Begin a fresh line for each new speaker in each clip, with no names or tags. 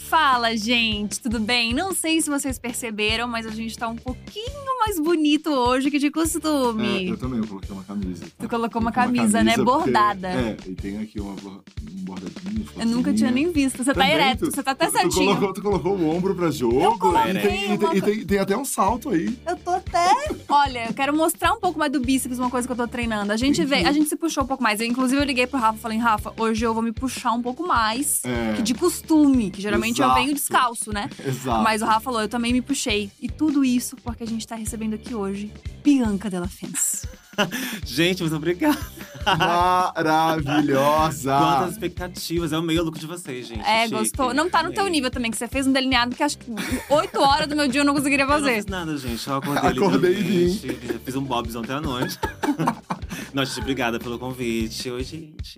Fala, gente, tudo bem? Não sei se vocês perceberam, mas a gente tá um pouquinho mais bonito hoje que de
É,
costume.
eu também, eu coloquei uma camisa. tá?
Tu colocou uma
Coloquei
camisa, né?
porque-
Bordada.
é, e tem aqui uma bor- um bordadinho.
Eu nunca tinha nem visto. Você tá ereto, você tá até
certinho. Tu
certinho.
colocou, tu colocou o ombro pra jogo.
Eu coloquei
e tem, e tem-
uma-
e tem- tem até um salto aí.
Eu tô até. Olha, eu quero mostrar um pouco mais do bíceps, uma coisa que eu tô treinando. A gente veio, a gente se puxou um pouco mais. Eu, inclusive, eu liguei pro Rafa e falei, Rafa, hoje eu vou me puxar um pouco mais.
É.
Que de costume, que geralmente eu
Exato.
venho descalço, né?
Exato.
Mas o Rafa falou, eu também me puxei. E tudo isso porque a gente tá recebendo aqui hoje Bianca Della Fence.
Gente, muito obrigado.
Tá.
Quantas
Maravilhosa!
expectativas. Eu amei o look de vocês, gente.
É,
Chique.
gostou. Não tá no teu
Amei.
nível também, que você fez um delineado que acho que 8 horas do meu dia eu não conseguiria
Eu não
fazer.
fiz nada, gente. Eu acordei,
Acordei e vim.
literalmente. Fiz um bobs ontem à noite. Não, gente, obrigada pelo convite. Oi, gente.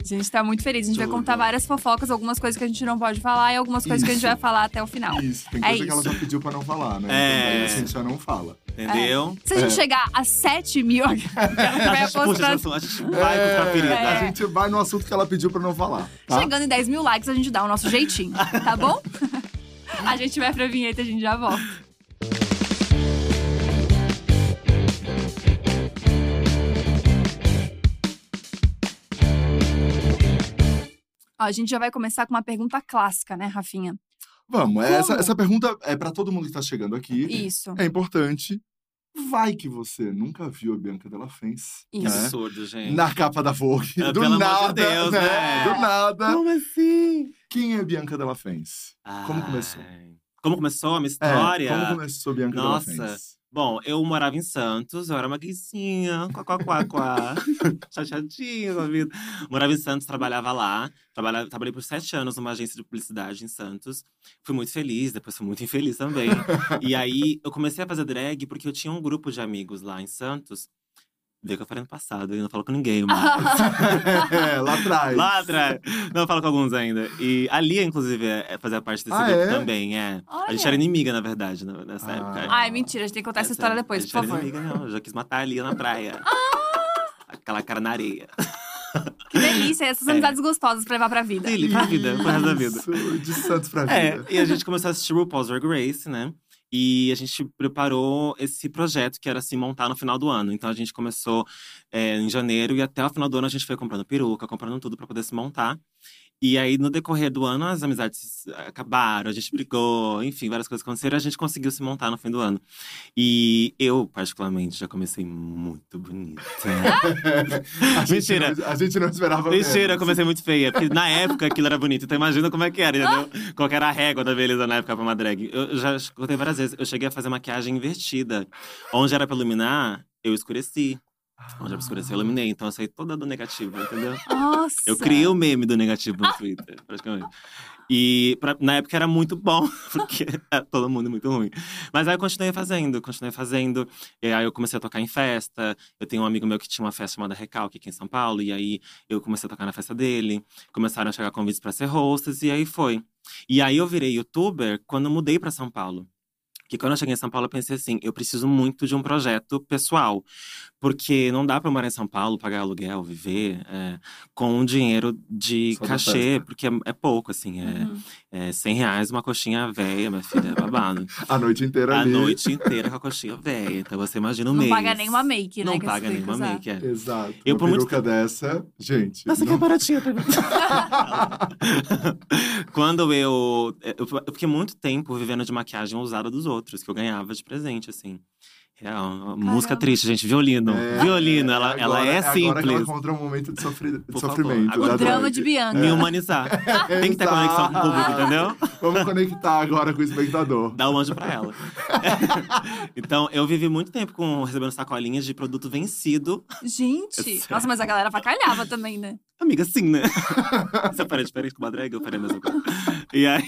A gente tá muito feliz. A gente vai
Tudo.
contar várias fofocas, algumas coisas que a gente não pode falar e algumas coisas que a gente
Isso.
vai falar até o final.
Isso, tem
É
coisa que ela
isso.
já pediu pra não falar, né?
É.
Então, daí a gente já não fala.
Entendeu?
Se a gente
É.
chegar a 7 mil, a gente É. vai
A gente puxa esse
apostar.
assunto, a gente vai contra a ferida.
É.
A gente vai no assunto que ela pediu pra não falar. Tá?
Chegando em 10 mil likes, a gente dá o nosso jeitinho, tá bom? a gente vai pra vinheta e a gente já volta. Ó, a gente já vai começar com uma pergunta clássica, né, Rafinha?
Vamos, essa,
Como?
essa pergunta é pra todo mundo que tá chegando aqui.
Isso.
É importante. Vai que você nunca viu a Bianca Della Fence.
Que
É Isso.
né?
absurdo, gente.
Na capa da Vogue.
É,
do
pelo amor de
nada,
Deus,
né?
né?
Do nada.
Como assim?
Quem é Bianca Della Fence? Como
Ai.
começou?
Como começou a minha
É,
história?
como começou Bianca
Nossa.
Della Fence?
Bom, eu morava em Santos, eu era uma guicinha, quá, quá, quá, quá. Chateadinha com a vida. Morava em Santos, trabalhava lá. Trabalha, trabalhei por sete anos numa agência de publicidade em Santos. Fui muito feliz, depois fui muito infeliz também. e aí, eu comecei a fazer drag porque eu tinha um grupo de amigos lá em Santos. Vê o que eu falei no passado, eu não falo com ninguém, mas…
é, lá atrás.
lá atrás! Não, eu falo com alguns ainda. E a Lia, inclusive, é- fazia parte desse
Ah,
grupo
é?
também, é. A gente
Olha.
era inimiga, na verdade, na- nessa
Ah.
época.
Ai, mentira, a gente tem que contar essa história depois, por
Gente, era
favor.
inimiga, não. Eu já quis matar a Lia na praia. Aquela cara na areia.
Que delícia, essas
É.
amizades gostosas pra levar pra vida.
Dele, pra vida, né, pro resto da vida.
Isso, de Santos pra vida.
É, e a gente começou a assistir RuPaul's Drag Race, né? E a gente preparou esse projeto que era se montar no final do ano. Então a gente começou é, em janeiro e até o final do ano a gente foi comprando peruca, comprando tudo pra poder se montar. E aí, no decorrer do ano, as amizades acabaram, a gente brigou, enfim, várias coisas aconteceram e a gente conseguiu se montar no fim do ano. E eu, particularmente, já comecei muito bonita.
A gente
Mentira.
não- a gente não esperava
Mentira, eu
menos.
comecei muito feia. Porque na época aquilo era bonito. Então imagina como é que era, entendeu? Qual que era a régua da beleza na época pra uma drag. Eu eu já contei várias vezes. Eu cheguei a fazer maquiagem invertida. Onde era pra iluminar, eu escureci. Onde era pra escurecer, eu iluminei. Então eu saí toda do negativo, entendeu?
Nossa.
Eu criei o meme do negativo no Twitter, praticamente. E pra- na época era muito bom, porque era todo mundo muito ruim. Mas aí eu continuei fazendo, continuei fazendo. E aí eu comecei a tocar em festa. Eu tenho um amigo meu que tinha uma festa chamada Recalque aqui em São Paulo. E aí eu comecei a tocar na festa dele. Começaram a chegar convites pra ser hostess, e aí foi. E aí eu virei youtuber quando eu mudei pra São Paulo. Que quando eu cheguei em São Paulo, eu pensei assim: eu preciso muito de um projeto pessoal. Porque não dá pra eu morar em São Paulo, pagar aluguel, viver é, com o dinheiro de
Só da
cachê,
festa.
porque é, é pouco, assim. É,
Uhum.
é 100 reais uma coxinha velha, minha filha, é babado.
A noite inteira
a
ali.
noite inteira com a coxinha velha. Então você imagina um
Não
mês.
paga nenhuma make, né?
Não
que você
paga
tem que
nenhuma
usar.
make, é.
Exato.
Eu,
uma
por muito
peruca dessa, gente.
Nossa, que é
não...
baratinha também. Quando eu, eu. eu fiquei muito tempo vivendo de maquiagem usada dos outros, que eu ganhava de presente, assim. Real. Música triste, gente. Violino.
É,
Violino,
é,
ela,
agora-
ela é simples.
Agora que ela encontra um momento de, sofri- de
Por favor,
sofrimento.
agora-
da
O drama
drag.
de Bianca.
Me humanizar. Tem que ter conexão com o público,
Exato.
entendeu?
Vamos conectar agora com o espectador.
Dá um anjo pra ela. então, eu vivi muito tempo com recebendo sacolinhas de produto vencido.
Gente,
Essa-
nossa, mas a galera facalhava também, né?
Amiga, sim, né? Se eu parei diferente com uma drag, eu parei a mesma coisa. E aí.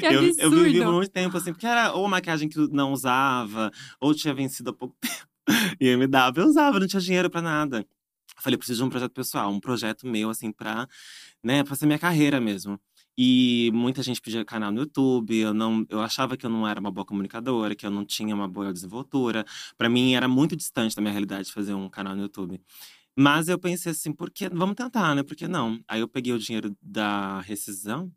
Que
eu, eu
absurdo.
vivi por muito tempo, assim, porque era ou maquiagem que eu não usava, ou tinha vencido há pouco tempo. E aí me dava, eu usava, não tinha dinheiro pra nada. Eu Falei, preciso de um projeto pessoal, um projeto meu, assim, pra, né, pra ser minha carreira mesmo. E muita gente pedia canal no YouTube, eu não, eu achava que eu não era uma boa comunicadora, que eu não tinha uma boa desenvoltura. Pra mim era muito distante da minha realidade fazer um canal no YouTube. Mas eu pensei assim, por que, vamos tentar, né? Por que não? Aí eu peguei o dinheiro da rescisão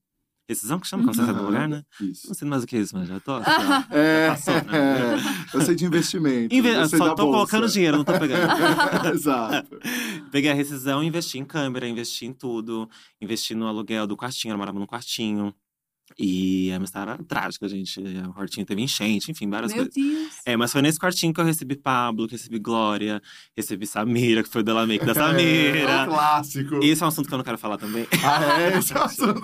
Rescisão que chama quando você sai do
Uhum.
Aham,
lugar, né?
Isso.
Não sei mais o que é isso, mas já tô.
Ah.
É,
passou, né?
eu sei de investimento.
Tá Inve- ah,
eu sei
Só
da
tô
bolsa.
colocando dinheiro, não tô pegando.
Exato.
Peguei a rescisão e investi em câmera, investi em tudo. Investi no aluguel do quartinho, ela morava num quartinho. E a minha história era trágica, gente. É, O quartinho teve enchente, enfim, várias
Meu
coisas.
Deus.
É, mas foi nesse quartinho que eu recebi Pablo, que eu recebi Glória, recebi Samira, que foi o dela make da
É, um
Samira.
clássico.
Esse é um assunto que eu não quero falar também.
Ah, é? Esse é o assunto.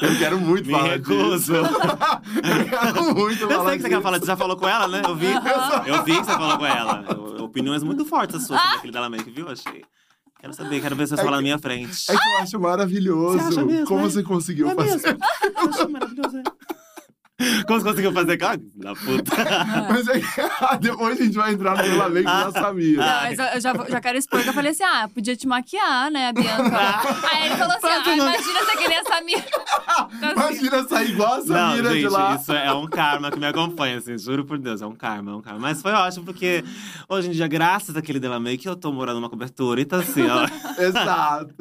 Eu quero muito
Me
falar
recuso.
disso. Eu quero muito
Eu
falar
sei que você quer falar, você já falou com ela, né? Eu vi.
Aham.
Eu vi que você falou com ela. Eu- Opiniões muito fortes as suas sobre aquele dela make, viu? Achei. Quero saber, quero ver se você
É
falar na
que-
minha frente.
É que eu acho maravilhoso
Você acha mesmo,
como
né?
você conseguiu
É
fazer.
mesmo? Eu achei maravilhoso, né? Como você conseguiu fazer aquela da puta?
Mas é que depois a gente vai entrar no Flamengo
Ah.
da Samira.
Não, mas eu, eu já, vou- já quero expor que eu falei assim: ah, podia te maquiar, né, a Bianca? Aí ele falou assim: ah, imagina você queria essa minha.
Ah, Imagina sair igual a
Não,
Samira de
gente,
lá.
isso é um karma que me acompanha, assim, juro por Deus, é um karma, é um karma. Mas foi ótimo, porque hoje em dia, graças àquele Dela May, que eu tô morando numa cobertura e tá assim, ó.
Exato.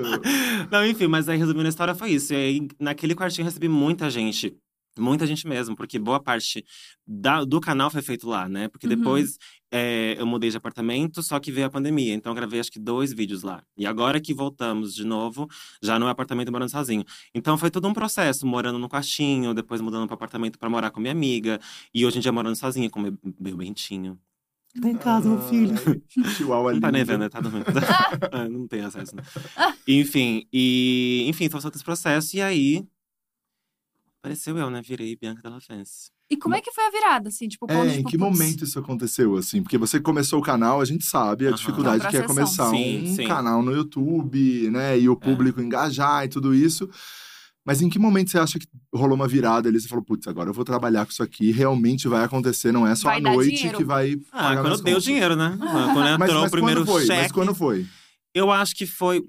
Não, enfim, mas aí resumindo a história foi isso. E aí, naquele quartinho, eu recebi muita gente. Muita gente mesmo, porque boa parte da- do canal foi feito lá, né? Porque
Uhum.
depois é, eu mudei de apartamento, só que veio a pandemia. Então eu gravei acho que dois vídeos lá. E agora que voltamos de novo, já no apartamento morando sozinho. Então foi todo um processo, morando no quartinho, depois mudando pro apartamento pra morar com minha amiga. E hoje em dia morando sozinha com meu, meu bentinho. Tá em casa,
Ah,
meu filho.
Ai, Chihuahua
Não tá nem
lindo.
vendo, né? Tá dormindo. Ah, não tem acesso, né? Enfim, e... Enfim, então soltando esse processo. E aí... Apareceu eu, né? Virei Bianca Della Fence.
E como é que foi a virada, assim? Tipo, quando,
É, em
tipo,
que
putz,
momento isso aconteceu, assim? Porque você começou o canal, a gente sabe a
Aham.
dificuldade que é
Processão.
começar
Sim,
um
sim. É.
canal no YouTube, né? E o público engajar e tudo isso. Mas em que momento você acha que rolou uma virada ali? Você falou, putz, agora eu vou trabalhar com isso aqui, realmente vai acontecer, não é só
Vai
à
dar
noite
dinheiro.
que vai.
Ah,
pagar
quando
minhas
deu
contas. Ah.
dinheiro, né? Quando entrou
Mas,
o
mas
primeiro
quando foi?
cheque.
Mas quando foi?
Eu acho que foi.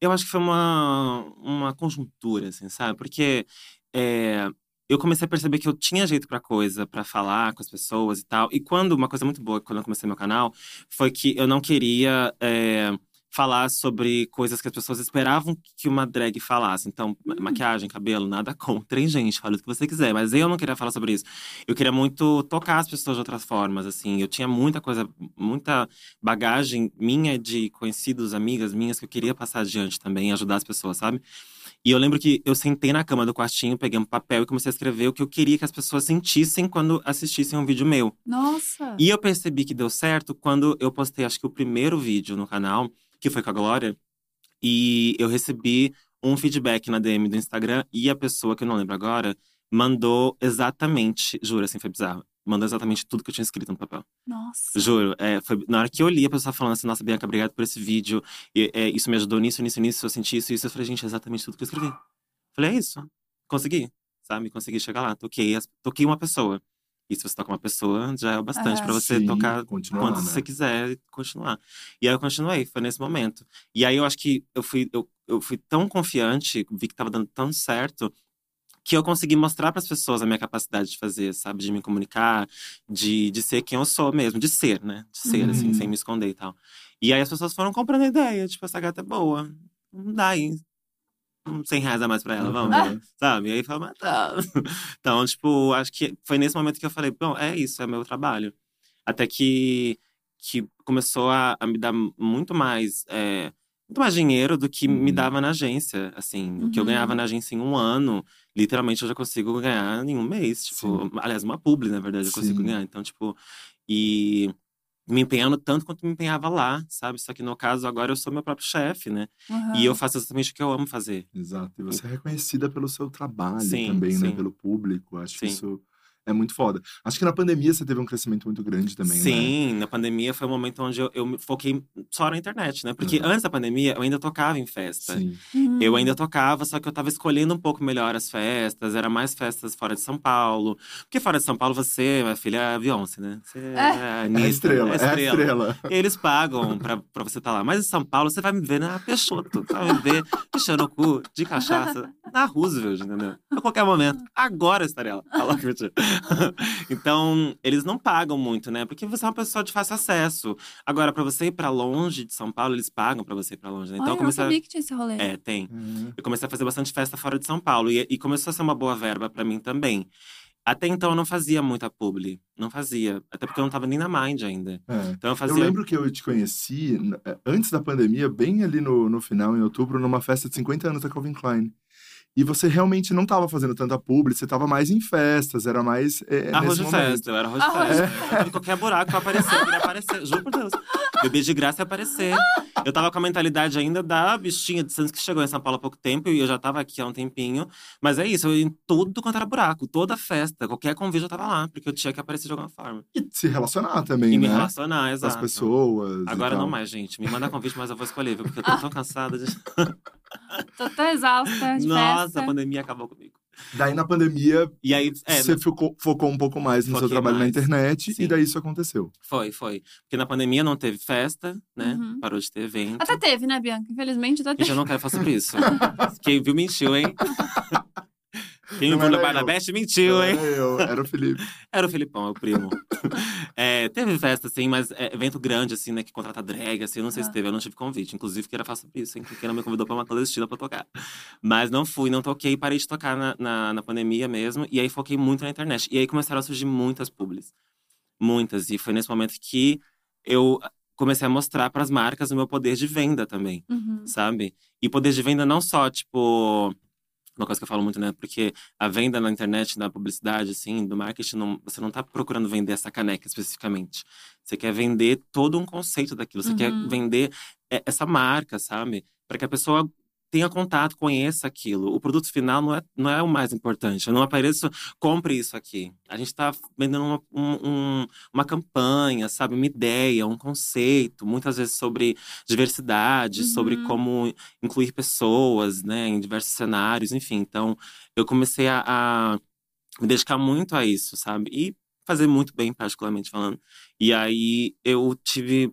Eu acho que foi uma, uma conjuntura, assim, sabe? Porque é, eu comecei a perceber que eu tinha jeito pra coisa, pra falar com as pessoas e tal. E quando, uma coisa muito boa, quando eu comecei meu canal, foi que eu não queria é, falar sobre coisas que as pessoas esperavam que uma drag falasse. Então, ma- maquiagem, cabelo, nada contra, hein, gente? Fala o que você quiser. Mas eu não queria falar sobre isso. Eu queria muito tocar as pessoas de outras formas, assim. Eu tinha muita coisa, muita bagagem minha de conhecidos, amigas minhas, que eu queria passar adiante também, ajudar as pessoas, sabe? E eu lembro que eu sentei na cama do quartinho, peguei um papel e comecei a escrever o que eu queria que as pessoas sentissem quando assistissem um vídeo meu.
Nossa.
E eu percebi que deu certo quando eu postei, acho que o primeiro vídeo no canal, que foi com a Glória, e eu recebi um feedback na DM do Instagram e a pessoa, que eu não lembro agora, mandou exatamente, juro, assim, foi bizarro. Mandou exatamente tudo que eu tinha escrito no papel.
Nossa.
Juro, é, foi na hora que eu li a pessoa falando assim, nossa, Bianca, obrigado por esse vídeo. E, é, isso me ajudou nisso, nisso, nisso, eu senti isso, isso. Eu falei, gente, é exatamente tudo que eu escrevi. Falei, é isso. Consegui, sabe? Consegui chegar lá. Toquei, as- toquei uma pessoa. E se você toca uma pessoa, já é o bastante
Aham.
pra você
Sim,
tocar
continuar,
quanto
né?
você quiser e continuar. E aí eu continuei, foi nesse momento. E aí eu acho que eu fui, eu, eu fui tão confiante, vi que tava dando tão certo, que eu consegui mostrar pras pessoas a minha capacidade de fazer, sabe? De me comunicar, de, de ser quem eu sou mesmo, de ser, né? De ser,
Uhum.
assim, sem me esconder e tal. E aí as pessoas foram comprando a ideia, tipo, essa gata é boa, não dá aí. uns 100 reais a mais pra ela, vamos,
Ah.
sabe? E aí foi mas tá. Então, tipo, acho que foi nesse momento que eu falei, bom, é isso, é meu trabalho. Até que, que começou a, a me dar muito mais, é, muito mais dinheiro do que me
Uhum.
dava na agência, assim. O que eu
Uhum.
ganhava na agência em um ano, literalmente eu já consigo ganhar em um mês, tipo… Aliás, uma publi, na verdade, eu consigo
Sim.
ganhar. Então, tipo… E me empenhando tanto quanto me empenhava lá, sabe? Só que no caso, agora eu sou meu próprio chefe, né?
Aham.
E eu faço exatamente o que eu amo fazer.
Exato. E você é reconhecida pelo seu trabalho
Sim,
também, né?
sim.
Pelo público. Acho que
Sim.
isso é muito foda. Acho que na pandemia você teve um crescimento muito grande também, né?
Sim, na pandemia foi o momento onde eu, eu me foquei só na internet, né? Porque
Uhum.
antes da pandemia, eu ainda tocava em festa.
Sim.
Hum.
Eu ainda tocava, só que eu tava escolhendo um pouco melhor as festas. Era mais festas fora de São Paulo. Porque fora de São Paulo, você, minha filha, é a Beyoncé, né? Você é, a
É a
Anitta,
estrela,
é
é
a
a estrela.
Eles pagam pra, pra você estar lá. Mas em São Paulo, você vai me ver na Peixoto. Você vai me ver puxando o cu de cachaça na Roosevelt, entendeu? a qualquer momento. Agora eu estarei lá. Tá louco, mentira. então, eles não pagam muito, né? Porque você é uma pessoa de fácil acesso. Agora, pra você ir pra longe de São Paulo, eles pagam pra você ir pra longe, né? Então,
Olha,
eu
eu não
comecei
sabia que tinha esse rolê.
a... É, tem. Eu comecei a fazer bastante festa fora de São Paulo. E, e começou a ser uma boa verba pra mim também. Até então, eu não fazia muita publi. Não fazia. Até porque eu não tava nem na Mind ainda.
É.
Então, eu fazia…
Eu lembro que eu te conheci n- eh, antes da pandemia, bem ali no, no final, em outubro, numa festa de 50 anos da Calvin Klein. E você realmente não estava fazendo tanta publi, você estava mais em festas, era mais. eh,
Arroz
nesse
de
momento.
festa, eu era arroz
Arroz
de
de
festa. Eu tava em qualquer buraco pra aparecer, eu queria aparecer. Juro por Deus. Bebê de graça ia aparecer. Eu tava com a mentalidade ainda da bichinha de Santos que chegou em São Paulo há pouco tempo e eu já tava aqui há um tempinho. Mas é isso, eu ia em tudo quanto era buraco, toda festa, qualquer convite eu tava lá, porque eu tinha que aparecer de alguma forma.
E se relacionar também,
E
né?
me
com
relacionar,
as
exato.
pessoas. e
Agora
tal.
não mais, gente. Me manda convite, mas eu vou escolher, viu? Porque eu tô tão cansada de.
Tô tão exausta Tá de
Nossa,
festa.
a pandemia acabou comigo.
Daí na pandemia,
E aí, é,
você focou, focou um pouco mais no seu
Foquei
trabalho
mais,
na internet,
sim.
e daí isso aconteceu.
foi, foi. Porque na pandemia não teve festa, né?
Uhum.
Parou de ter evento.
Até teve, né, Bianca? Infelizmente, até
Gente,
teve.
eu não quero falar sobre isso. Quem viu, mentiu, hein? Quem
Não
viu
era
na
eu.
Barnabeste, mentiu, hein?
Era eu, era o Felipe.
Era o Felipão, é o primo. É, teve festa, assim, mas é, evento grande, assim, né? Que contrata drag, assim. Eu não sei se
Ah.
teve, eu não tive convite. Inclusive, queria falar sobre isso, hein? Porque ela me convidou pra uma clandestina pra tocar. Mas não fui, não toquei. Parei de tocar na, na, na pandemia mesmo. E aí, foquei muito na internet. E aí, começaram a surgir muitas publis. Muitas. E foi nesse momento que eu comecei a mostrar pras marcas o meu poder de venda também
Uhum.
sabe? E poder de venda não só, tipo. Uma coisa que eu falo muito, né? Porque a venda na internet, na publicidade, assim, do marketing, não- você não tá procurando vender essa caneca especificamente. Você quer vender todo um conceito daquilo. Você quer
Uhum.
vender é, essa marca, sabe? Para que a pessoa tenha contato, conheça aquilo. O produto final não é, não é o mais importante. Eu não apareço, compre isso aqui. A gente tá vendendo uma, um- um- uma campanha, sabe? Uma ideia, um conceito. Muitas vezes sobre diversidade,
Uhum.
sobre como incluir pessoas, né? Em diversos cenários, enfim. Então, eu comecei a, a me dedicar muito a isso, sabe? E fazer muito bem, particularmente falando. E aí, eu tive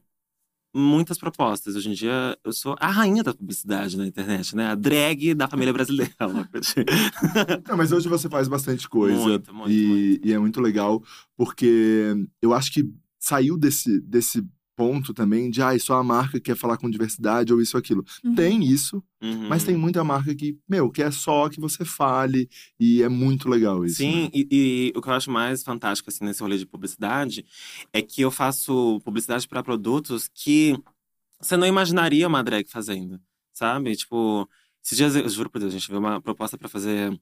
muitas propostas. Hoje em dia, eu sou a rainha da publicidade na internet, né? A drag da família brasileira. assim. louca.
Não, mas hoje você faz bastante coisa.
Muito, muito,
e,
muito.
e é muito legal, porque eu acho que saiu desse, desse ponto também de, ah, só a marca quer falar com diversidade ou isso ou aquilo.
Uhum.
Tem isso,
Uhum.
mas tem muita marca que, meu, quer só que você fale, e é muito legal isso. né?
Sim, e, e o que eu acho mais fantástico assim, nesse rolê de publicidade é que eu faço publicidade para produtos que você não imaginaria uma drag fazendo, sabe? Tipo, esses dias, eu juro por Deus, a gente viu uma proposta para fazer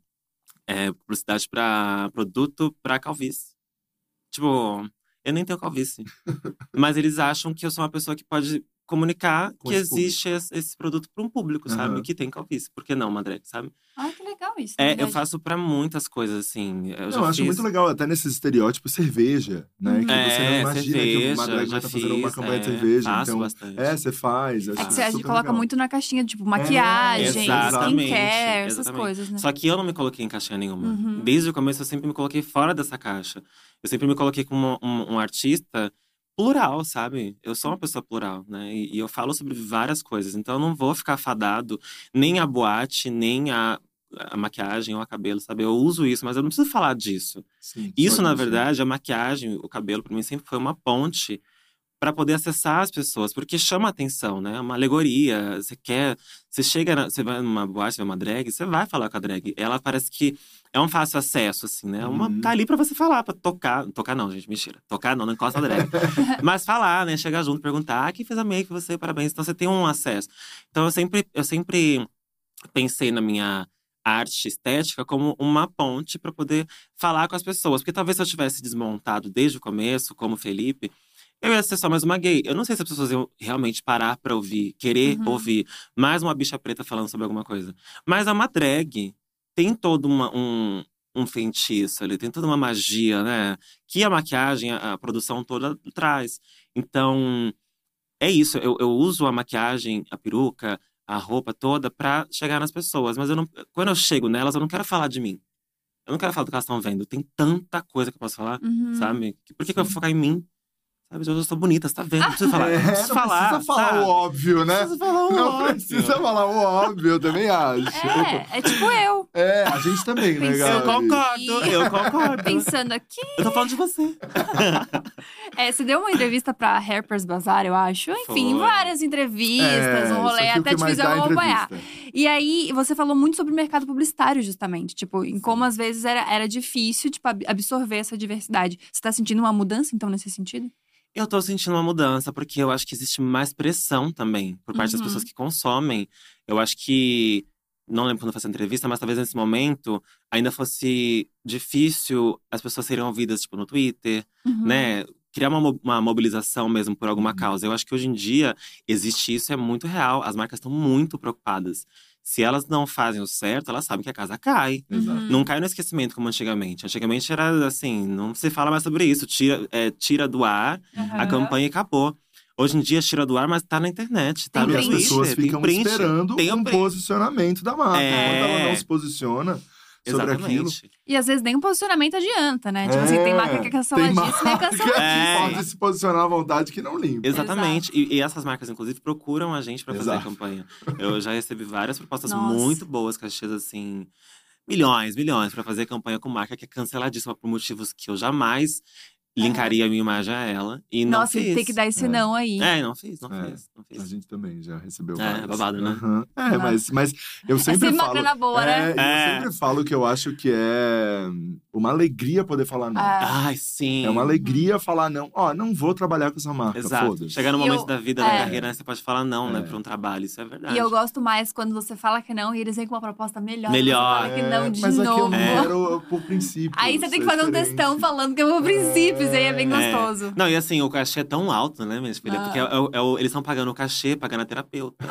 é, publicidade para produto para calvície. Tipo, eu nem tenho calvície. mas eles acham que eu sou uma pessoa que pode comunicar
Com
que
esse público.
existe esse, esse produto para um público, sabe?
Aham.
Que tem calvície. Por que não uma drag, sabe?
Ai, que legal isso. né, na
É, eu
verdade.
faço pra muitas coisas, assim. Eu
Eu
já
Não, eu acho
fiz.
muito legal, até nesses estereótipos, cerveja, né?
Uhum.
Que você não
É,
imagina que
cerveja,
uma drag
já
vai tá fazendo uma
fiz,
campanha de
é,
cerveja.
Faço
Então,
bastante.
é, você faz.
É
acho
que você a gente
super
coloca
legal.
muito na caixinha, tipo, maquiagem,
Exatamente,
skincare, essas
exatamente.
coisas, né?
Só que eu não me coloquei em caixinha nenhuma.
Uhum.
Desde o começo, eu sempre me coloquei fora dessa caixa. Eu sempre me coloquei como um, um artista plural, sabe? Eu sou uma pessoa plural, né? E, e eu falo sobre várias coisas. Então, eu não vou ficar fadado nem a boate, nem a, a maquiagem ou a cabelo, sabe? Eu uso isso, mas eu não preciso falar disso.
Sim,
Isso,
só
na
disso.
verdade, a maquiagem, o cabelo, pra mim, sempre foi uma ponte pra poder acessar as pessoas, porque chama atenção, né? É uma alegoria. Você quer. Você chega, na- você vai numa boate, vai numa drag, você vai falar com a drag. Ela parece que é um fácil acesso, assim, né? Uma,
Uhum.
Tá ali pra você falar, pra tocar. Tocar não, gente, mentira. Tocar não, não encosta na drag. Mas falar, né? Chegar junto, perguntar, ah, quem fez a make você, parabéns. Então você tem um acesso. Então eu sempre, eu sempre pensei na minha arte estética como uma ponte pra poder falar com as pessoas. Porque talvez se eu tivesse desmontado desde o começo, como Felipe, eu ia ser só mais uma gay. Eu não sei se as pessoas iam realmente parar pra ouvir, querer
Uhum.
ouvir mais uma bicha preta falando sobre alguma coisa. Mas é uma drag tem todo uma- um, um feitiço ali, tem toda uma magia, né? Que a maquiagem, a, a produção toda traz. Então, é isso. Eu, eu uso a maquiagem, a peruca, a roupa toda pra chegar nas pessoas. Mas eu não, quando eu chego nelas, eu não quero falar de mim. Eu não quero falar do que elas estão vendo. Tem tanta coisa que eu posso falar,
Hum.
Uhum.
sabe? Que- Por que, que eu vou focar em mim? Sabe, eu sou bonita, você tá vendo? Não precisa falar.
É,
Não precisa falar.
precisa falar
sabe?
o óbvio,
Não
né?
precisa falar o
Não
óbvio.
precisa falar o óbvio, eu também acho.
É, é tipo eu.
É, a gente também, né,
Pensei,
galera?
Eu concordo, eu concordo.
Pensando aqui,
Eu tô falando de você.
é, você deu uma entrevista pra Harper's Bazaar, eu acho. Enfim,
Foi.
várias
É,
entrevistas, um rolê, até te fizeram acompanhar. E aí, você falou muito sobre o mercado publicitário, justamente. Tipo, em como às vezes era, era difícil, tipo, ab- absorver essa diversidade. Você tá sentindo uma mudança, então, nesse sentido?
Eu tô sentindo uma mudança, porque eu acho que existe mais pressão também por parte
Uhum.
das pessoas que consomem. Eu acho que. Não lembro quando eu faço a entrevista, mas talvez nesse momento ainda fosse difícil as pessoas serem ouvidas, tipo, no Twitter,
Uhum.
né? Criar uma, mo- uma mobilização mesmo por alguma
Uhum.
causa. Eu acho que hoje em dia existe isso, é muito real. As marcas estão muito preocupadas. Se elas não fazem o certo, elas sabem que a casa cai.
Uhum.
Não cai no esquecimento como antigamente. Antigamente era assim, não se fala mais sobre isso. Tira, é, tira do ar, a
Uhum.
campanha e acabou. Hoje em dia tira do ar, mas tá na internet, tá
Tem
no
E
print.
as
Twitter,
pessoas
tem
ficam
print,
esperando
tem o
um
print.
posicionamento da marca.
É.
Quando ela não se posiciona sobre aquilo.
Exatamente.
E às vezes nem o posicionamento adianta, né? Tipo assim,
É,
tem marca que é canceladíssima e é
marca
canceladíssima.
É.
que Pode se posicionar à vontade que não limpa.
Exatamente. E, e essas marcas, inclusive, procuram a gente pra fazer a
Exato.
campanha. Eu já recebi várias propostas
Nossa.
muito boas, cachês assim. Milhões, milhões, pra fazer campanha com marca que é canceladíssima por motivos que eu jamais linkaria a minha imagem a ela. E não
Nossa,
fiz.
tem que dar esse
É.
não aí.
É, não fiz, não
É.
fiz, não fiz.
A gente também já recebeu
É,
várias.
babado, né?
Aham. É,
Babado.
mas, mas eu
É
sempre
sempre uma
falo…
grana boa, né?
É,
É.
Eu sempre falo que eu acho que é uma alegria poder falar não.
Ah.
Ai, sim.
É uma alegria falar não. Ó, não vou trabalhar com essa marca,
Exato.
foda-se.
Chegar no
E
momento
eu-
da
é.
vida, da carreira, né, você pode falar não,
É.
né, pra um trabalho. Isso é verdade.
E eu gosto mais quando você fala que não e eles vêm com uma proposta melhor. Você
Melhor.
fala que não de
É, mas aqui eu
novo.
não quero por princípio.
Aí você tem que
sou
fazer um
diferente.
textão falando que eu vou princípios, aí é bem
É.
gostoso.
Não, e assim, o cachê é tão alto, né, minha filha?
Ah.
Porque é o- é o- eles estão pagando o cachê, pagando a terapeuta.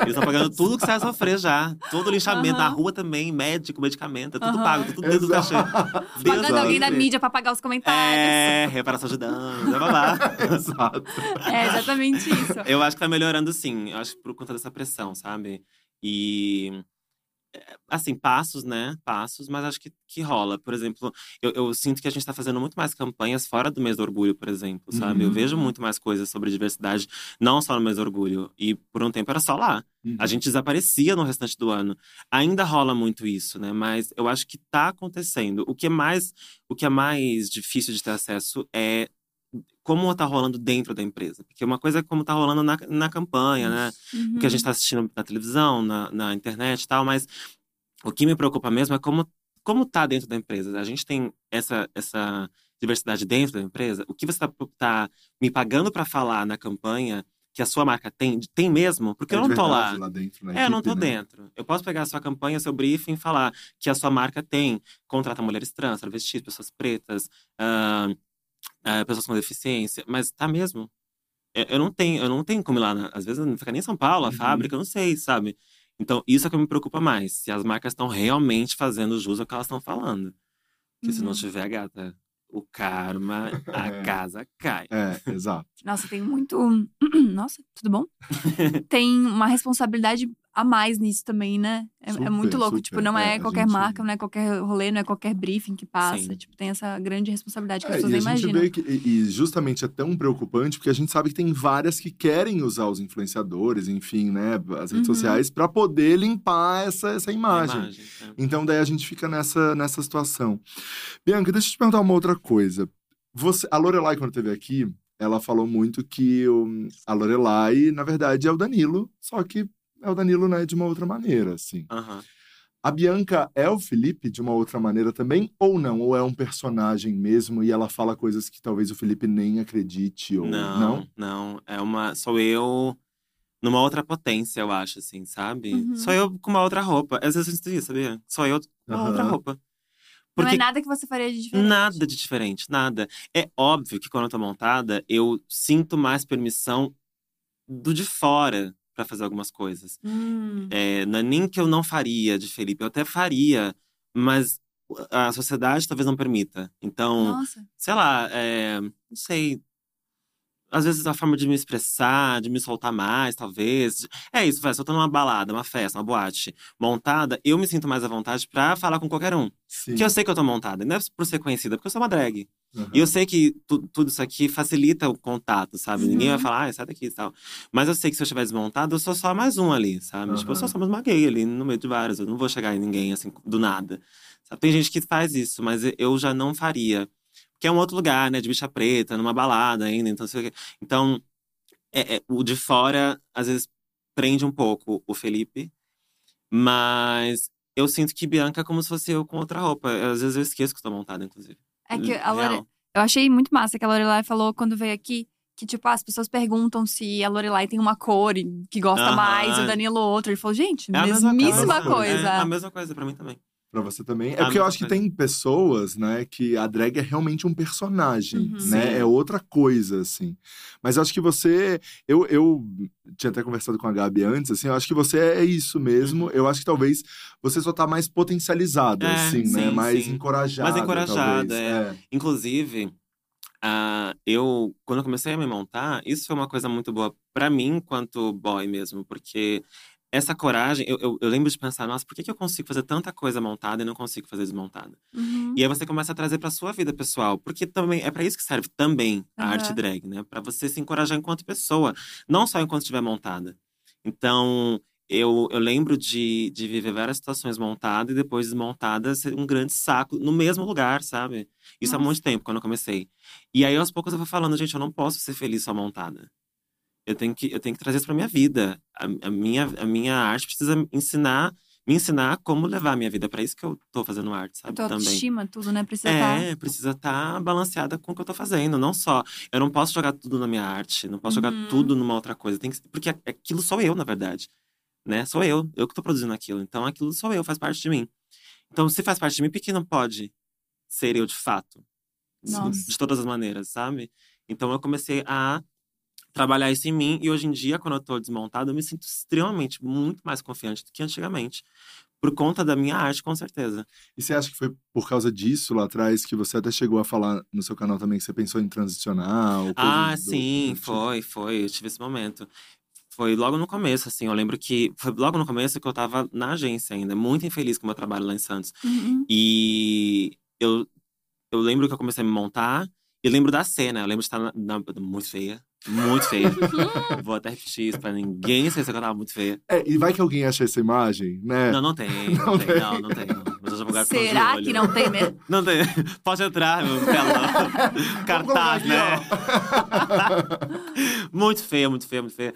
eles estão pagando tudo que você vai sofrer já. Todo o lixamento,
Aham.
na rua também, médico, medicamento. É tudo
Aham.
pago, tudo dentro do
Exato.
cachê. Deus
Pagando alguém da
livre.
mídia pra pagar os comentários.
É, reparação de danos, blá blá blá.
Exato.
É, exatamente isso.
Eu acho que tá melhorando sim, eu acho que por conta dessa pressão, sabe? E. é, Assim, passos, né? Passos, mas acho que, que rola. Por exemplo, eu, eu sinto que a gente tá fazendo muito mais campanhas fora do mês do orgulho, por exemplo, sabe? Eu
Uhum.
vejo muito mais coisas sobre diversidade, não só no mês do orgulho. E por um tempo era só lá. A gente desaparecia no restante do ano. Ainda rola muito isso, né? Mas eu acho que tá acontecendo. O que é mais, o que é mais difícil de ter acesso é como tá rolando dentro da empresa. Porque uma coisa é como tá rolando na, na campanha, né?
Uhum.
O que
Uhum.
a gente tá assistindo na televisão, na, na internet e tal, mas o que me preocupa mesmo é como, como tá dentro da empresa. A gente tem essa, essa diversidade dentro da empresa. O que você tá, tá me pagando para falar na campanha que a sua marca tem, tem mesmo? Porque
É
eu não tô lá.
verdade, dentro, na
É, eu não
equipe,
tô
né?
dentro. Eu posso pegar a sua campanha, seu briefing e falar que a sua marca tem, contrata mulheres trans, travestis, pessoas pretas, ah, ah, pessoas com deficiência, mas tá mesmo. Eu, eu não tenho, eu não tenho como ir lá. na- Às vezes não fica nem em São Paulo, a
Uhum.
fábrica, eu não sei, sabe? Então, isso é que me preocupa mais. Se as marcas estão realmente fazendo jus ao que elas estão falando. Porque se não
Uhum.
tiver, gata, o karma, a
É.
casa cai.
É, exato.
Nossa, tem muito. Nossa, tudo bom? tem uma responsabilidade a mais nisso também, né? É, é
Super,
muito louco.
super.
Tipo, não é,
É, a
qualquer
gente-
marca, não é qualquer rolê, não é qualquer briefing que passa.
Sim.
Tipo, tem essa grande responsabilidade que as
É,
pessoas
e a
nem
gente
imaginam.
vê que, e e justamente é tão preocupante porque a gente sabe que tem várias que querem usar os influenciadores, enfim, né, as redes
Uhum.
sociais para poder limpar essa, essa
A
imagem.
imagem, é.
Então daí a gente fica nessa, nessa situação. Bianca, deixa eu te perguntar uma outra coisa. Você, a Lorelai quando esteve aqui, ela falou muito que hum, a Lorelai, na verdade, é o Danilo, só que é o Danilo, né, de uma outra maneira, assim.
Aham.
A Bianca é o Felipe de uma outra maneira também, ou não? Ou é um personagem mesmo e ela fala coisas que talvez o Felipe nem acredite, ou não?
Não, não. É uma. Sou eu numa outra potência, eu acho, assim, sabe?
Uhum.
Sou eu com uma outra roupa. Às vezes eu sinto isso, sabia? Sou eu com uma
Aham.
outra roupa.
Não
Porque
é nada que você faria de diferente.
nada de diferente, nada. É óbvio que quando eu tô montada, eu sinto mais permissão do de fora pra fazer algumas coisas.
Hum.
É, não é nem que eu não faria de Felipe, eu até faria, mas a
Hum.
sociedade talvez não permita. Então
Nossa.
sei lá, é, não sei. às vezes a forma de me expressar, de me soltar mais, talvez. É isso, vai, se eu tô numa balada, uma festa, uma boate montada, eu me sinto mais à vontade pra falar com qualquer um.
Sim.
Porque eu sei que eu tô montada, não é por ser conhecida, porque eu sou uma drag.
Aham.
E eu sei que tu- tudo isso aqui facilita o contato, sabe? Ninguém
Uhum.
vai falar, ah, sai daqui e tal. Mas eu sei que se eu estiver desmontado, eu sou só mais um ali, sabe? Tipo, eu sou
Aham.
só mais uma gay ali, no meio de vários. Eu não vou chegar em ninguém, assim, do nada. Sabe? Tem gente que faz isso, mas eu já não faria. Porque é um outro lugar, né? De bicha preta, numa balada ainda, então sei o quê. Então, é- é, o de fora, às vezes, prende um pouco o Felipe. Mas eu sinto que Bianca é como se fosse eu com outra roupa. Às vezes eu esqueço que estou montada, inclusive.
É que a
Hum, Real.
Lore... Eu achei muito massa que a Lorelai falou quando veio aqui. Que, tipo, ah, as pessoas perguntam se a Lorelai tem uma cor e- que gosta
Aham.
mais e o Danilo outra. Ele falou, gente,
É a mesma
mesmíssima
coisa.
coisa.
É a mesma coisa pra mim também.
Pra você também. É
Ah,
porque eu
mesma
acho que
coisa.
tem pessoas, né, que a drag é realmente um personagem,
Uhum.
né?
Sim.
É outra coisa, assim. Mas eu acho que você. Eu, eu tinha até conversado com a Gabi antes, assim, eu acho que você é isso mesmo. Eu acho que talvez você só tá mais potencializada,
Uhum. É,
assim, né?
sim,
Mais
sim.
encorajada.
Mais encorajada,
talvez.
é. Inclusive, ah, eu, quando eu comecei a me montar, isso foi uma coisa muito boa pra mim, enquanto boy mesmo, porque essa coragem, eu, eu- eu lembro de pensar, nossa, por que, que eu consigo fazer tanta coisa montada e não consigo fazer desmontada?
Uhum.
E aí você começa a trazer pra sua vida pessoal, porque também é pra isso que serve também a
Aham.
arte drag, né? Pra você se encorajar enquanto pessoa, não só enquanto estiver montada. Então, eu, eu lembro de, de viver várias situações montadas e depois desmontadas, ser um grande saco no mesmo lugar, sabe? Isso há
Nossa.
muito tempo, quando eu comecei. E aí aos poucos eu fui falando, gente, eu não posso ser feliz só montada. Eu tenho que, eu tenho que trazer isso pra minha vida. A, a minha, a minha arte precisa ensinar, me ensinar como levar a minha vida. Pra isso que eu tô fazendo arte,
A
sabe?
tua
Também.
Então, autoestima, tudo, né? Precisa estar.
É, precisa estar balanceada com o que eu tô fazendo. Não só. Eu não posso jogar tudo na minha arte, não posso
Uhum.
jogar tudo numa outra coisa. Tem que, porque a- aquilo sou eu, na verdade. Né? Sou eu. Eu que tô produzindo aquilo. Então aquilo sou eu, faz parte de mim. Então, se faz parte de mim, por que não pode ser eu de fato? De-
Nossa.
De todas as maneiras, sabe? Então eu comecei a trabalhar isso em mim. E hoje em dia, quando eu tô desmontada, eu me sinto extremamente, muito mais confiante do que antigamente. Por conta da minha arte, com certeza.
E você acha que foi por causa disso lá atrás que você até chegou a falar no seu canal também que você pensou em transicionar? Ou coisas
Ah,
do-
sim,
do tipo?
foi, foi. Eu tive esse momento. Foi logo no começo, assim. Eu lembro que foi logo no começo que eu tava na agência ainda, muito infeliz com o meu trabalho lá em Santos.
Uhum.
E eu, eu lembro que eu comecei a me montar. E lembro da cena, eu lembro de estar na, na- muito feia. Muito feia. Vou até repetir isso pra ninguém esquecer que eu tava muito feia.
É, e vai que alguém acha essa imagem, né?
Não, não tem, não,
Não
tem,
tem.
não, não tem. Não. Mas eu já vou guardar por causa
Será
de olho.
que não tem mesmo?
Não tem. Pode entrar, meu telão.
colocar
Cartaz,
aqui,
né? muito feia, muito feia, muito feia.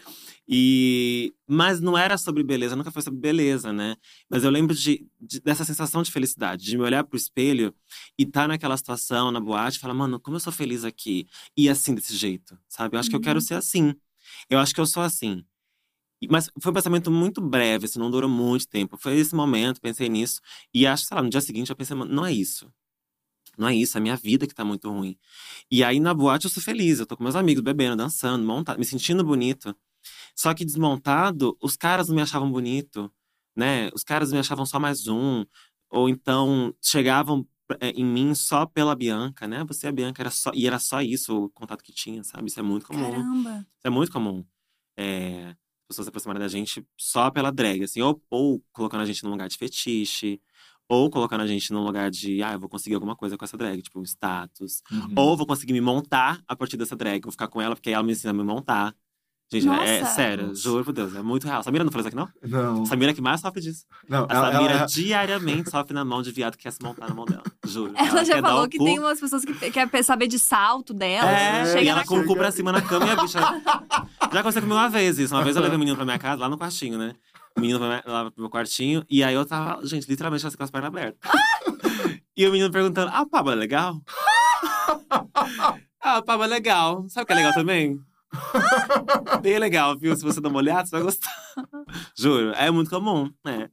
E... Mas não era sobre beleza, nunca foi sobre beleza, né? Mas eu lembro de, de- dessa sensação de felicidade, de me olhar pro espelho e estar naquela situação, na boate, e falar, mano, como eu sou feliz aqui. E assim, desse jeito, sabe? Eu acho que eu
Uhum.
quero ser assim. Eu acho que eu sou assim. E- Mas foi um pensamento muito breve, assim, não durou muito tempo. Foi esse momento, pensei nisso. E acho, sei lá, no dia seguinte eu pensei, mano, não é isso. Não é isso, é a minha vida que tá muito ruim. E aí na boate eu sou feliz, eu tô com meus amigos bebendo, dançando, montado, me sentindo bonito. Só que desmontado, os caras não me achavam bonito, né? Os caras me achavam só mais um, ou então chegavam eh, em mim só pela Bianca, né? Você e a Bianca era só e era só isso o contato que tinha, sabe? Isso é muito comum.
Caramba.
Isso é muito comum. É, pessoas se aproximarem da gente só pela drag, assim, ou, ou colocando a gente num lugar de fetiche, ou colocando a gente num lugar de, ah, eu vou conseguir alguma coisa com essa drag, tipo, status.
Uhum.
Ou vou conseguir me montar a partir dessa drag. Vou ficar com ela, porque ela me ensina a me montar. Gente, é, é
Nossa!
sério, juro por Deus, é muito real. Samira não falou isso aqui, não?
Não,
Samira é que mais sofre disso.
não.
A
ela-
Samira
ela-
diariamente sofre na mão de viado que quer se montar na mão dela. Juro.
Ela já
quer dar
falou
o
que
cu.
tem umas pessoas que querem saber de salto dela. assim,
Ela
É,
chega
e
na
ela com o
chega-
cu pra cima na cama e a bicha. Já aconteceu comigo uma vez isso. Uma vez eu levei o menino pra minha casa, lá no quartinho, né? O menino pra minha- lá pro meu quartinho. E aí eu tava, gente, literalmente assim, com as pernas abertas. e o menino perguntando: Ah, o Pablo é legal? ah, o Pablo é legal. Sabe o que é legal também? Bem legal, viu? Se você dá uma olhada, você vai gostar. Juro, é muito comum, né?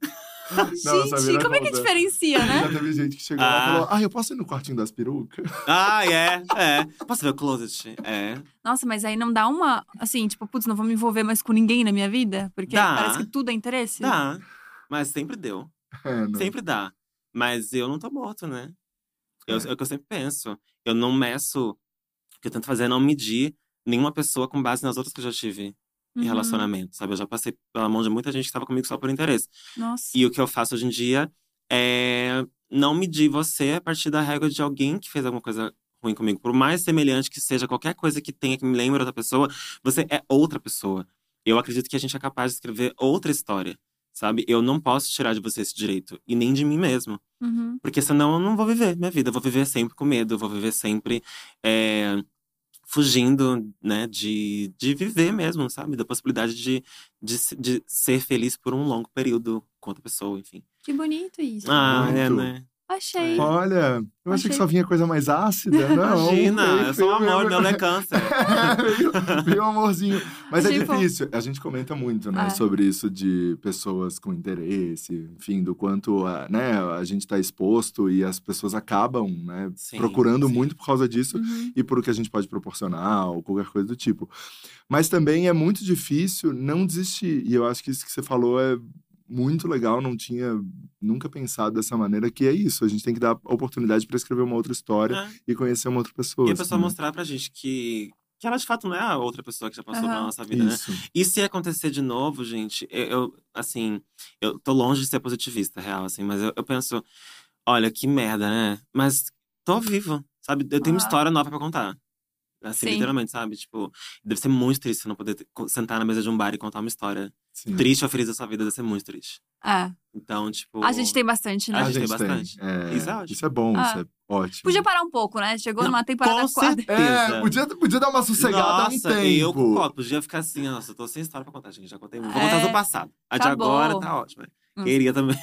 Não,
Gente,
Samira
como é que
conta.
diferencia, né?
Já teve gente que chegou lá e
Ah.
falou: Ah, eu posso ir no quartinho das perucas?
Ah, é, é. Posso ver o closet? É.
Nossa, mas aí não dá uma. Assim, tipo, putz, não vou me envolver mais com ninguém na minha vida? Porque
Dá.
parece que tudo é interesse.
Dá. Mas sempre deu.
É, não.
Sempre dá. Mas eu não tô morto, né? Eu,
É.
é o que eu sempre penso. Eu não meço. O que eu tento fazer é não medir nenhuma pessoa com base nas outras que eu já tive em
Uhum.
relacionamento, sabe? Eu já passei pela mão de muita gente que estava comigo só por interesse.
Nossa.
E o que eu faço hoje em dia é não medir você a partir da régua de alguém que fez alguma coisa ruim comigo. Por mais semelhante que seja qualquer coisa que tenha que me lembre outra pessoa, você é outra pessoa. Eu acredito que a gente é capaz de escrever outra história, sabe? Eu não posso tirar de você esse direito, e nem de mim mesmo.
Uhum.
Porque senão eu não vou viver minha vida. Eu vou viver sempre com medo, eu vou viver sempre é, fugindo, né, de, de viver mesmo, sabe? Da possibilidade de, de, se- de ser feliz por um longo período com outra pessoa, enfim.
Que bonito isso.
Ah, é,
Muito.
né?
Achei.
É.
Olha, eu achei que só vinha coisa mais ácida. Não, né?
Imagina,
veio-
eu sou um
veio-
amor, meu não é câncer.
veio, veio um amorzinho. Mas é
Tipo-
difícil. A gente comenta muito, né,
É.
sobre isso de pessoas com interesse, enfim, do quanto a, né, a gente tá exposto e as pessoas acabam, né,
Sim,
procurando
sim.
muito por causa disso
Uhum.
e por o que a gente pode proporcionar ou qualquer coisa do tipo. Mas também é muito difícil não desistir. E eu acho que isso que você falou é muito legal, não tinha nunca pensado dessa maneira, que é isso, a gente tem que dar oportunidade para escrever uma outra história
É.
e conhecer uma outra pessoa.
E a pessoa
assim, né?
mostrar pra gente que, que ela de fato não é a outra pessoa que já passou pela
Aham.
nossa vida, né?
Isso.
E se acontecer de novo, gente, eu, eu, assim, eu tô longe de ser positivista, real, assim, mas eu, eu penso, olha, que merda, né? Mas tô vivo, sabe? Eu tenho uma
Aham.
história nova pra contar. Assim,
Sim.
literalmente, sabe? Tipo, deve ser muito triste você não poder ter- co- sentar na mesa de um bar e contar uma história.
Hum.
Sim.
Triste ou feliz da sua vida, deve ser muito triste.
É.
Então, tipo.
A gente tem bastante, né?
A gente tem bastante.
Ah, É,
Isso é ótimo.
Isso é bom,
Ah.
isso é ótimo.
Podia parar um pouco, né? Chegou
Não,
numa temporada
Com
quadra.
certeza.
É, podia, podia dar uma sossegada há um
Nossa,
tempo.
eu concordo. Podia ficar assim, nossa, eu tô sem história pra contar, gente. Já contei muito. Vou contar
É.
do passado. A de
Acabou.
agora tá ótima.
Hum.
Queria também.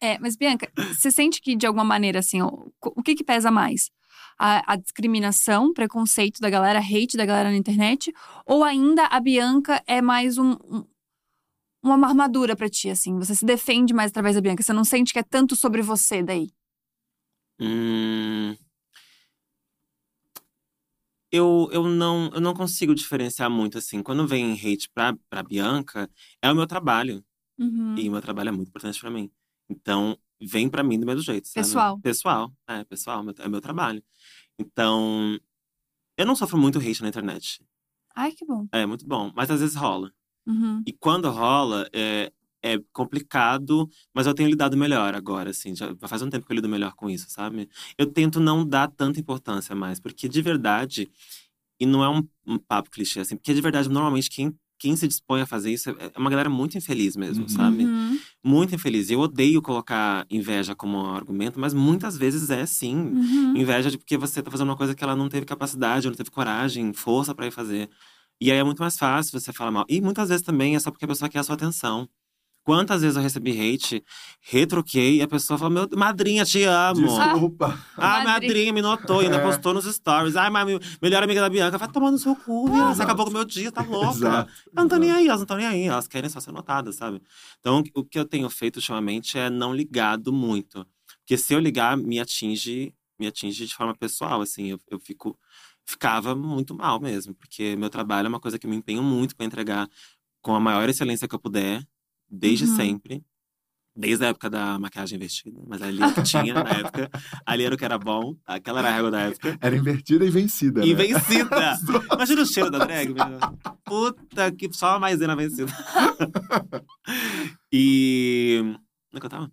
É, mas Bianca, você sente que de alguma maneira, assim, o, o que que pesa mais? A, a discriminação, preconceito da galera, hate da galera na internet? Ou ainda a Bianca é mais um, um- uma armadura pra ti, assim? Você se defende mais através da Bianca? Você não sente que é tanto sobre você daí?
Hum. Eu, eu, não, eu não consigo diferenciar muito, assim. Quando vem hate pra, pra Bianca, é o meu trabalho.
Uhum. Hum.
E o meu trabalho é muito importante pra mim. Então, vem pra mim do mesmo jeito, sabe?
Pessoal.
Pessoal, é, pessoal. meu- É meu trabalho. Então, eu não sofro muito hate na internet.
Ai, que bom.
É muito bom, mas às vezes rola.
Uhum.
E quando rola, é, é complicado, mas eu tenho lidado melhor agora, assim. Já faz um tempo que eu lido melhor com isso, sabe? Eu tento não dar tanta importância mais, porque de verdade, e não é um, um papo clichê, assim, porque de verdade, normalmente, quem, quem se dispõe a fazer isso é é uma galera muito infeliz mesmo,
Uhum.
sabe?
Uhum.
Muito infeliz. Eu odeio colocar inveja como argumento, mas muitas vezes é sim.
Uhum.
Inveja de porque você tá fazendo uma coisa que ela não teve capacidade, ou não teve coragem, força pra ir fazer. E aí é muito mais fácil você falar mal. E muitas vezes também é só porque a pessoa quer a sua atenção. Quantas vezes eu recebi hate, retruquei, e a pessoa fala: Meu, madrinha, te amo.
Desculpa.
Ah, minha
Madrinha.
madrinha me notou, ainda
É.
postou nos stories. Ai, mas minha melhor amiga da Bianca, vai tomar no seu cu, minha, você
Exato.
acabou com o meu dia, tá louca.
Exato,
Elas não estão nem
exato.
aí, elas não estão nem aí, elas querem só ser notadas, sabe? Então, o que eu tenho feito ultimamente é não ligado muito. Porque se eu ligar, me atinge, me atinge de forma pessoal, assim, eu, eu fico. Ficava muito mal mesmo, porque meu trabalho é uma coisa que eu me empenho muito para entregar com a maior excelência que eu puder, desde
Uhum.
sempre. Desde a época da maquiagem vestida, mas ali é o que tinha na época. Ali era o que era bom, aquela era a régua da época.
Era invertida e vencida.
E
né?
vencida! Imagina o cheiro da
assim.
drag, menina. Puta que só a maisena vencida. e. Onde é que eu tava?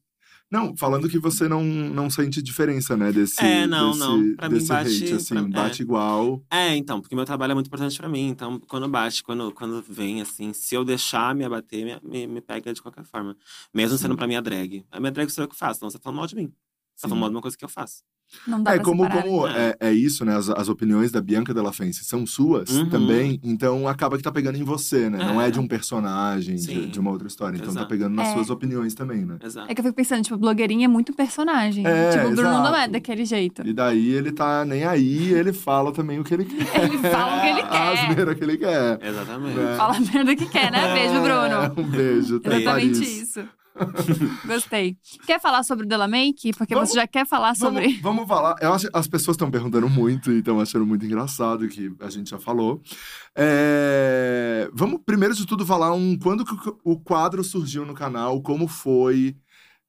Não, falando que você não, não sente diferença, né? Desse,
É, não,
desse,
não. Pra mim
desse
bate-
hate, assim,
pra- é.
bate igual.
É, então, porque meu trabalho é muito importante pra mim. Então, quando bate, quando, quando vem, assim, se eu deixar me abater, me, me, me pega de qualquer forma. Mesmo
Sim.
sendo pra minha drag. A minha drag sou eu que faço, não você tá falando mal de mim. Você tá
Sim.
falando mal de uma coisa que eu faço.
Não dá
É
pra
como,
separar.
como
né?
é, é isso, né? As, as opiniões da Bianca Della Fence são suas
Uhum.
também, então acaba que tá pegando em você, né? Não é
É.
de um personagem, de,
Sim.
de uma outra história. Então tá
Exato.
pegando nas
É.
suas opiniões também, né?
Exato.
É que eu fico pensando, tipo, blogueirinha é muito personagem.
É,
tipo, o Bruno não é
exato.
daquele jeito.
E daí ele tá nem aí, ele fala também o que ele quer.
Ele fala o que ele
A
quer.
asneira que ele quer.
Exatamente.
Né?
Fala a merda que quer, né? Beijo, Bruno.
É, um beijo, até
Exatamente
Paris.
isso. Gostei. Quer falar sobre o Della Make? Porque
Vamos-
você já quer falar sobre.
Vamos, vamos falar. Eu acho, as pessoas estão perguntando muito e estão achando muito engraçado que a gente já falou. É, vamos primeiro de tudo falar um quando que o- o quadro surgiu no canal, como foi,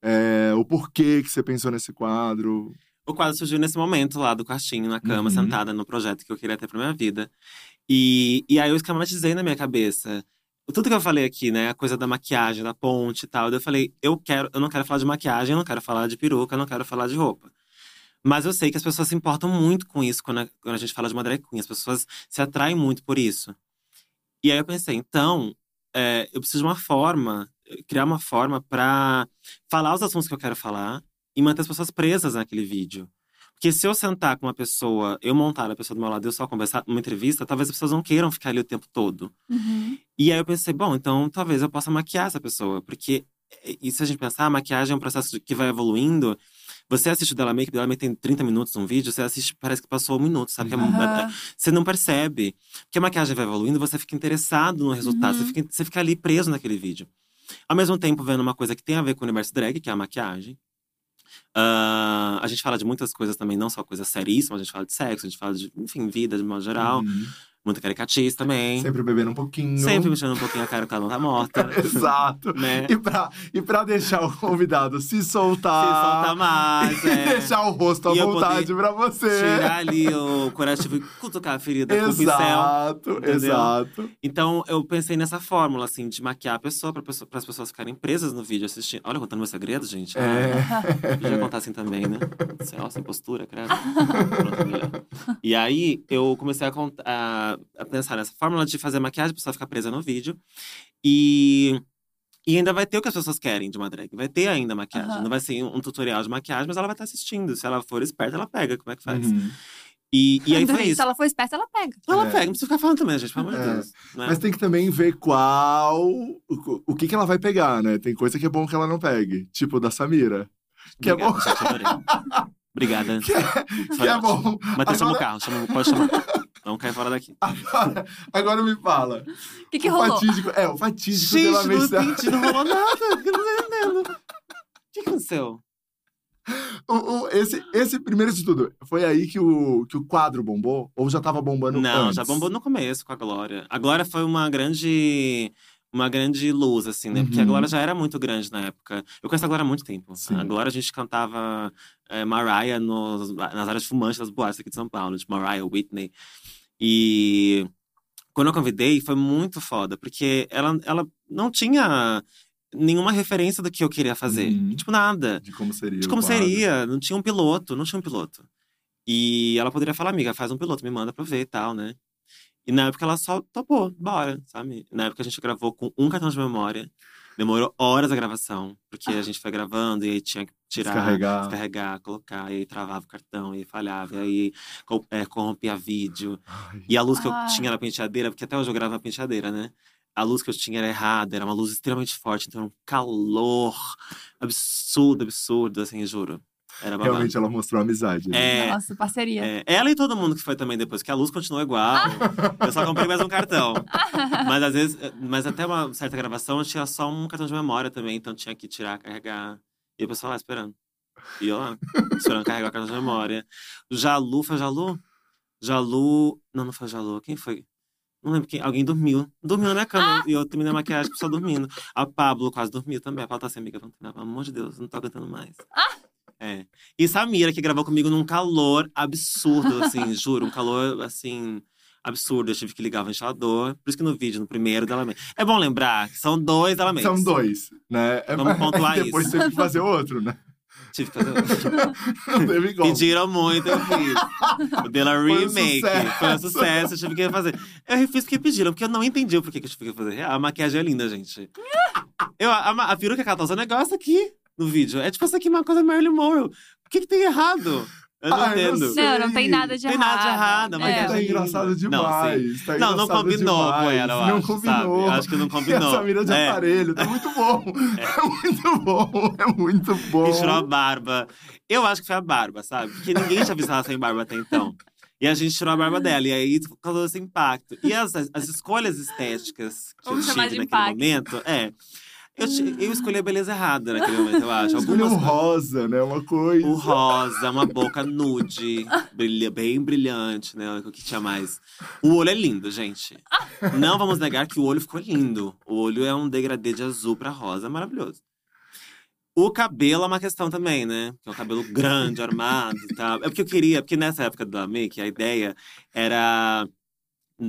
é, o porquê que você pensou nesse quadro.
O quadro surgiu nesse momento lá do quartinho, na cama,
Uhum.
sentada no projeto que eu queria ter pra minha vida. E, e aí eu esquematizei na minha cabeça. Tudo que eu falei aqui, né? A coisa da maquiagem, da ponte e tal. Daí eu falei, eu, quero, eu não quero falar de maquiagem, eu não quero falar de peruca, eu não quero falar de roupa. Mas eu sei que as pessoas se importam muito com isso quando a, quando a gente fala de uma drag queen. As pessoas se atraem muito por isso. E aí eu pensei, então, é, eu preciso de uma forma, criar uma forma para falar os assuntos que eu quero falar e manter as pessoas presas naquele vídeo. Porque se eu sentar com uma pessoa, eu montar a pessoa do meu lado, eu só conversar numa entrevista, talvez as pessoas não queiram ficar ali o tempo todo.
Uhum.
E aí eu pensei, bom, então talvez eu possa maquiar essa pessoa, porque eh, e se a gente pensar, a maquiagem é um processo que vai evoluindo. Você assiste o Della Make, o Della Make tem 30 minutos um vídeo, você assiste, parece que passou um minuto, sabe? Uhum. Você não percebe. Porque a maquiagem vai evoluindo, você fica interessado no resultado, uhum. você, fica, você fica ali preso naquele vídeo. Ao mesmo tempo, vendo uma coisa que tem a ver com o universo drag, que é a maquiagem. Uh, a gente fala de muitas coisas também, não só coisas seríssimas, a gente fala de sexo, a gente fala de, enfim, vida de modo geral. Uhum. Muita caricatiz também.
Sempre bebendo um pouquinho.
Sempre mexendo um pouquinho a cara que ela não tá morta.
Exato. Né? E, pra, e pra deixar o convidado se soltar.
Se soltar mais. É.
deixar o rosto à
E eu
vontade
poder
pra você.
Tirar ali o curativo e cutucar a ferida com o pincel.
exato,
entendeu?
exato.
Então eu pensei nessa fórmula, assim, de maquiar a pessoa, pra pessoa as pessoas ficarem presas no vídeo assistindo. Olha, contando meu segredo, gente.
É.
Podia contar assim também, né? Sei lá, sem postura, credo. Pronto, melhor. e aí, eu comecei a, cont- a- a pensar nessa fórmula de fazer maquiagem, a pessoa ficar presa no vídeo. E, e ainda vai ter o que as pessoas querem de uma drag. Vai ter ainda maquiagem.
Aham.
Não vai ser um tutorial de maquiagem, mas ela vai estar assistindo. Se ela for esperta, ela pega como é que faz.
Uhum.
E, e aí foi
Se
isso.
ela for esperta, ela pega.
Ela
É.
pega, não precisa ficar falando também, gente, pelo amor de
É.
Deus. né?
Mas tem que também ver qual. O, o que, que ela vai pegar, né? Tem coisa que é bom que ela não pegue. Tipo o da Samira. que é
Obrigado, gente, adorei. Obrigada.
Que é, que é bom.
Matheus, chama o
Agora-
carro, chama, pode chamar. Não cai fora daqui.
Agora, agora me fala.
O que, que
o
rolou?
fatídico. É, o fatídico
Gente,
dela
não,
vencer-
entendi, não rolou nada. Eu não tô entendendo. O que aconteceu?
O- o- esse, esse primeiro de tudo, foi aí que o, que o quadro bombou? Ou já tava bombando
Não,
antes?
já bombou no começo com a Glória. A Glória foi uma grande. Uma grande luz, assim, né? Porque a
Uhum.
Glória já era muito grande na época. Eu conheço a Glória há muito tempo.
Sim.
A Glória a gente cantava é, Mariah nos- nas áreas fumantes das boates aqui de São Paulo, tipo Mariah, Whitney. E quando eu convidei, foi muito foda, porque ela, ela não tinha nenhuma referência do que eu queria fazer.
Uhum.
Tipo, nada.
De como seria.
De
o
como
quadro.
seria, não tinha um piloto, não tinha um piloto. E ela poderia falar, amiga, faz um piloto, me manda pra eu ver e tal, né? E na época ela só topou, bora, sabe? Na época a gente gravou com um cartão de memória. Demorou horas a gravação, porque a gente foi gravando e aí tinha que tirar,
Descarregar.
descarregar, colocar, e aí travava o cartão, e aí falhava, e aí co- é, corrompia vídeo.
Ai,
E a luz que eu
Ai.
tinha na penteadeira, porque até hoje eu gravo na penteadeira, né? A luz que eu tinha era errada, era uma luz extremamente forte, então era um calor absurdo, absurdo, assim, juro. Era babado.
Realmente ela mostrou amizade. né?
É,
Nossa, parceria.
é, ela e todo mundo que foi também depois, que a luz continuou igual. Eu só comprei mais um cartão. Mas às vezes, mas até uma certa gravação eu tinha só um cartão de memória também, então tinha que tirar, carregar. E o pessoal lá esperando. E eu lá, esperando carregar o cartão de memória. Jalu, foi Jalu? Jalu. Não, não foi Jalu. Quem foi? Não lembro quem. Alguém dormiu. Dormiu na minha cama. E eu terminei a maquiagem, só dormindo. A Pablo quase dormiu também. A Pablo tá sem amiga. Pelo amor de Deus, eu não tô aguentando mais. É. E Samira, que gravou comigo num calor absurdo, assim, juro. Um calor, assim, absurdo. Eu tive que ligar o ventilador. Por isso que no vídeo, no primeiro, dela mesmo. É bom lembrar que são dois dela mesmo.
São dois, né? É,
Vamos pontuar
Depois
isso.
teve que fazer outro, né?
Tive que fazer. um.
Não teve igual.
Pediram muito, eu fiz. Eu dei uma
Foi um
remake.
sucesso.
Foi um sucesso, eu tive que fazer. Eu refiz porque pediram, porque eu não entendi o porquê que eu tive que fazer. A maquiagem é linda, gente. Eu, a, ma- a peruca que ela tá usando é igual essa aqui no vídeo. É tipo essa aqui, uma coisa Marilyn Monroe. O que, que tem errado? Eu não
Ai,
entendo.
Ah, não sei.
Não, não tem nada de
Tem nada de errado, mas
É.
Tá engraçado
Não,
demais. tá
Não, não
engraçado
combinou
demais.
com ela, eu
Não
acho,
combinou.
sabe? Acho que não combinou.
Essa mira de
É.
aparelho, tá muito bom. É. muito bom, é muito bom.
E tirou a barba. Eu acho que foi a barba, sabe? Porque ninguém tinha visto ela sem barba até então. E a gente tirou a barba dela, e aí tipo, causou esse impacto. E as, as escolhas estéticas que
Vamos
eu tive
chamar de
naquele
impacto.
momento, é. Eu, ti- eu escolhi a beleza errada naquele momento, eu acho.
Escolheu um
Algumas-
rosa, né? Uma coisa.
o rosa, uma boca nude, brilha, bem brilhante, né? O que tinha mais. O olho é lindo, gente. Não vamos negar que o olho ficou lindo. O olho é um degradê de azul pra rosa, maravilhoso. O cabelo é uma questão também, né? Que é um cabelo grande, armado e tal. É porque eu queria, porque nessa época do make, a ideia era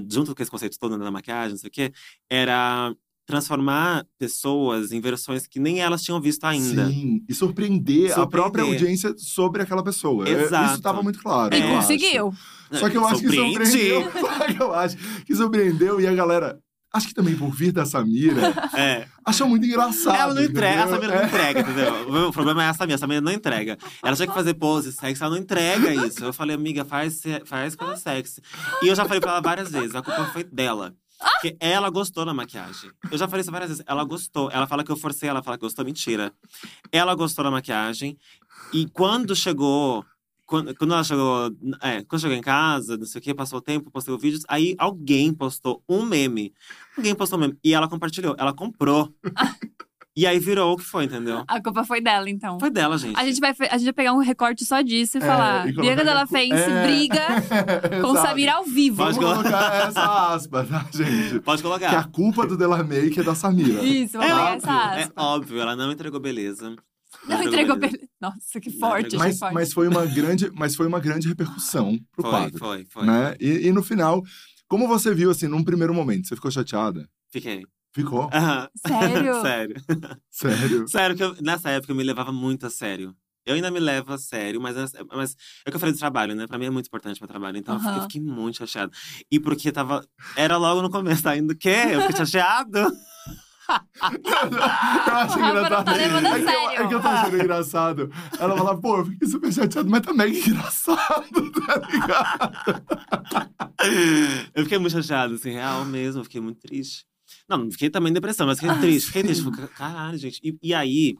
junto com esse conceito todo né, da maquiagem, não sei o quê, era transformar pessoas em versões que nem elas tinham visto ainda.
Sim, e surpreender, a
Surpreender.
própria audiência sobre aquela pessoa. É, Isso
Exato.
tava muito claro.
E
É,
eu
conseguiu.
acho. Só que eu acho que é um
Surpreendi.
surpreendeu. Só que eu acho que surpreendeu e a galera. Acho que também por vir da Samira,
É.
achou muito engraçado.
Ela não entrega, a
entendeu?
Samira não entrega, entendeu? O problema é a Samira, a Samira não entrega. Ela tinha que fazer pose sexy, ela não entrega isso. Eu falei, amiga, faz, se- faz coisa sexy. E eu já falei pra ela várias vezes, a culpa foi dela. Porque ela gostou da maquiagem. Eu já falei isso várias vezes. Ela gostou. Ela fala que eu forcei, ela fala que gostou. Mentira. Ela gostou da maquiagem. E quando chegou. Quando, quando ela chegou. É, quando chegou em casa, não sei o quê, passou o tempo, postei o vídeo. Aí alguém postou um meme. Alguém postou um meme. E ela compartilhou. Ela comprou. e aí virou o que foi, entendeu?
A culpa foi dela, então.
Foi dela, gente.
A gente, vai, fe- a gente vai pegar um recorte só disso e
É,
falar.
e colocar
Bianca Della
na-
Fence
É.
briga com
Exato.
Samira ao vivo.
Vamos
Pode colocar.
colocar essa aspa, tá, gente?
Pode
Que a
colocar.
culpa do Delamay que é da Samira.
Isso, vamos
É
pegar
óbvio,
essa
É
aspa.
óbvio, ela não entregou beleza.
Não entregou
beleza.
beleza. Nossa, que
Não
forte,
entregou.
mas,
que forte.
mas foi uma grande, mas foi uma grande repercussão pro
Foi,
quadro,
foi, foi.
né? E, e no final, como você viu assim, num primeiro momento, você ficou chateada?
Fiquei.
Ficou?
Aham.
Sério?
Sério.
Sério?
Sério, que eu- nessa época eu me levava muito a sério. Eu ainda me levo a sério, mas, nessa- mas é o que eu falei do trabalho, né? Pra mim é muito importante meu trabalho. Então eu fiquei-
Aham.
eu fiquei muito chateada. E porque tava. Era logo no começo, tá indo o quê? Eu fiquei chateado. Ah,
eu
O Rafa
acho
não
engraçado.
tá levando a
é, que eu,
sério.
é que eu tô achando engraçado. Ela fala, pô, eu fiquei super chateado, mas tá mega engraçado, tá ligado?
Eu fiquei muito chateado, assim, real mesmo. Eu fiquei muito triste. Não, não fiquei também em depressão, mas
Ah,
fiquei triste. Fiquei triste. Fiquei, Caralho, gente. E, e aí,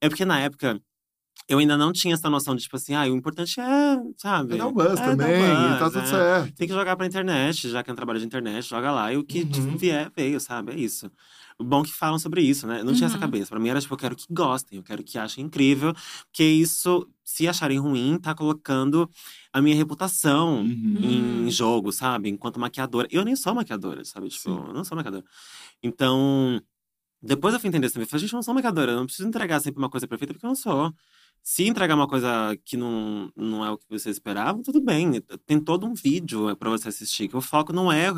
é porque na época. Eu ainda não tinha essa noção de, tipo assim, ah, o importante é, sabe?
É dar um buzz
é dar um
também, e tá
buzz,
tudo
é.
certo.
Tem que jogar pra internet, já que é um trabalho de internet, joga lá. E o que
Uhum.
vier, veio, sabe? É isso. O Bom é que falam sobre isso, né? Eu Não tinha essa
Uhum.
cabeça. Pra mim era tipo, eu quero que gostem, eu quero que achem incrível. Porque isso, se acharem ruim, tá colocando a minha reputação
Uhum.
Hum.
em jogo, sabe? Enquanto maquiadora. Eu nem sou maquiadora, sabe? Tipo,
Sim.
eu não sou maquiadora. Então, depois eu fui entender isso também. Eu Falei, gente, eu não sou maquiadora. Eu não preciso entregar sempre uma coisa perfeita, porque eu não sou. Se entregar uma coisa que não, não é o que você esperava, tudo bem. Tem todo um vídeo pra você assistir, que o foco não é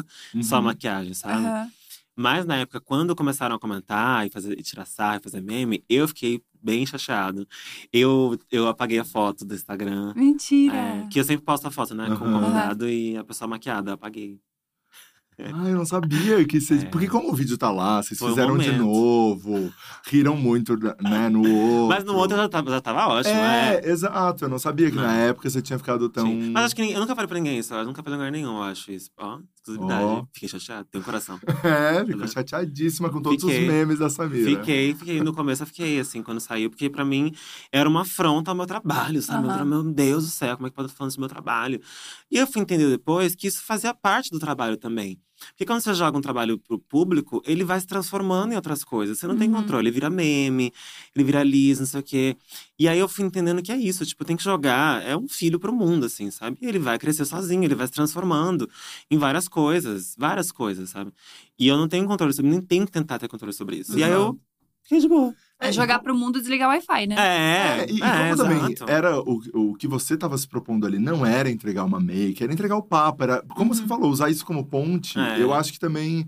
só a
Uhum.
maquiagem, sabe?
Aham.
Mas na época, quando começaram a comentar e, fazer, e tirar sarro e fazer meme, eu fiquei bem chateado. Eu, eu apaguei a foto do Instagram.
Mentira.
É, que eu sempre posto a foto, né? Com o
Aham.
convidado e a pessoa maquiada. Eu apaguei.
Ah, eu não sabia que vocês.
É.
Porque como o vídeo tá lá, vocês
Foi um
fizeram de
momento.
novo, riram muito, né, no outro.
Mas no outro já tava, já tava ótimo, é.
É, então. exato. Eu não sabia que na
Não.
época você tinha ficado tão.
Sim. Mas acho que ninguém- eu nunca falei pra ninguém isso. Eu nunca falei em lugar nenhum, eu acho isso. Ó, exclusividade.
Ó.
Fiquei chateado, tenho coração.
É, ficou
Né?
chateadíssima com todos os
Fiquei.
memes da Samira.
Fiquei, fiquei. No começo eu fiquei assim, quando saiu, porque pra mim era uma afronta ao meu trabalho, sabe? Eu
Aham.
falei, meu Deus do céu, como é que pode estar falando isso do meu trabalho? E eu fui entender depois que isso fazia parte do trabalho também. Porque quando você joga um trabalho pro público, ele vai se transformando em outras coisas. Você não tem
Uhum.
controle. Ele vira meme, ele viraliza, não sei o quê. E aí eu fui entendendo que é isso. Tipo, tem que jogar. É um filho pro mundo, assim, sabe? E ele vai crescer sozinho, ele vai se transformando em várias coisas, várias coisas, sabe? E eu não tenho controle sobre, nem tenho que tentar ter controle sobre isso. E aí eu fiquei de boa.
É jogar pro mundo e desligar o Wi-fi, né?
É,
É, e, e
é,
como também
exato.
era o, o que você estava se propondo ali, não era entregar uma make, era entregar o papo, era, como você falou, usar isso como ponte,
Uhum. É.
eu acho que também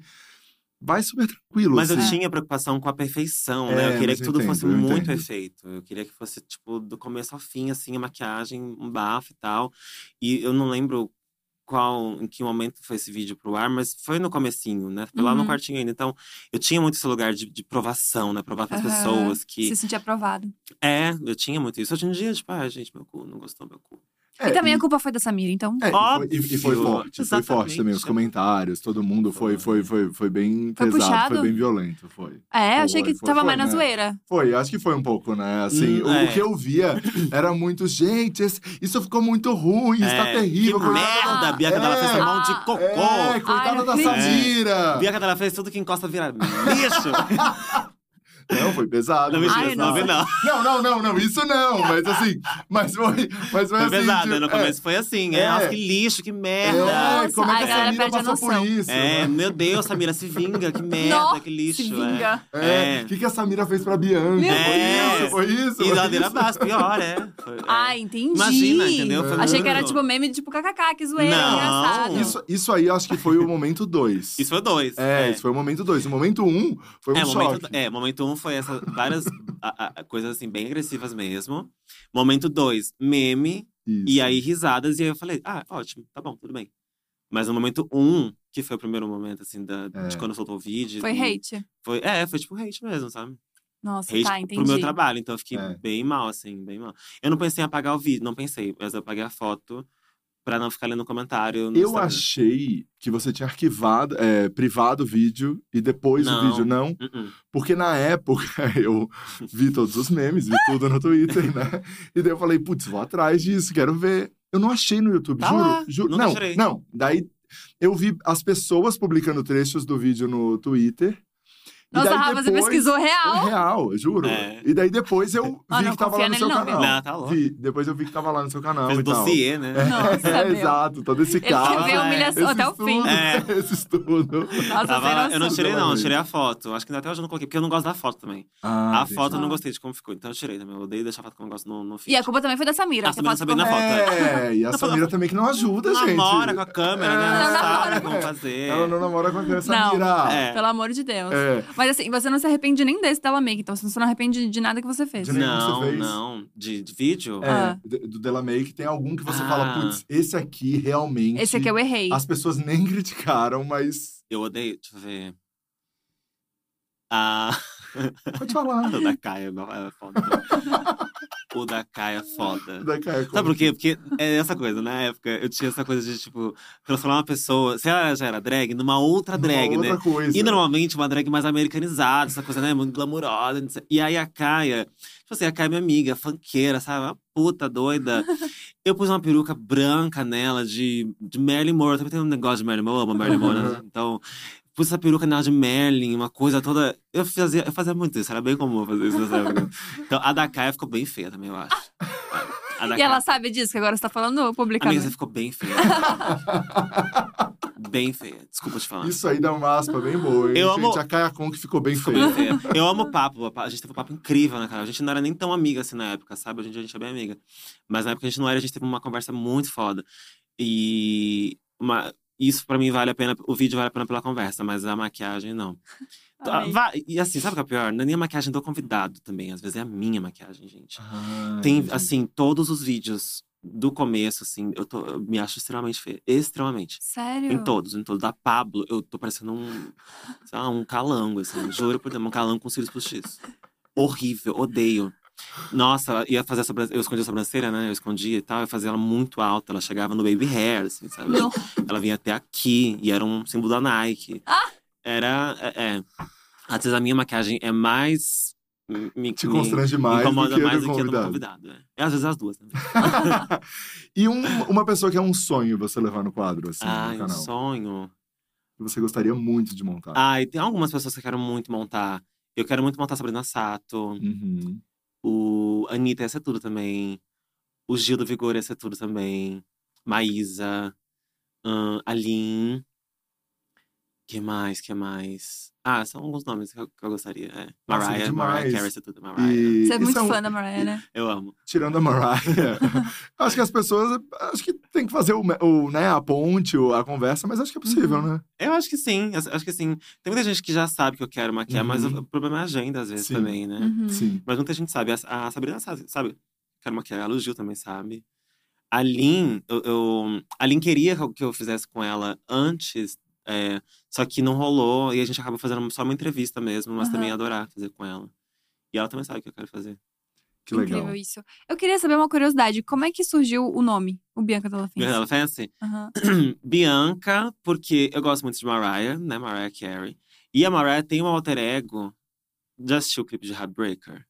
vai super tranquilo.
Mas eu
assim.
tinha preocupação com a perfeição,
É,
né? Eu queria
mas
que
eu
tudo fosse
entendo, eu
muito
entendo.
perfeito. Eu queria que fosse, tipo, do começo ao fim, assim, a maquiagem, um bafo e tal. E eu não lembro qual, em que momento foi esse vídeo pro ar, mas foi no comecinho, né? Foi lá no
Uhum.
quartinho ainda. Então, eu tinha muito esse lugar de, de provação, né? Provar pras
Aham.
pessoas que…
Se sentir aprovado.
É, eu tinha muito isso. Hoje em dia, tipo, ah, gente, meu cu, não gostou meu cu.
É,
e também a culpa foi da Samira, então.
É, e foi- e, e foi
Óbvio,
forte, foi forte também os
exatamente.
comentários, todo mundo foi, foi, foi, foi bem
Foi
pesado,
puxado?
foi bem violento, foi.
É,
Foi,
eu achei que
foi,
tava
foi,
mais na
né?
zoeira.
Foi, acho que foi um pouco, né? Assim,
Hum,
o, o
é.
que eu via era muito, gente, esse- isso ficou muito ruim, isso tá
É,
terrível.
Que
coitada
merda,
Ah,
a Bianca Della
é.
fez a mão de cocô.
É,
Ai,
coitada
não
da
acredito.
Samira!
é Bianca Della fez tudo que encosta vira lixo.
Não, foi pesado.
É. Não,
foi
mentira,
Ai,
pesado.
nossa.
9 não.
Não, não, não, não, isso não. Mas assim, mas foi, mas foi,
Foi
assim.
pesada.
tipo,
No
é,
começo foi assim.
É.
É. Nossa, que lixo, que
É,
merda.
Nossa,
como é
ai,
que
galera,
essa menina
perde a
passou por
noção.
isso?
É,
né?
meu Deus, Samira, se vinga. Que merda,
Nossa,
que lixo.
se
é.
vinga.
É,
É.
O que, que a Samira fez pra Bianca?
Meu
Deus.
Foi isso, foi isso.
E
foi
ladeira
isso.
abaixo, pior, é. Foi- é.
Ah, entendi.
Imagina, entendeu? Foi
Achei
muito-
que era tipo meme de tipo kkk, que zoeira,
Não.
engraçado.
Isso, isso aí eu acho que foi o momento 2.
Isso foi dois.
É, isso foi o momento 2. O momento 1 um foi um
É,
choque.
momento, é, momento um foi essas várias a- a- coisas assim, bem agressivas mesmo. Momento dois, meme,
Isso.
e aí risadas, e aí eu falei, ah, ótimo, tá bom, tudo bem. Mas no momento um, que foi o primeiro momento, assim, da,
É.
de quando soltou o vídeo.
Foi
e
hate.
Foi, é, foi tipo hate mesmo, sabe?
Nossa,
hate
tá,
pro-
entendi.
pro meu trabalho, então eu fiquei
É.
bem mal, assim, bem mal. Eu não pensei em apagar o vídeo, não pensei, mas eu apaguei a foto pra não ficar lendo comentário. no
Eu
Instagram.
achei que você tinha arquivado, é, privado o vídeo e depois o
Não.
vídeo não.
Uh-uh.
Porque na época eu vi todos os memes, vi tudo no Twitter, né? E daí eu falei, putz, vou atrás disso, quero ver. Eu não achei no YouTube,
Tá
juro.
lá,
juro.
nunca
não,
tirei.
não. Daí eu vi as pessoas publicando trechos do vídeo no Twitter. E
Nossa,
daí
Rafa, você
depois-
pesquisou
É
real.
real, eu juro.
É.
E daí depois eu vi
Ah, não,
que então. tava
confia
lá no seu
nele não,
canal.
viu? Não, tá louco.
Vi- depois eu vi que tava lá no seu canal
Fez
e tal.
dossiê, né?
Nossa,
é,
meu.
exato, todo esse
Ele quer
caso.
ver a humilhação
esse
até o fim.
estudo,
É.
Esse estudo.
Nossa,
Tava
sem
lá-
noção.
eu não tirei, não, eu
Exatamente.
tirei a foto. Acho que até hoje eu não coloquei, porque eu não gosto da foto também.
Ah,
a foto eu
Ah.
não gostei de como ficou, então eu tirei também. Eu odeio deixar a foto como eu gosto no, no feed.
E a culpa também foi da Samira.
Ah,
que
Samira não
faz
sabia na
como-
foto. né?
É, e a Samira também que não ajuda, gente.
namora com a câmera,
Não
É.
né? Não
namora
sabe
com-
como fazer.
Ela não namora com a câmera,
Não.
Samira.
É.
Pelo amor de Deus.
É.
Mas assim, você não se arrepende nem desse tela make, então você não arrepende de nada que você fez.
De nada. Você
Não,
fez?
não. De, de vídeo?
É,
Ah.
d- do Della May que tem algum que você
Ah.
fala, putz, esse aqui realmente.
Esse aqui é eu errei.
As pessoas nem criticaram, mas.
Eu odeio, deixa eu ver. Ah,
Pode falar. né?
o da Caia é foda. o da Caia é foda.
da Caia
Sabe por quê? Porque é essa coisa, na época eu tinha essa coisa de, tipo, transformar uma pessoa, se ela já era drag, numa outra drag,
Uma
né?
outra coisa.
E normalmente uma drag mais americanizada, essa coisa, né? Muito glamurosa. não sei. E aí a Caia, tipo assim, a Caia é minha amiga, funkeira, sabe? Uma puta doida. Eu pus uma peruca branca nela de, de Marilyn Monroe. Eu também tem um negócio de Marilyn Monroe, eu amo a Marilyn Monroe. né? Então, pus essa peruca nela de Marilyn, uma coisa toda. Eu fazia, eu fazia muito isso, era bem comum fazer isso nessa época. Então a da Caia ficou bem feia também, eu acho. A da
E ela
Caia-
sabe disso, que agora você tá falando
Amiga, você
publicamente.
ficou bem feia. bem feia. Desculpa te falar.
Isso aí dá uma aspa bem boa, hein?
Eu
gente,
amo-
a Caia Con que ficou bem
Ficou
feia.
bem feia. Eu amo o papo. A gente teve um papo incrível, né, cara? A gente não era nem tão amiga assim na época, sabe? Hoje em dia a gente é bem amiga. Mas na época a gente não era, a gente teve uma conversa muito foda. E uma- isso pra mim vale a pena, o vídeo vale a pena pela conversa, mas a maquiagem não.
Amei.
Ah, vai- e assim, sabe o que é pior? Não é nem a maquiagem do convidado também, às vezes é a minha maquiagem, gente.
Ah,
Tem,
entendi.
assim, todos os vídeos do começo, assim, eu, tô- eu me acho extremamente feia. Extremamente.
Sério?
Em todos, em todos. Da Pablo, eu tô parecendo um, sei lá, um calango, assim. Juro por Deus, um calango com cílios postiços. Horrível, odeio. Nossa, ela ia fazer a sobrancelha. Eu escondi a sobrancelha, né? Eu escondia e tal. Eu fazia ela muito alta. Ela chegava no baby hair, assim, sabe?
Não.
Ela vinha até aqui e era um símbolo da Nike. Era. É, é. Às vezes a minha maquiagem é mais. Me, me-
Te
assim, me
constrange mais do
incomoda
que
mais
do
do que a do meu
convidado.
convidado. É. É, às vezes as duas também.
E um- uma pessoa que é um sonho você levar no quadro, assim,
Ai,
no
um
canal.
sonho.
Que você gostaria muito de montar.
Ah, e tem algumas pessoas que eu quero muito montar. Eu quero muito montar a Sabrina Sato.
Uhum.
O Anitta ia ser tudo também. O Gil do Vigor ia ser tudo também. Maísa. ahn, Aline. Que mais, que mais? Ah, são alguns nomes que eu, que eu gostaria. É.
Nossa,
Mariah,
Ah, demais.
Mariah Carey ia ser tudo. Mariah.
E
Você é
isso
muito
um-
fã da Mariah, né?
Eu amo.
Tirando a Mariah, acho que as pessoas acho que tem que fazer o, o, né, a ponte, o- a conversa, mas acho que é possível,
Uhum.
né?
Eu acho que sim, eu acho que sim. Tem muita gente que já sabe que eu quero maquiar, mas
Uhum.
o problema é a agenda às vezes
Sim.
também, né?
Uhum.
Sim.
Mas muita gente sabe. A, a Sabrina sabe, sabe. Quero maquiar ela, o Gil também sabe. A Lin, eu, eu- a Lin queria que eu- que eu fizesse com ela antes, é, só que não rolou. E a gente acaba fazendo só uma entrevista mesmo, mas
Aham.
também ia adorar fazer com ela. E ela também sabe o que eu quero fazer.
Que legal.
Uhum. Incrível isso. Eu queria saber uma curiosidade. Como é que surgiu o nome, o Bianca Della Fence?
Ela Fancy?
Aham.
Bianca, porque eu gosto muito de Mariah, né? Mariah Carey. E a Mariah tem um alter ego. Já assistiu o clipe de Heartbreaker?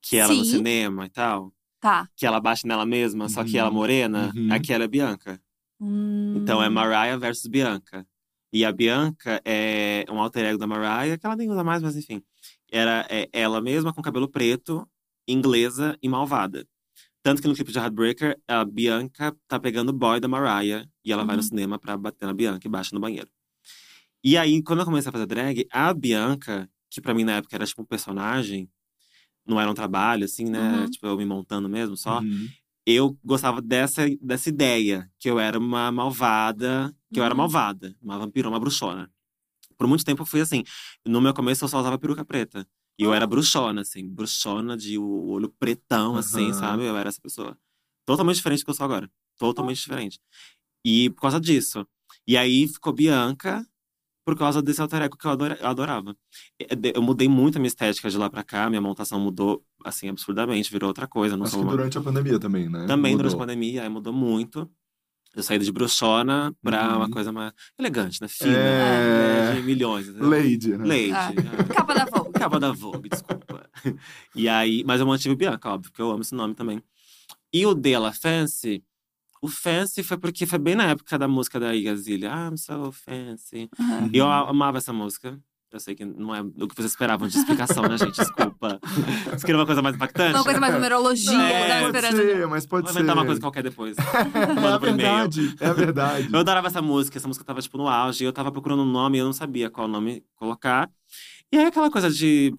Que ela no
Sim.
cinema e tal.
Tá.
Que ela bate nela mesma, só que ela é
Uhum.
morena.
Uhum.
Aqui ela é Bianca.
Hum.
Então é Mariah versus Bianca. E a Bianca é um alter ego da Mariah, que ela nem usa mais, mas enfim. era é, ela mesma com cabelo preto, inglesa e malvada. Tanto que no clipe de Heartbreaker, a Bianca tá pegando o boy da Mariah e ela vai no
Uhum.
cinema pra bater na Bianca e baixa no banheiro. E aí, quando eu comecei a fazer drag, a Bianca, que pra mim na época era tipo um personagem, não era um trabalho, assim, né?
Uhum.
Tipo, eu me montando mesmo só.
Uhum.
Eu gostava dessa, dessa ideia, que eu era uma malvada, que eu era
Uhum.
malvada, uma vampira, uma bruxona. Por muito tempo eu fui assim. No meu começo eu só usava peruca preta. E
Uhum.
eu era bruxona, assim, bruxona de o olho pretão, assim,
Aham.
sabe? Eu era essa pessoa. Totalmente diferente do que eu sou agora. Totalmente diferente. E por causa disso. E aí ficou Bianca por causa desse alter ego que eu adora- eu adorava. E- de- Eu mudei muito a minha estética de lá pra cá, minha montação mudou, assim, absurdamente, virou outra coisa. eu Não
Acho
sou
que
uma
durante a pandemia também, né?
também
Mudou.
durante a pandemia, aí mudou muito. Eu saí de bruxona pra
Uhum.
uma coisa mais elegante, né? Fina,
É.
né? de milhões. entendeu?
Lady, né?
Lady.
Ah.
ah.
Capa da Vogue.
Capa da Vogue, desculpa. E aí, mas eu mantive o Bianca, óbvio, porque eu amo esse nome também. E o Dela Fancy, o Fancy foi porque foi bem na época da música da Igazilha. Ah, I'm so fancy.
Uhum.
E eu a- amava essa música. Eu sei que não é o que vocês esperavam de explicação, né, gente? Desculpa. Você queria uma coisa mais impactante?
Uma coisa mais numerologia,
Não,
eu tava
é,
pode
esperando.
ser, mas pode
Vou
ser.
inventar uma coisa qualquer depois.
é a
Manda por e-mail.
verdade, é a verdade.
Eu adorava essa música, essa música tava, tipo, no auge. Eu tava procurando um nome, eu não sabia qual nome colocar. E aí, aquela coisa de…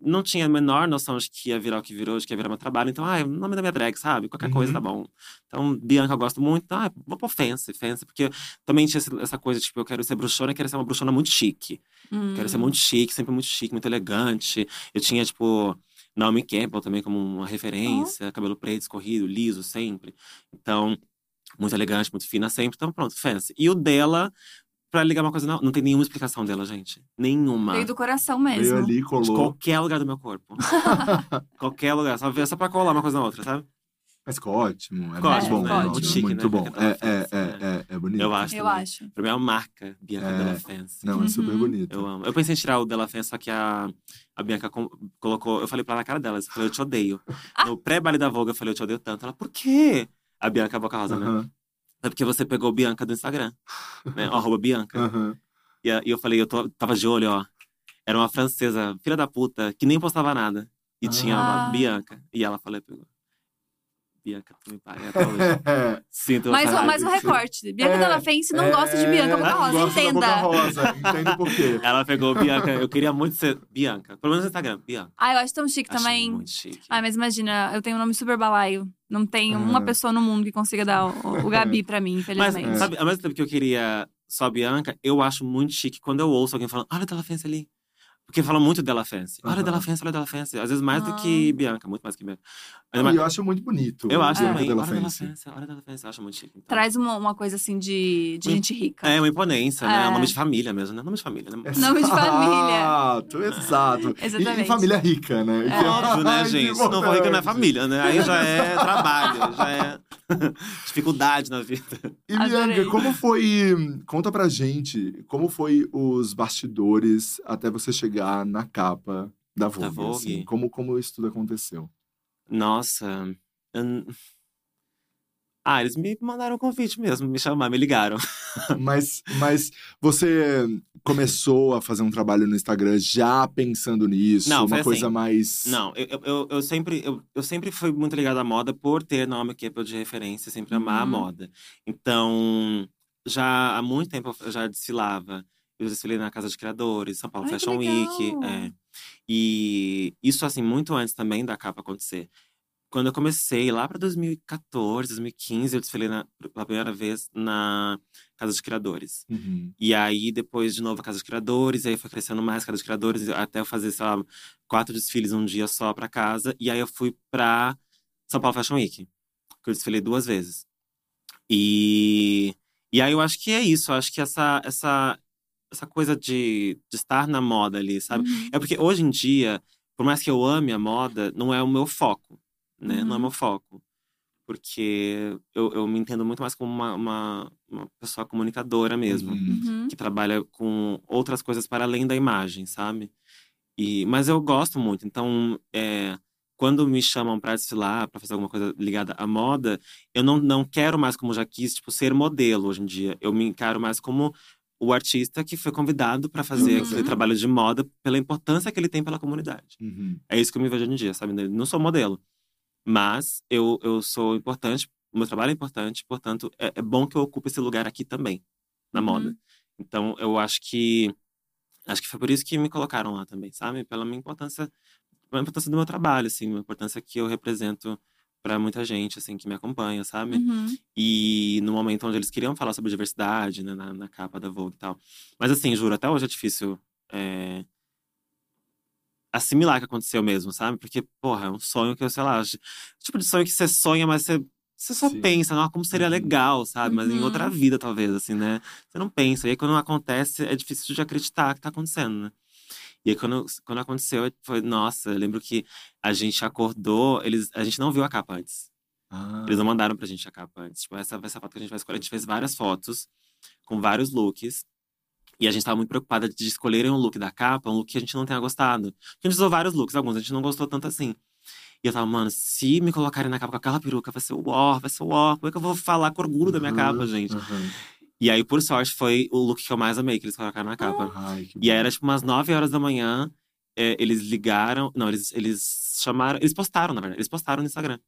Não tinha a menor noção de que ia virar o que virou, de que ia virar meu trabalho. Então, ah, é o nome da minha drag, sabe? Qualquer
Uhum.
coisa tá bom. Então, Bianca eu gosto muito. Então, ah, vou pôr Fancy, Fancy. Porque também tinha esse- essa coisa, tipo, eu quero ser bruxona, eu quero ser uma bruxona muito chique.
Hum.
Quero ser muito chique, sempre muito chique, muito elegante. Eu tinha, tipo, Naomi Campbell também como uma referência. Cabelo preto, escorrido, liso sempre. Então, muito elegante, muito fina sempre. Então, pronto, fancy. E o dela, pra ligar uma coisa… Não, não tem nenhuma explicação dela, gente. Nenhuma.
Veio do coração
Veio
É mesmo.
ali,
De
colou.
qualquer lugar do meu corpo. qualquer lugar. Só, só pra colar uma coisa na outra, sabe?
Mas ficou ótimo. É
Ficou
muito
ótimo,
bom.
ficou
é
ótimo.
ótimo,
Chique,
muito
né?
bom.
Aquela
É, é,
fancy,
é, é, é bonito.
né? Eu acho.
Eu
também.
acho.
Pra mim é uma marca, Bianca
É.
Della Fancy.
Não, é super
Uhum.
bonito.
Eu amo. Eu pensei em tirar o Della Fancy, só que a, a Bianca com- colocou… Eu falei pra ela na cara dela, eu falei, eu te odeio.
Ah.
No pré-baile da Vogue, eu falei, eu te odeio tanto. Ela, por quê? A Bianca Boca Rosa, né?
Aham,
É porque você pegou Bianca do Instagram, né? Arroba
Ah.
Bianca.
aham.
E a- e eu falei, eu tô- tava de olho, ó. Era uma francesa, filha da puta, que nem postava nada. E tinha
Ah.
uma Bianca. E ela falou, pegou. Bianca, tu me paga até hoje.
É,
Sinto
Mais um,
saudade.
mais um recorte. Bianca
É,
Della Fence não
é,
gosta de Bianca Boca
não
Rosa,
gosta da
entenda.
Boca Rosa, entendo por quê.
Ela pegou Bianca. Eu queria muito ser Bianca. Pelo menos no Instagram, Bianca.
Ah, eu acho tão chique
Achei
também.
muito chique.
Ah, mas imagina, eu tenho um nome super balaio. Não tem
Ah.
uma pessoa no mundo que consiga dar o, o Gabi pra mim,
Mas, é,
infelizmente.
sabe, ao mesmo tempo que eu queria só a Bianca, eu acho muito chique quando eu ouço alguém falando, olha a Della Fence ali. Porque fala muito Della Fence. Olha a
Aham.
Della Fence, olha a Della Fence. Às vezes mais do
Ah.
que Bianca, muito mais que Bianca.
E eu acho muito bonito.
Eu acho
o
Bianca
também.
Della
Olha a Della
Fence.
Fence, olha a Della Fence. Eu acho muito chique. então.
Traz uma, uma coisa assim de, de
Hum.
gente rica.
É, uma imponência, né?
É.
É. Nome de família mesmo, né? Nome de família, né?
Nome de família.
É Exato, exato. E- E,
Exatamente.
família rica, né? Que
É.
Óbvio, né, gente? Se não for rico, não é
importante.
família, né? Aí já é trabalho, já é dificuldade na vida.
E
Adorei.
Bianca, como foi. Conta pra gente como foi os bastidores até você chegar na capa da Vogue.
Vogue?
assim, como, como isso tudo aconteceu?
Nossa. eu n- Ah, eles me mandaram um convite mesmo, me chamaram, me ligaram.
mas, mas você começou a fazer um trabalho no Instagram já pensando nisso?
Não,
uma
foi
coisa
assim.
mais.
Não, eu, eu- eu, eu sempre, eu, eu sempre fui muito ligado à moda por ter Naomi Campbell de referência, sempre amar a
Uhum.
moda. Então, já há muito tempo eu já desfilava. Eu desfilei na Casa de Criadores, São Paulo
Ai, que
Fashion Week.
legal!
é. E isso, assim, muito antes também da capa acontecer. Quando eu comecei, lá para 2014, 2015, eu desfilei na, pela primeira vez na Casa de Criadores.
Uhum.
E aí, depois, de novo, a Casa dos Criadores. E aí, foi crescendo mais a Casa dos Criadores. Até eu fazer, sei lá, quatro desfiles um dia só pra casa. E aí, eu fui pra São Paulo Fashion Week. Que eu desfilei duas vezes. E, e aí, eu acho que é isso. Eu acho que essa, essa, essa coisa de, de estar na moda ali, sabe?
Uhum.
É porque hoje em dia, por mais que eu ame a moda, não é o meu foco, né? Não é
Uhum.
o meu foco. Porque eu, eu me entendo muito mais como uma, uma, uma pessoa comunicadora mesmo
Uhum.
Uhum.
que trabalha com outras coisas para além da imagem, sabe? E, mas eu gosto muito, então é, quando me chamam para desfilar, para fazer alguma coisa ligada à moda, eu não, não quero mais, como já quis, tipo, ser modelo hoje em dia. Eu me encaro mais como o artista que foi convidado para fazer
Uhum.
aquele trabalho de moda pela importância que ele tem pela comunidade.
Uhum.
É isso que eu me vejo hoje em dia, sabe? Eu Não sou modelo, mas eu, eu sou importante, o meu trabalho é importante, portanto, é, é bom que eu ocupe esse lugar aqui também, na
Uhum.
moda. Então, eu acho que. Acho que foi por isso que me colocaram lá também, sabe? Pela minha importância, pela importância do meu trabalho, assim, a importância que eu represento para muita gente, assim, que me acompanha, sabe?
Uhum.
E no momento onde eles queriam falar sobre diversidade, né, na, na capa da Vogue e tal. Mas assim, juro, até hoje é difícil é, assimilar que aconteceu mesmo, sabe? Porque, porra, é um sonho que eu, sei lá, j- tipo de sonho que você sonha, mas você, você só
Sim.
pensa, não, como seria
Uhum.
legal, sabe? Mas em
Uhum.
outra vida, talvez, assim, né? Você não pensa. E aí, quando não acontece, é difícil de acreditar que tá acontecendo, né? E aí, quando, quando aconteceu, foi, nossa, eu lembro que a gente acordou, eles, a gente não viu a capa antes.
Ah,
Eles não mandaram pra gente a capa antes. Tipo, essa, essa foto que a gente vai escolher. A gente fez várias fotos, com vários looks. E a gente tava muito preocupada de escolherem um look da capa, um look que a gente não tenha gostado. Porque a gente usou vários looks, alguns a gente não gostou tanto assim. E eu tava, mano, se me colocarem na capa com aquela peruca, vai ser o ó, vai ser o ó. Como é que eu vou falar com orgulho da minha
Uhum,
capa, gente?
uhum.
E aí, por sorte, foi o look que eu mais amei que eles colocaram na capa.
Ai, que
E aí era tipo umas 9 horas da manhã. é, eles ligaram. Não, eles, eles chamaram. Eles postaram, na verdade. Eles postaram no Instagram.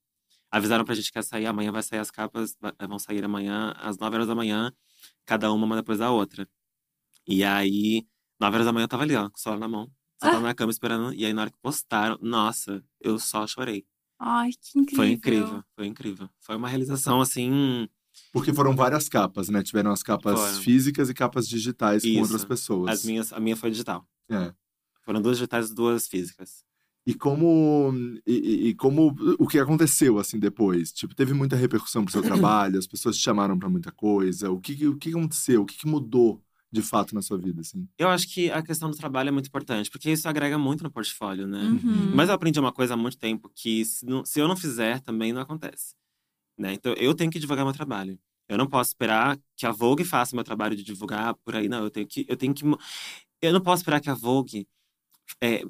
Avisaram pra gente que ia sair amanhã, vai sair as capas, va- eh, vão sair amanhã, às 9 horas da manhã, cada uma, uma depois da outra. E aí, 9 horas da manhã eu tava ali, ó, com o celular na mão, sentada na cama esperando. E aí, na hora que postaram, nossa, eu só chorei.
Ai, que incrível.
Foi incrível, foi incrível. Foi uma realização assim.
Porque foram várias capas, né? Tiveram as capas
Foram.
físicas e capas digitais
Isso.
com outras pessoas.
As minhas, a minha foi digital.
É.
Foram duas digitais e duas físicas.
E como. E, e- e como. O que aconteceu, assim, depois? Tipo, teve muita repercussão pro seu trabalho, as pessoas te chamaram pra muita coisa. O que, que- o que aconteceu? O que, que mudou de fato na sua vida, assim?
Eu acho que a questão do trabalho é muito importante, porque isso agrega muito no portfólio, né?
Uhum.
Mas eu aprendi uma coisa há muito tempo que se, não- se eu não fizer, também não acontece. né? Então eu tenho que divulgar meu trabalho. Eu não posso esperar que a Vogue faça meu trabalho de divulgar por aí, não. Eu tenho que, eu tenho que, mo- eu não posso esperar que a Vogue é,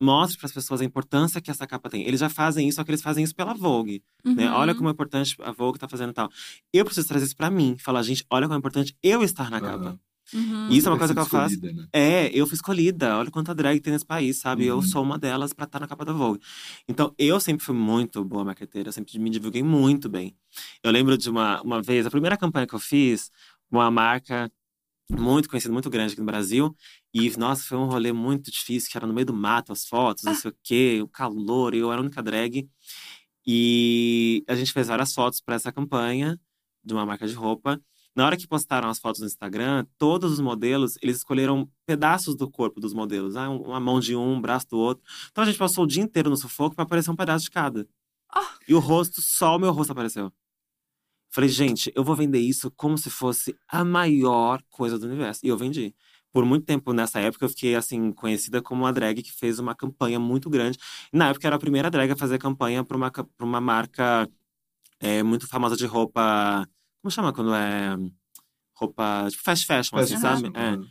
mostre para as pessoas a importância que essa capa tem. Eles já fazem isso, só que eles fazem isso pela Vogue. né?
Uhum.
Olha como é importante a Vogue tá fazendo e tal. Eu preciso trazer isso para mim, falar gente, olha como é importante eu estar na capa.
Aham.
Uhum.
Isso é uma
Ter
coisa
sido
que eu faço.
escolhida, Né?
É, eu fui escolhida. Olha quanta drag tem nesse país, sabe?
Uhum.
Eu sou uma delas pra estar na capa da Vogue. Então, eu sempre fui muito boa marqueteira, eu sempre me divulguei muito bem. Eu lembro de uma, uma vez, a primeira campanha que eu fiz, uma marca muito conhecida, muito grande aqui no Brasil. E, nossa, foi um rolê muito difícil, que era no meio do mato, as fotos, não sei o quê, o calor, e eu era a única drag. E a gente fez várias fotos pra essa campanha, de uma marca de roupa. Na hora que postaram as fotos no Instagram, todos os modelos, eles escolheram pedaços do corpo dos modelos. Ah, um- uma mão de um, um braço do outro. Então a gente passou o dia inteiro no sufoco pra aparecer um pedaço de cada.
Ah.
E o rosto, só o meu rosto apareceu. Falei, gente, eu vou vender isso como se fosse a maior coisa do universo. E eu vendi. Por muito tempo, nessa época, eu fiquei, assim, conhecida como uma drag que fez uma campanha muito grande. Na época, eu era a primeira drag a fazer campanha pra uma, ca- pra uma marca é, muito famosa de roupa… Como chama quando é… Roupa… Tipo, fast fashion,
Fast
assim, sabe?
fashion,
É.
aham.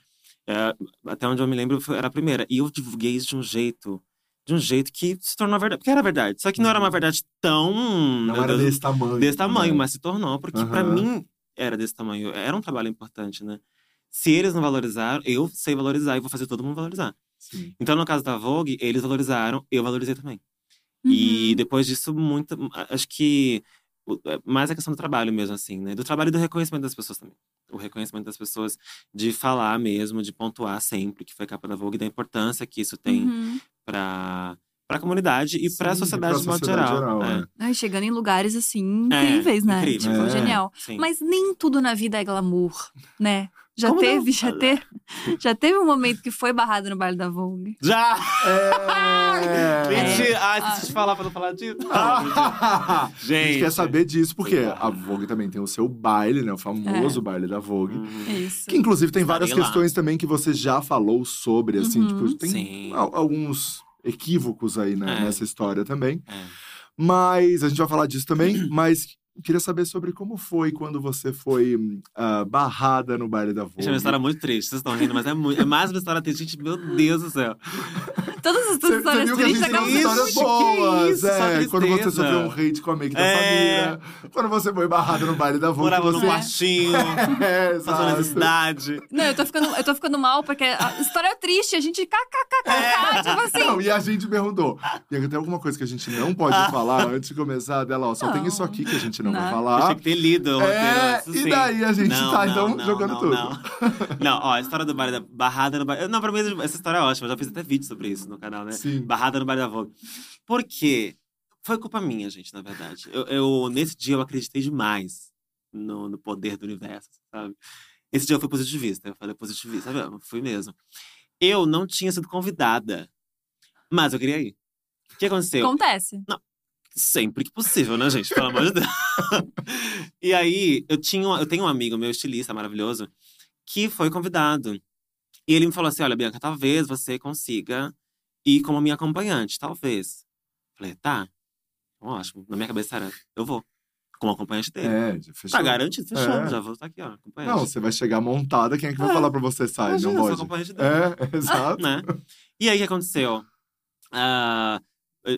É, até onde eu me lembro, foi- era a primeira. E eu divulguei isso de um jeito. De um jeito que se tornou verdade. Porque era verdade. Só que não era uma verdade tão.
Uhum. Não
meu
era
Deus,
desse tamanho.
É desse tamanho,
né?
mas se tornou. Porque pra
Aham.
mim era desse tamanho. Era um trabalho importante, né? Se eles não valorizaram, eu sei valorizar e vou fazer todo mundo valorizar.
Sim.
Então, no caso da Vogue, eles valorizaram, eu valorizei também.
Uhum.
E depois disso, muito. Acho que. o- é Mais a questão do trabalho mesmo, assim, né? Do trabalho e do reconhecimento das pessoas também. O reconhecimento das pessoas de falar mesmo, de pontuar sempre que foi capa da Vogue, da importância que isso tem
Uhum.
pra, pra comunidade e pra
Sim,
sociedade
pra
de modo
sociedade
geral. É.
né?
Ai, chegando em lugares assim
É,
incríveis, né?
incrível.
Tipo,
É.
genial.
Sim.
Mas nem tudo na vida é glamour, né? Já
Como não?
teve, já teve, já teve um momento que foi barrado no baile da Vogue.
Já!
É...
Mentira! Ah,
Ah.
deixa eu te falar pra não falar disso.
Ah, A
Gente.
gente quer saber disso, porque
Exato.
a Vogue também tem o seu baile, né? O famoso baile da Vogue.
Uhum.
É isso.
Que inclusive tem várias
Estarei lá.
questões também que você já falou sobre, assim,
Uhum.
tipo, tem
Sim.
al- alguns equívocos aí né,
É.
nessa história também.
É.
Mas a gente vai falar disso também, mas queria saber sobre como foi quando você foi hum, ah, barrada no baile da Vogue.
Gente, é uma história muito triste, vocês estão rindo, mas é, muito, é mais uma história triste. Gente, meu Deus do céu.
Todas as tuas
Você você
histórias
viu que a gente
tristes
tem
acabam
isso,
histórias
que
boas.
isso, só
é,
tristeza.
quando você sofreu um hate com a make da
É.
família. Quando você foi barrado no baile da Vogue.
Morava
você...
num quartinho,
É,
passando
exato.
necessidade.
Não, eu tô ficando, eu tô ficando mal, porque a história é triste, a gente
É.
kkkk, tipo assim.
Não, e a gente perguntou. E tem alguma coisa que a gente não pode
Ah.
falar antes de começar dela, ó, só tem
Não.
isso aqui que a gente não, vai
Não.
Eu
falar.
tinha que ter lido o roteiro
Tá? É,
antes,
e
sim.
daí a gente
assim, Não,
tá,
não,
então,
não,
jogando
não,
tudo.
Não. Não, ó, a história do bar da barrada no bar. Não, pra mim essa história é ótima. Eu já fiz até vídeo sobre isso no canal, né?
Sim.
Barrada no bar da Vogue. Por quê? Foi culpa minha, gente, na verdade. Eu, eu- nesse dia eu acreditei demais no, no poder do universo, sabe? Esse dia eu fui positivista. Eu falei positivista, sabe? Eu fui mesmo. Eu não tinha sido convidada, mas eu queria ir. O que aconteceu?
Acontece.
sempre que possível, né, gente? Pelo amor de Deus. e aí, eu, tinha, um- eu tenho um amigo, meu estilista maravilhoso, que foi convidado. E ele me falou assim: olha, Bianca, talvez você consiga ir como minha acompanhante, talvez. Falei, tá, ótimo. Na minha cabeça era, eu vou. Como acompanhante dele.
É, já fechou.
tá garantido, fechou.
É.
Já vou estar aqui, ó, acompanhante.
Não, você vai chegar montada, quem é que vai
É.
falar pra você sair?
Imagina,
Não
eu sou
pode.
acompanhante dele.
É, exato.
né? E aí, o que aconteceu? Ah,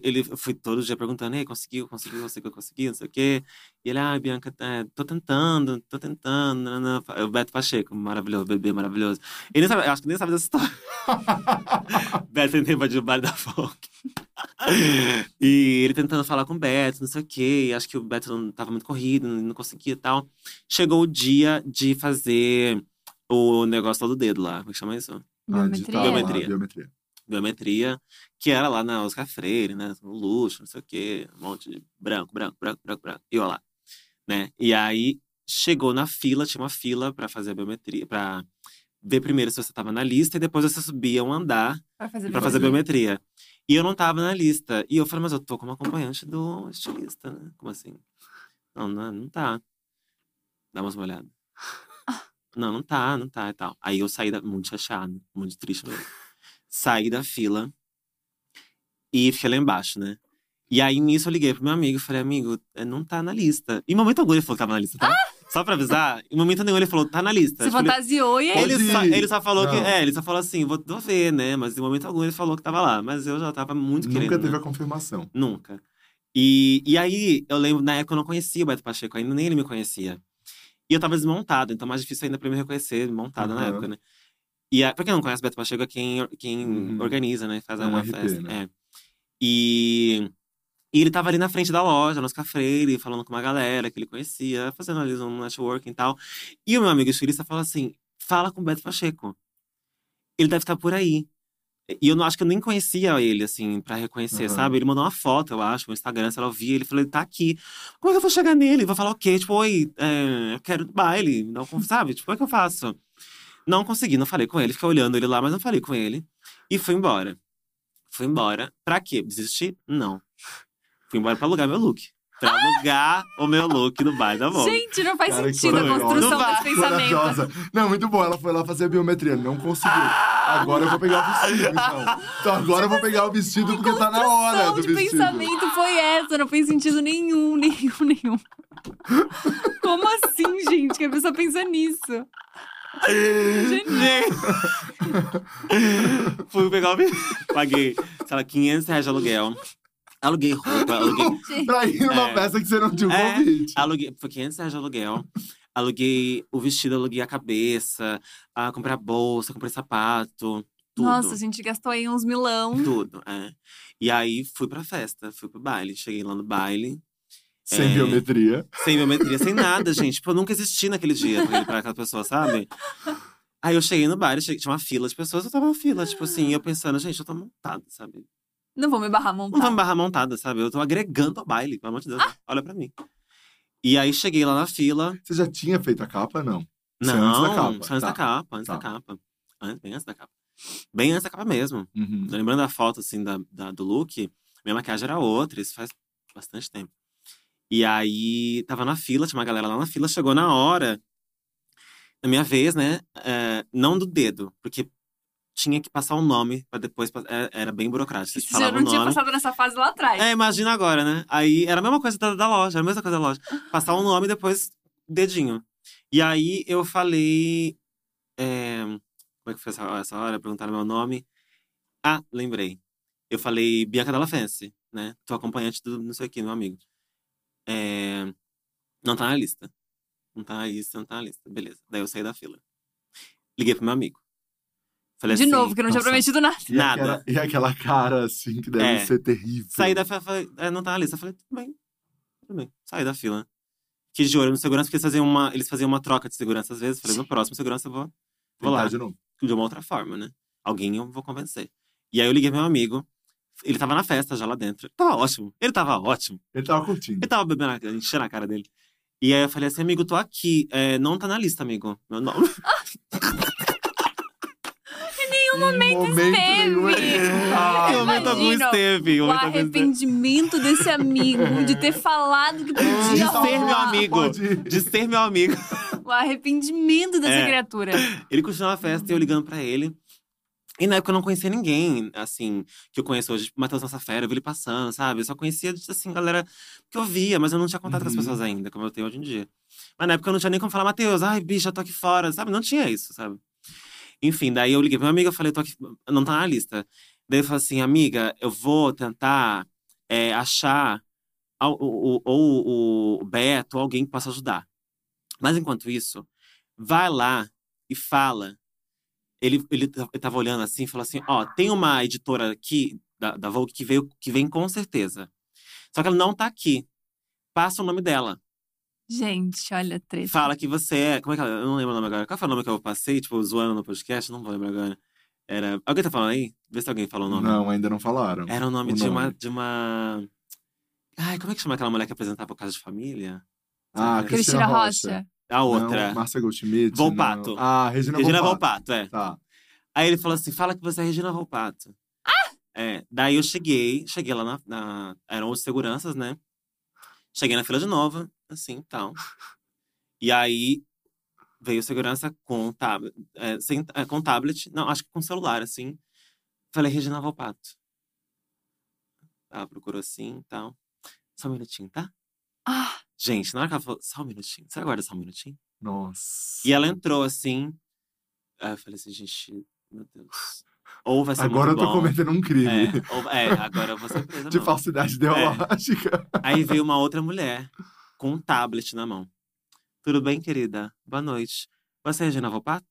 ele eu fui todo dia perguntando, ei, conseguiu, conseguiu, conseguiu, conseguiu, não sei o quê. E ele, ah, Bianca, é, tô tentando, tô tentando. nananã." O Beto Pacheco, maravilhoso, bebê maravilhoso. Ele nem sabe, eu acho que nem sabe dessa história. Beto tentando invadir o bar da Vogue. e ele tentando falar com o Beto, não sei o quê. E acho que o Beto não tava muito corrido, não conseguia e tal. Chegou o dia de fazer o negócio lá do dedo lá. Como é que chama isso?
Ah, digital,
Biometria.
ah,
Biometria.
biometria.
biometria, que era lá na Oscar Freire, né? No luxo, não sei o quê, um monte de branco, branco, branco, branco, branco. E olha lá, né? E aí chegou na fila, tinha uma fila pra fazer a biometria, pra ver primeiro se você tava na lista e depois você subia um andar
Pra fazer
pra fazer a biometria. E eu não tava na lista. E eu falei, mas eu tô como acompanhante do estilista, né? Como assim? Não, não, não tá. Dá mais uma olhada. Não, não tá, não tá e tal. Aí eu saí da. Muito chateado, muito um triste mesmo. Saí da fila e fiquei lá embaixo, né? E aí nisso eu liguei pro meu amigo e falei, amigo, eh, não tá na lista. Em momento algum ele falou que tava na lista, tá? Só pra avisar, em momento nenhum ele falou, tá na lista.
Você
Eu falei,
fantasiou e aí.
Pode
ele, só,
ir.
ele só falou que.
Não.
É, ele só falou assim, vou, vou ver, né? Mas em momento algum ele falou que tava lá. Mas eu já tava muito
Nunca
querendo.
teve
né?
a confirmação.
Nunca. E, e aí, eu lembro, na época eu não conhecia o Beto Pacheco, ainda nem ele me conhecia. E eu tava desmontado, então mais difícil ainda pra eu me reconhecer, montada na
Aham.
época, né? E a, pra quem não conhece o Beto Pacheco, é quem, quem
Uhum.
organiza, né? Faz
É,
uma
RP,
festa.
né?
É. E, e ele tava ali na frente da loja, nos cafreiros, falando com uma galera que ele conhecia, fazendo ali um networking e tal. E o meu amigo estilista fala assim: fala com o Beto Pacheco. Ele deve estar por aí. E eu não acho que eu nem conhecia ele, assim, pra reconhecer,
Aham.
sabe? Ele mandou uma foto, eu acho, no Instagram, se ela via, ele falou, ele tá aqui. Como é que eu vou chegar nele? Vou falar o quê? Tipo, oi, é, eu quero ir no baile, não, sabe? Tipo, como é que eu faço? Não consegui, não falei com ele, fiquei olhando ele lá, mas não falei com ele. E fui embora. Fui embora. Pra quê? Desistir? Não. Fui embora pra alugar meu look. Pra alugar o meu look no baile tá da Vogue.
Gente, não faz
Cara, que
sentido a
coisa
construção
horrorosa.
desse pensamento.
Corajosa. Não, muito bom. Ela foi lá fazer a biometria, não conseguiu. Agora eu vou pegar o vestido, então. Então agora eu vou pegar o vestido porque tá na hora do
de
vestido.
pensamento foi essa? Não fez sentido nenhum, nenhum, nenhum. Como assim, gente? Que a pessoa pensa nisso?
Gente. Fui pegar o vestido. Paguei, sei lá, 500 reais de aluguel. Aluguei roupa, aluguei.
Gente,
Pra ir numa
É.
peça que você não tinha o
É.
convite.
aluguei foi 500 reais de aluguel. Aluguei o vestido, aluguei a cabeça, ah, comprei a bolsa, comprei sapato. Tudo.
Nossa, a gente gastou aí uns milão.
Tudo, é. E aí fui pra festa, fui pro baile. Cheguei lá no baile,
Sem
É.
biometria.
sem biometria, sem nada, gente. Tipo, eu nunca existi naquele dia pra, aquele- pra aquela pessoa, sabe? Aí eu cheguei no baile, cheguei- tinha uma fila de pessoas, eu tava na fila, tipo assim, e eu pensando, gente, eu tô montada, sabe?
Não vou me barrar
Não vou
montar.
me barrar montada, sabe? Eu tô agregando ao baile, pelo amor de Deus,
Ah.
né? olha pra mim. E aí cheguei lá na fila,
Você já tinha feito a capa? Não. Isso é
não,
antes da capa,
só antes da
tá.
capa, antes da
Tá.
capa. Antes- Bem antes da capa. Bem antes da capa mesmo.
Uhum.
Lembrando a foto, assim, da, da- do look, minha maquiagem era outra, isso faz bastante tempo. E aí, tava na fila, tinha uma galera lá na fila, chegou na hora, na minha vez, né? é, não do dedo, porque tinha que passar o nome pra depois. pa- é- Era bem burocrático. Vocês
Você já
falavam
não
o
tinha
nome.
passado nessa fase lá atrás.
É, imagina agora, né? Aí era a mesma coisa da, da loja, era a mesma coisa da loja. Passar um nome e depois dedinho. E aí eu falei. é, como é que foi essa, essa hora? Perguntaram meu nome. Ah, lembrei. eu falei Bianca Della Fence, né? Tô acompanhante do não sei o que, meu amigo. É, não tá na lista. Não tá na lista, não tá na lista. Beleza. Daí eu saí da fila. Liguei pro meu amigo. Falei
De
assim,
novo, que eu não tinha
"Nossa,
prometido nada.
E
Nada.
aquela, e aquela cara, assim, que deve
É.
ser terrível.
Saí da fila, falei, é, não tá na lista. Eu Falei, tudo bem, tudo bem. Saí da fila. Fiquei de olho no segurança, porque eles faziam uma, eles faziam uma troca de segurança às vezes. Falei, no próximo segurança eu vou, vou lá.
Tentar de novo.
de uma outra forma, né? Alguém eu vou convencer. E aí eu liguei pro meu amigo. Ele tava na festa já lá dentro. Tava ótimo. Ele tava ótimo.
Ele tava curtindo.
Ele tava bebendo, a- enchendo a cara dele. E aí eu falei assim, amigo, tô aqui. É, não tá na lista, amigo. Meu nome.
um
Em momento, nenhum, ele-
Em
Ah,
um momento algum
imagino
esteve. em
O
momento algum esteve.
arrependimento desse amigo de ter falado que
De
podia
ser meu
rolar.
amigo. um
Pode ir.
De ser meu amigo.
O arrependimento dessa
É.
criatura.
Ele continuou a festa e eu ligando pra ele. E na época eu não conhecia ninguém, assim, que eu conheço hoje. Tipo, Matheus Massafera, eu vi ele passando, sabe? Eu só conhecia, assim, galera que eu via, mas eu não tinha contato com as
Uhum.
pessoas ainda, como eu tenho hoje em dia. Mas na época eu não tinha nem como falar, Matheus, ai, bicha, eu tô aqui fora, sabe? Não tinha isso, sabe? Enfim, daí eu liguei pra minha amiga, eu falei, tô aqui, não tá na lista. Daí eu falei assim, amiga, eu vou tentar é, achar al- o- o- ou o Beto, ou alguém que possa ajudar. Mas enquanto isso, vai lá e fala. Ele, ele, ta- ele tava olhando assim e falou assim: Ó, tem uma editora aqui da, da Vogue que, veio, que vem com certeza. Só que ela não tá aqui. Passa o nome dela.
Gente, olha a treta.
Fala que você é. Como é que ela. Eu não lembro o nome agora. Qual foi o nome que eu passei, tipo, zoando no podcast? Não vou lembrar agora. Era. Alguém tá falando aí? Vê se alguém falou o nome.
Não, ainda não falaram.
Era o nome,
O
de, Uma,
nome.
de uma. Ai, como é que chama aquela mulher que apresentava o Casa de Família?
Ah,
Cristina
Cristina Rocha.
A outra.
Não, Márcia Goldschmidt. não.
Volpato.
Ah, Regina,
Regina
Volpato.
Valpato, é.
Tá.
Aí ele falou assim: fala que você é Regina Volpato. Ah! É. Daí eu cheguei, cheguei lá na. na eram os seguranças, né? Cheguei na fila de novo, assim tal. E aí veio o segurança com, tab é, sem, é, com tablet, não, acho que com celular, assim. Falei, Regina Volpato. Ela procurou assim e tal. Só um minutinho, tá?
Ah,
Gente, na hora que ela falou, só um minutinho, você aguarda só um minutinho?
Nossa.
E ela entrou assim. Aí eu falei assim, gente, meu Deus. Ou vai ser
Agora eu
muito
tô
bom.
cometendo um crime.
É, ou- é, agora eu vou ser presa.
De
não.
falsidade ideológica.
Aí veio uma outra mulher com um tablet na mão. Tudo bem, querida? Boa noite. Você é Regina Volpato?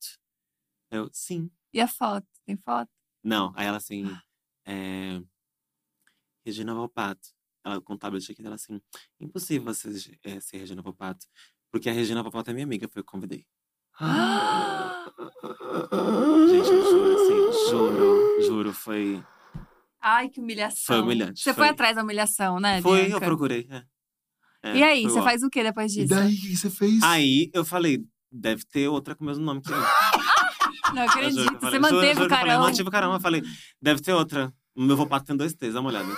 Eu, sim.
e a foto? Tem foto?
Não. Aí ela assim. é, Regina Volpato. Ela com o tablet aqui, ela assim. Impossível você é, ser Regina Volpato. Porque a Regina Volpato é minha amiga, foi eu que convidei.
Ah!
Gente, eu juro, assim, juro, juro, foi.
Ai, que humilhação.
Foi humilhante,
Você
foi.
foi atrás da humilhação, né?
Foi, eu
Bianca?
procurei. é. É,
E aí,
foi
você
ó.
faz o que depois
E
disso?
daí, o que você fez?
Aí eu falei, deve ter outra com o mesmo nome que eu.
Não
Eu
acredito.
juro que eu
você
falei,
manteve
juro, juro,
o
eu falei, Eu
carão.
mantive o carão, eu falei, deve ter outra. O meu vopato tem dois T's, dá uma olhada.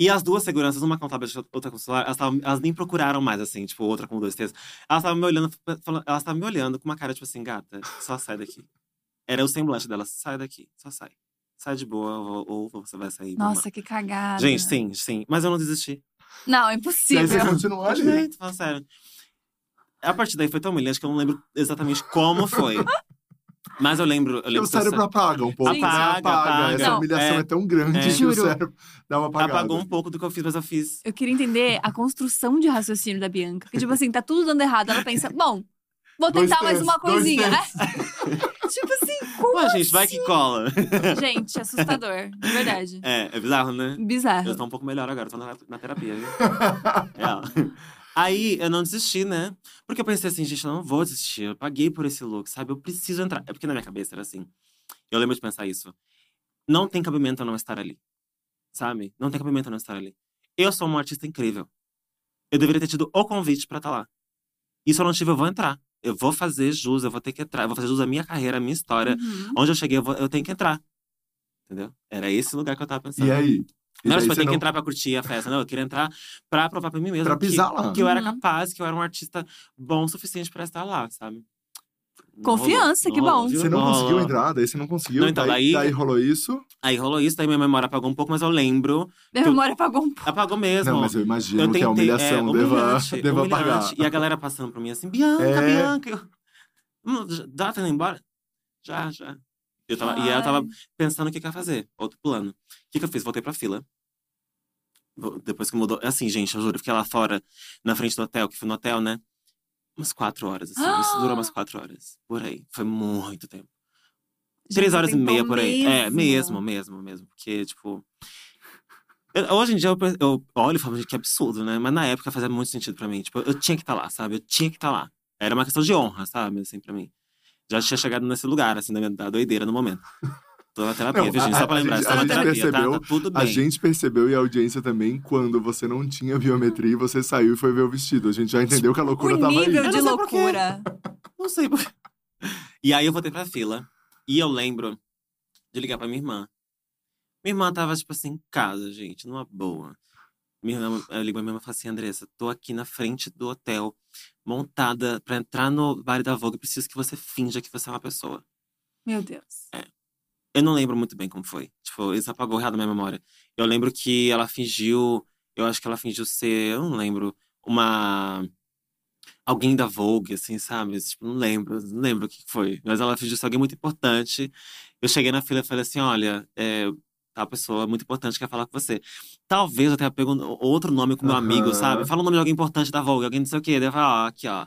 E as duas seguranças, uma com tablet e outra com celular, elas, tavam- elas nem procuraram mais, assim, tipo, outra com dois T's. Elas estavam me olhando, falando- elas estavam me olhando com uma cara, tipo assim, gata, só sai daqui. Era o semblante delas, sai daqui, só sai. Sai de boa, ou, ou você vai sair. vamos lá."
Nossa, que cagada.
Gente, sim, sim. Mas eu não desisti.
Não, é
E aí você
impossível.
continuou ali.
Gente, falando né, então, sério. A partir daí foi tão humilhante que eu não lembro exatamente como foi. Mas eu lembro. Eu
Seu
lembro que eu
cérebro apaga um pouco.
Sim.
né?
Apaga, apaga.
Essa
Não,
humilhação é,
é.
tão grande
É.
que o
Juro.
cérebro dá uma
sa-
apagada.
apagou um pouco do que eu fiz, mas eu fiz.
Eu queria entender a construção de raciocínio da Bianca. Porque, tipo assim, tá tudo dando errado. Ela pensa, bom, vou
Dois
tentar mais
testes,
uma
dois
coisinha, né? tipo assim, como
Ué, gente, vai que cola.
assim? Gente, assustador. De verdade.
É, é bizarro, né?
Bizarro.
Eu tô um pouco melhor agora, tô na, na terapia, viu? Real.
É.
Aí eu não desisti, né? Porque eu pensei assim, gente, eu não vou desistir. Eu paguei por esse look, sabe? Eu preciso entrar. É porque na minha cabeça era assim. Eu lembro de pensar isso. Não tem cabimento eu não estar ali. Sabe? Não tem cabimento eu não estar ali. Eu sou uma artista incrível. Eu deveria ter tido o convite pra estar lá. E se eu não tive, eu vou entrar. Eu vou fazer jus, eu vou ter que entrar. Eu vou fazer jus à minha carreira, à minha história.
Uhum.
Onde eu cheguei, eu, vou- eu tenho que entrar. Entendeu? Era esse lugar que eu tava pensando.
E aí? E
Não
daí
era tipo, eu
você
tenho
não-
que entrar pra curtir a festa. Não, eu queria entrar pra provar pra mim mesmo.
Pra
que-
pisar lá.
Que eu era
Uhum.
capaz, que eu era um artista bom o suficiente pra estar lá, sabe? Não
Confiança,
rolou,
que
não rolou,
bom.
viu?
Você não
rolou.
conseguiu entrar, daí você não conseguiu.
Não, então,
daí,
daí-
daí rolou isso.
Aí rolou isso, daí minha memória apagou um pouco, mas eu lembro.
Minha
Tu-
memória apagou um pouco.
Apagou mesmo. é,
Não, mas eu imagino um que a humilhação deva,
humilhante,
deva
humilhante.
apagar.
E a galera passando pra mim assim, Bianca,
É.
Bianca. Eu... Hum, tá já- Dá pra ir embora? Já, já. Eu tava, e eu tava pensando o que, que eu ia fazer. Outro plano. O que, que eu fiz? Voltei pra fila. Vo- Depois que mudou. Assim, gente, eu juro, eu fiquei lá fora, na frente do hotel, que fui no hotel, né? Umas quatro horas, assim. Isso durou umas quatro horas. Por aí. Foi muito tempo. Três horas e meia por aí. É, mesmo, mesmo, mesmo. Porque, tipo. eu- hoje em dia eu, pe- eu olho e falo, gente, que absurdo, né? Mas na época fazia muito sentido pra mim. Tipo, eu tinha que estar lá, sabe? Eu tinha que estar lá. Era uma questão de honra, sabe? Assim, pra mim. Já tinha chegado nesse lugar, assim, da, minha, da doideira no momento. Tô na terapia,
Não,
viu, gente?
a-
Só pra
a
lembrar,
gente-
só
a
na
gente
terapia, tá?
percebeu,
Tá tudo bem.
A gente percebeu e a audiência também quando você não tinha biometria e você saiu e foi ver o vestido. A gente já entendeu que a
O
loucura
um
tava aí.
nível
Eu
de
não sei por quê.
loucura.
Não sei por quê. E aí eu voltei pra fila. E eu lembro de ligar pra minha irmã. Minha irmã tava, tipo assim, em casa, gente, numa boa. Minha irmã, eu ligo pra minha irmã e falo assim, Andressa, tô aqui na frente do hotel, montada pra entrar no bar da Vogue. Preciso que você finja que você é uma pessoa.
Meu Deus.
Eu não lembro muito bem como foi. Tipo, isso apagou errado na minha memória. Eu lembro que ela fingiu. Eu acho que ela fingiu ser. Eu não lembro. Uma. Alguém da Vogue, assim, sabe? Tipo, não lembro, não lembro o que foi. Mas ela fingiu ser alguém muito importante. Eu cheguei na fila e falei assim: olha, é, tal pessoa muito importante quer falar com você. Talvez eu tenha pego um- outro nome com meu
Aham.
amigo, sabe? Fala o nome de alguém importante da Vogue, alguém não sei o quê. Daí eu falo: ó, aqui, ó.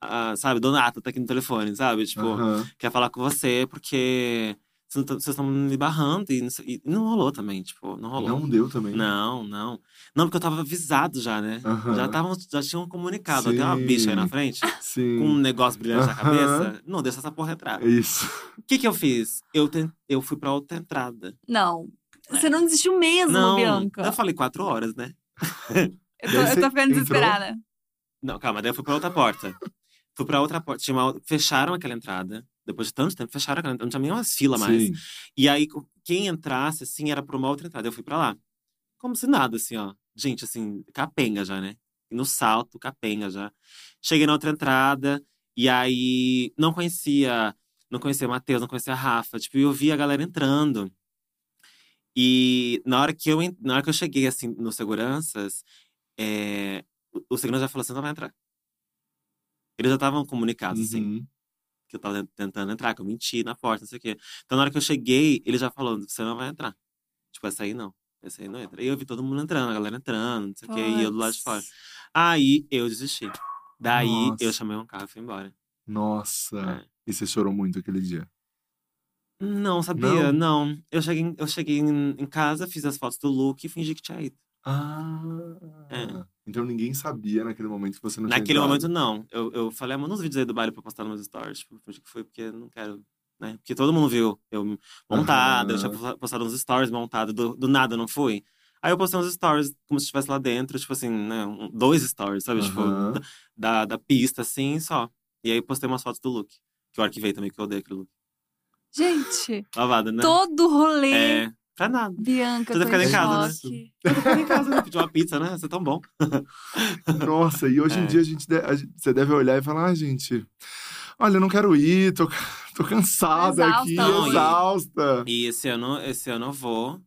Ah, sabe, Donata tá aqui no telefone, sabe? Tipo
Aham.
quer falar com você porque vocês não tão- vocês estão me barrando e não, sei- e não rolou também, tipo, não rolou.
Não deu também.
Não, não. Não, porque eu tava avisado já, né?
Aham.
Já, tavam, já tinham comunicado. Tem uma
Sim.
bicha aí na frente,
Sim.
com um negócio brilhante na
Aham.
cabeça. Não, deixa essa porra entrar.
É Isso.
O que que eu fiz? Eu, ten- eu fui pra outra entrada.
Não. Você não desistiu mesmo,
É. não, É
Bianca.
eu falei quatro horas, né?
Eu
Daí
tô, eu
você
tô ficando
entrou-
desesperada.
Não, calma, daí eu fui pra outra porta. fui pra outra porta. Tinha uma- fecharam aquela entrada. Depois de tanto tempo, fecharam aquela entrada. Não tinha nem umas filas mais.
Sim.
E aí, co- quem entrasse, assim, era pra uma outra entrada. Eu fui pra lá. Como se nada, assim, ó. Gente, assim, capenga já, né? No salto, capenga já. Cheguei na outra entrada, e aí não conhecia. Não conhecia o Matheus, não conhecia a Rafa. Tipo, eu vi a galera entrando. E na hora que eu, en- na hora que eu cheguei, assim, nos seguranças, é, o- o segurança já falou assim: não vai entrar. Eles já estavam comunicados, assim
Uhum.
que eu tava tent- tentando entrar, que eu menti na porta, não sei o quê. Então, na hora que eu cheguei, ele já falou: você não vai entrar. Tipo, essa aí não. Essa aí não entra. E eu vi todo mundo entrando, a galera entrando, não sei o quê, e eu do lado de fora. Aí eu desisti. Daí
Nossa.
eu chamei um carro e fui embora.
Nossa.
É.
E você chorou muito aquele dia.
Não, sabia? Não. Eu cheguei, em- eu cheguei em, em casa, fiz as fotos do look e fingi que tinha ido.
Ah.
É.
Então ninguém sabia naquele momento que você não
Naquele
tinha
momento,
entrado.
não. Eu, eu falei, ah, manda uns vídeos aí do baile pra postar nos meus stories. Tipo, fingi que foi porque eu não quero. Né? Porque todo mundo viu. Eu montada, eu tinha posta- postado uns stories montada, do, do nada eu não fui. Aí eu postei uns stories como se estivesse lá dentro, tipo assim, né? um- dois stories, sabe?
Aham.
Tipo, da- da, da pista, assim, só. E aí postei umas fotos do look. Que eu arquivei também, que eu odeio aquele look.
Gente,
Lavada, né?
todo rolê.
É, pra nada.
Bianca, tô
Você tá ficando
em
em casa, né?
choque.
Fica em casa, né? Pediu uma pizza, né? Você é tão bom.
Nossa, e hoje em
É.
dia a gente, de- a gente- você deve olhar e falar: ah, gente, olha, eu não quero ir, tô, tô cansada
Exausta
aqui,
hoje.
exausta.
E esse ano, esse ano eu vou.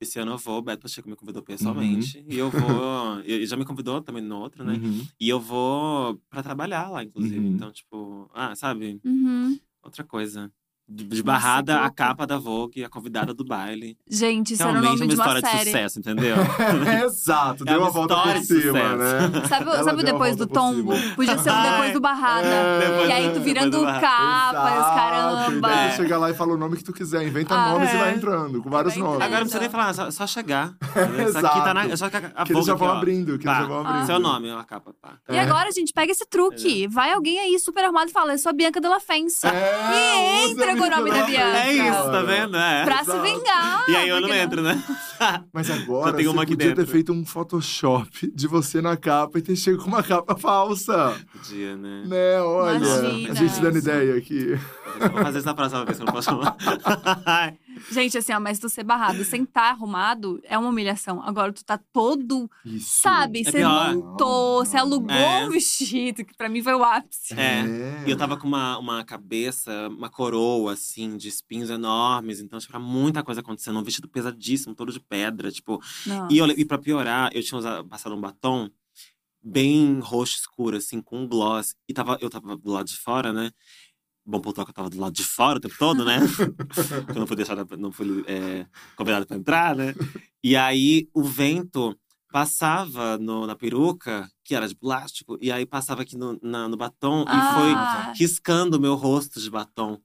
Esse ano eu vou, o Beto Pacheco me
Uhum.
convidou pessoalmente. E eu vou. Ele já me convidou também no outro, né?
Uhum.
E eu vou pra trabalhar lá, inclusive.
Uhum.
Então, tipo, ah, sabe?
Uhum.
Outra coisa. De, de
Nossa, que
barrada, a
loucura.
capa da Vogue, a convidada do baile.
Gente, isso era o
Realmente
nome
uma
de uma
história de
série.
sucesso, entendeu?
Exato,
É
deu
uma
uma volta por
história de
cima,
sucesso.
né?
Sabe, o-
Ela
sabe o
deu a
depois
volta
do
por
tombo?
cima.
Podia ser o depois do barrada.
É.
E aí tu virando
Depois do
capa e os
Exato, E daí
Ah, caramba.
tu chega lá e fala o nome que tu quiser, inventa
Ah,
nomes e
é.
vai entrando, com vários
Vai
nomes.
entrando.
Agora não precisa nem falar, só, só chegar. entendeu? Isso aqui tá na.
Exato.
Só que a, a
que
Vogue
eles já vão
aqui, ó. Tá.
abrindo, que eles
Pá.
já vão
Ah.
abrindo.
Seu nome, a capa, pá.
E agora, gente, pega esse truque. Vai alguém aí super armado e fala: Eu sou a Bianca Della Fence.
É,
E
usa
entra com o nome da
Nicolau
Bianca.
Fernandes.
É isso, tá vendo? É.
Pra
Exato.
se vingar.
E aí eu não
Por que
entro, né?
Mas agora
Já tem uma
você
aqui
podia ter
dentro.
feito um Photoshop de você na capa e ter chego com uma capa falsa.
Podia, né?
Né, olha.
Imagina.
A gente dando ideia aqui.
Vou fazer isso na próxima vez, que eu não posso falar.
Gente, assim, ó, mas tu ser barrado sem estar arrumado é uma humilhação. Agora tu tá todo,
Isso.
sabe? Você
É pior.
montou, você alugou
É.
um vestido, que pra mim foi o ápice.
É. E eu tava com uma, uma cabeça, uma coroa, assim, de espinhos enormes. Então, tipo, era muita coisa acontecendo. Um vestido pesadíssimo, todo de pedra, tipo.
Não.
E, eu, e pra piorar, eu tinha usado, passado um batom bem roxo escuro, assim, com um gloss. E tava, eu tava do lado de fora, né? Bom ponto que eu tava do lado de fora o tempo todo, né? Porque eu não fui deixada, não fui é, convidada pra entrar, né? E aí o vento passava no, na peruca, que era de plástico, e aí passava aqui no, na- no batom
Ah.
e foi riscando o meu rosto de batom.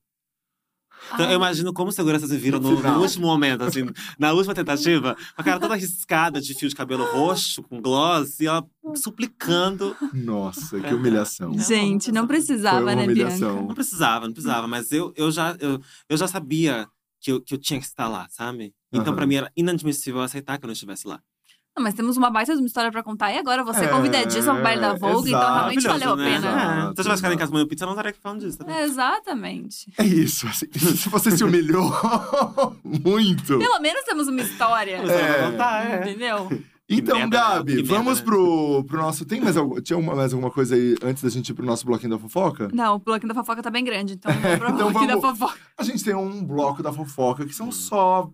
Então,
Ah.
eu imagino como seguranças se viram no, no
Final.
último momento, assim, na última tentativa, com a cara toda arriscada de fio de cabelo roxo, com gloss, e ela suplicando.
Nossa, que humilhação.
Gente, não
Foi
precisava,
uma
né,
humilhação.
Bianca?
Não precisava, não precisava, mas eu, eu, já, eu, eu já sabia que eu, que eu tinha que estar lá, sabe? Então,
Aham.
pra mim, era inadmissível aceitar que eu não estivesse lá.
Ah, mas temos uma baita de uma história pra contar. E agora você é
É,
convidadíssima pro baile da Vogue, então
exato.
realmente valeu a
Maravilhoso,
pena.
né? É. Se eu tivesse ficado em
Ah, Exato.
casa comendo pizza, eu não estaria aqui falando disso, tá vendo?
É, Exatamente.
É isso. assim, se você se humilhou muito.
Pelo menos temos uma história.
Você não vai voltar, é.
Entendeu?
Então,
merda, né?
Gabi,
Que merda,
vamos
né?
pro, pro nosso. Tem mais alguma, tinha uma- mais alguma coisa aí antes da gente ir pro nosso bloquinho da fofoca?
Não, o bloquinho da fofoca tá bem grande, então vamos pro
então
bloquinho da
vamos.
fofoca.
A gente tem um bloco da fofoca que são só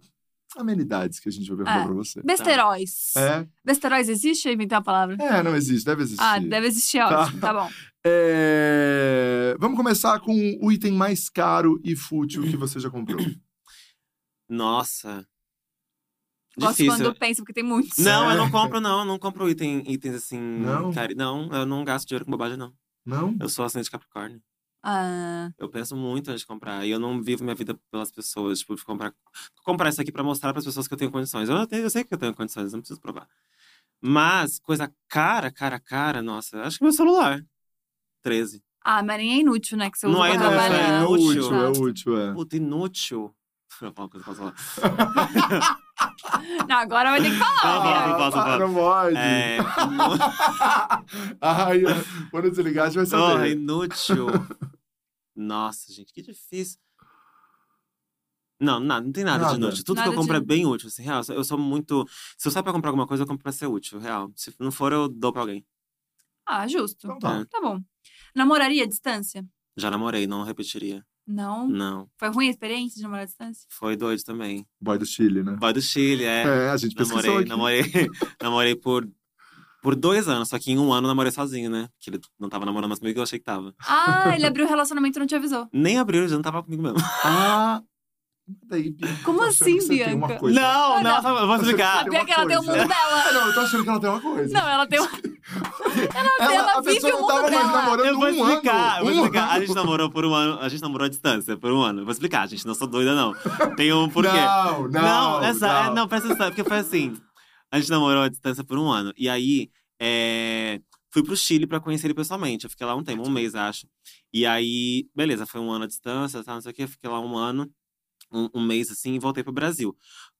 amenidades que a gente vai perguntar
Ah.
É.
pra você.
Besteróis.
Tá. É?
Besteróis existe? Eu inventei uma palavra.
É, não existe, deve existir.
Ah, deve existir,
Tá.
ótimo. Tá bom.
É, Vamos começar com o item mais caro e fútil que você já comprou.
Nossa.
Gosto
Difícil.
quando pensa, porque tem muitos.
Não, eu não compro, não. Eu Não compro item, itens assim.
Não?
cara, não, eu não gasto dinheiro com bobagem, não.
Não?
Eu sou assinante de Capricórnio.
Ah,
Eu penso muito antes de comprar. E eu não vivo minha vida pelas pessoas. Tipo, de comprar, comprar isso aqui pra mostrar pras pessoas que eu tenho condições. Eu, tenho- eu sei que eu tenho condições, não preciso provar. Mas, coisa cara, cara, cara, nossa. Acho que meu celular. 13.
ah, mas nem é inútil, né? Que você usa
Não
pra
é inútil,
trabalhar. Tá.
é útil, é
Exato.
útil, é.
Puta, inútil. Eu vou falar uma coisa pra falar.
Não, agora vai ter que falar.
Tá
né? Bianca.
Ah, vai, vai, vai.
para, não pode.
É.
Ai, quando desligar, a gente vai
Porra,
saber.
inútil. Nossa, gente, que difícil. Não, nada, não tem nada,
Nada.
de inútil. Tudo
Nada
que
de
eu compro é bem útil, assim, real. Eu sou muito. Se eu saio pra comprar alguma coisa, eu compro pra ser útil, real. Se não for, eu dou pra alguém.
Ah, justo.
Então tá.
Tá bom. Namoraria à distância?
Já namorei, não repetiria.
Não.
Não.
Foi ruim a experiência de namorar à distância?
Foi doido também.
Boy do Chile, né?
Vai do Chile, é.
É, a gente pesquisou
namorei,
aqui.
namorei. namorei por. Por dois anos, só que em um ano eu namorei sozinho, né? Porque ele não tava namorando mais comigo, eu achei que tava.
Ah, ele abriu o relacionamento e não te avisou.
Nem abriu, ele já não tava comigo mesmo.
Ah, daí, Bianca,
Como
tô achando
assim,
que você tem uma
Bianca?
coisa.
Não,
não.
não, eu vou explicar.
A
Ah, Tem uma
Bianca, ela tem o mundo
coisa.
dela.
Ah, não, eu tô achando que ela tem uma coisa.
Não, ela tem um- o...
ela,
ela
a
vive
pessoa
o
não tava
mundo
mais
dela.
namorando
Eu vou
um
explicar,
ano.
eu vou
um
explicar. A
ano.
gente namorou por um ano, a gente namorou à distância, por um ano. Eu Vou explicar, gente, não sou doida, não. Tem um porquê.
Não, não,
não, essa, é, não, presta atenção, porque foi assim. A gente namorou à distância por um ano. E aí, é, fui pro Chile pra conhecer ele pessoalmente. Eu fiquei lá um tempo, um mês, acho. E aí, beleza, foi um ano à distância, tá, não sei o quê. Fiquei lá um ano, um, um mês assim, e voltei pro Brasil.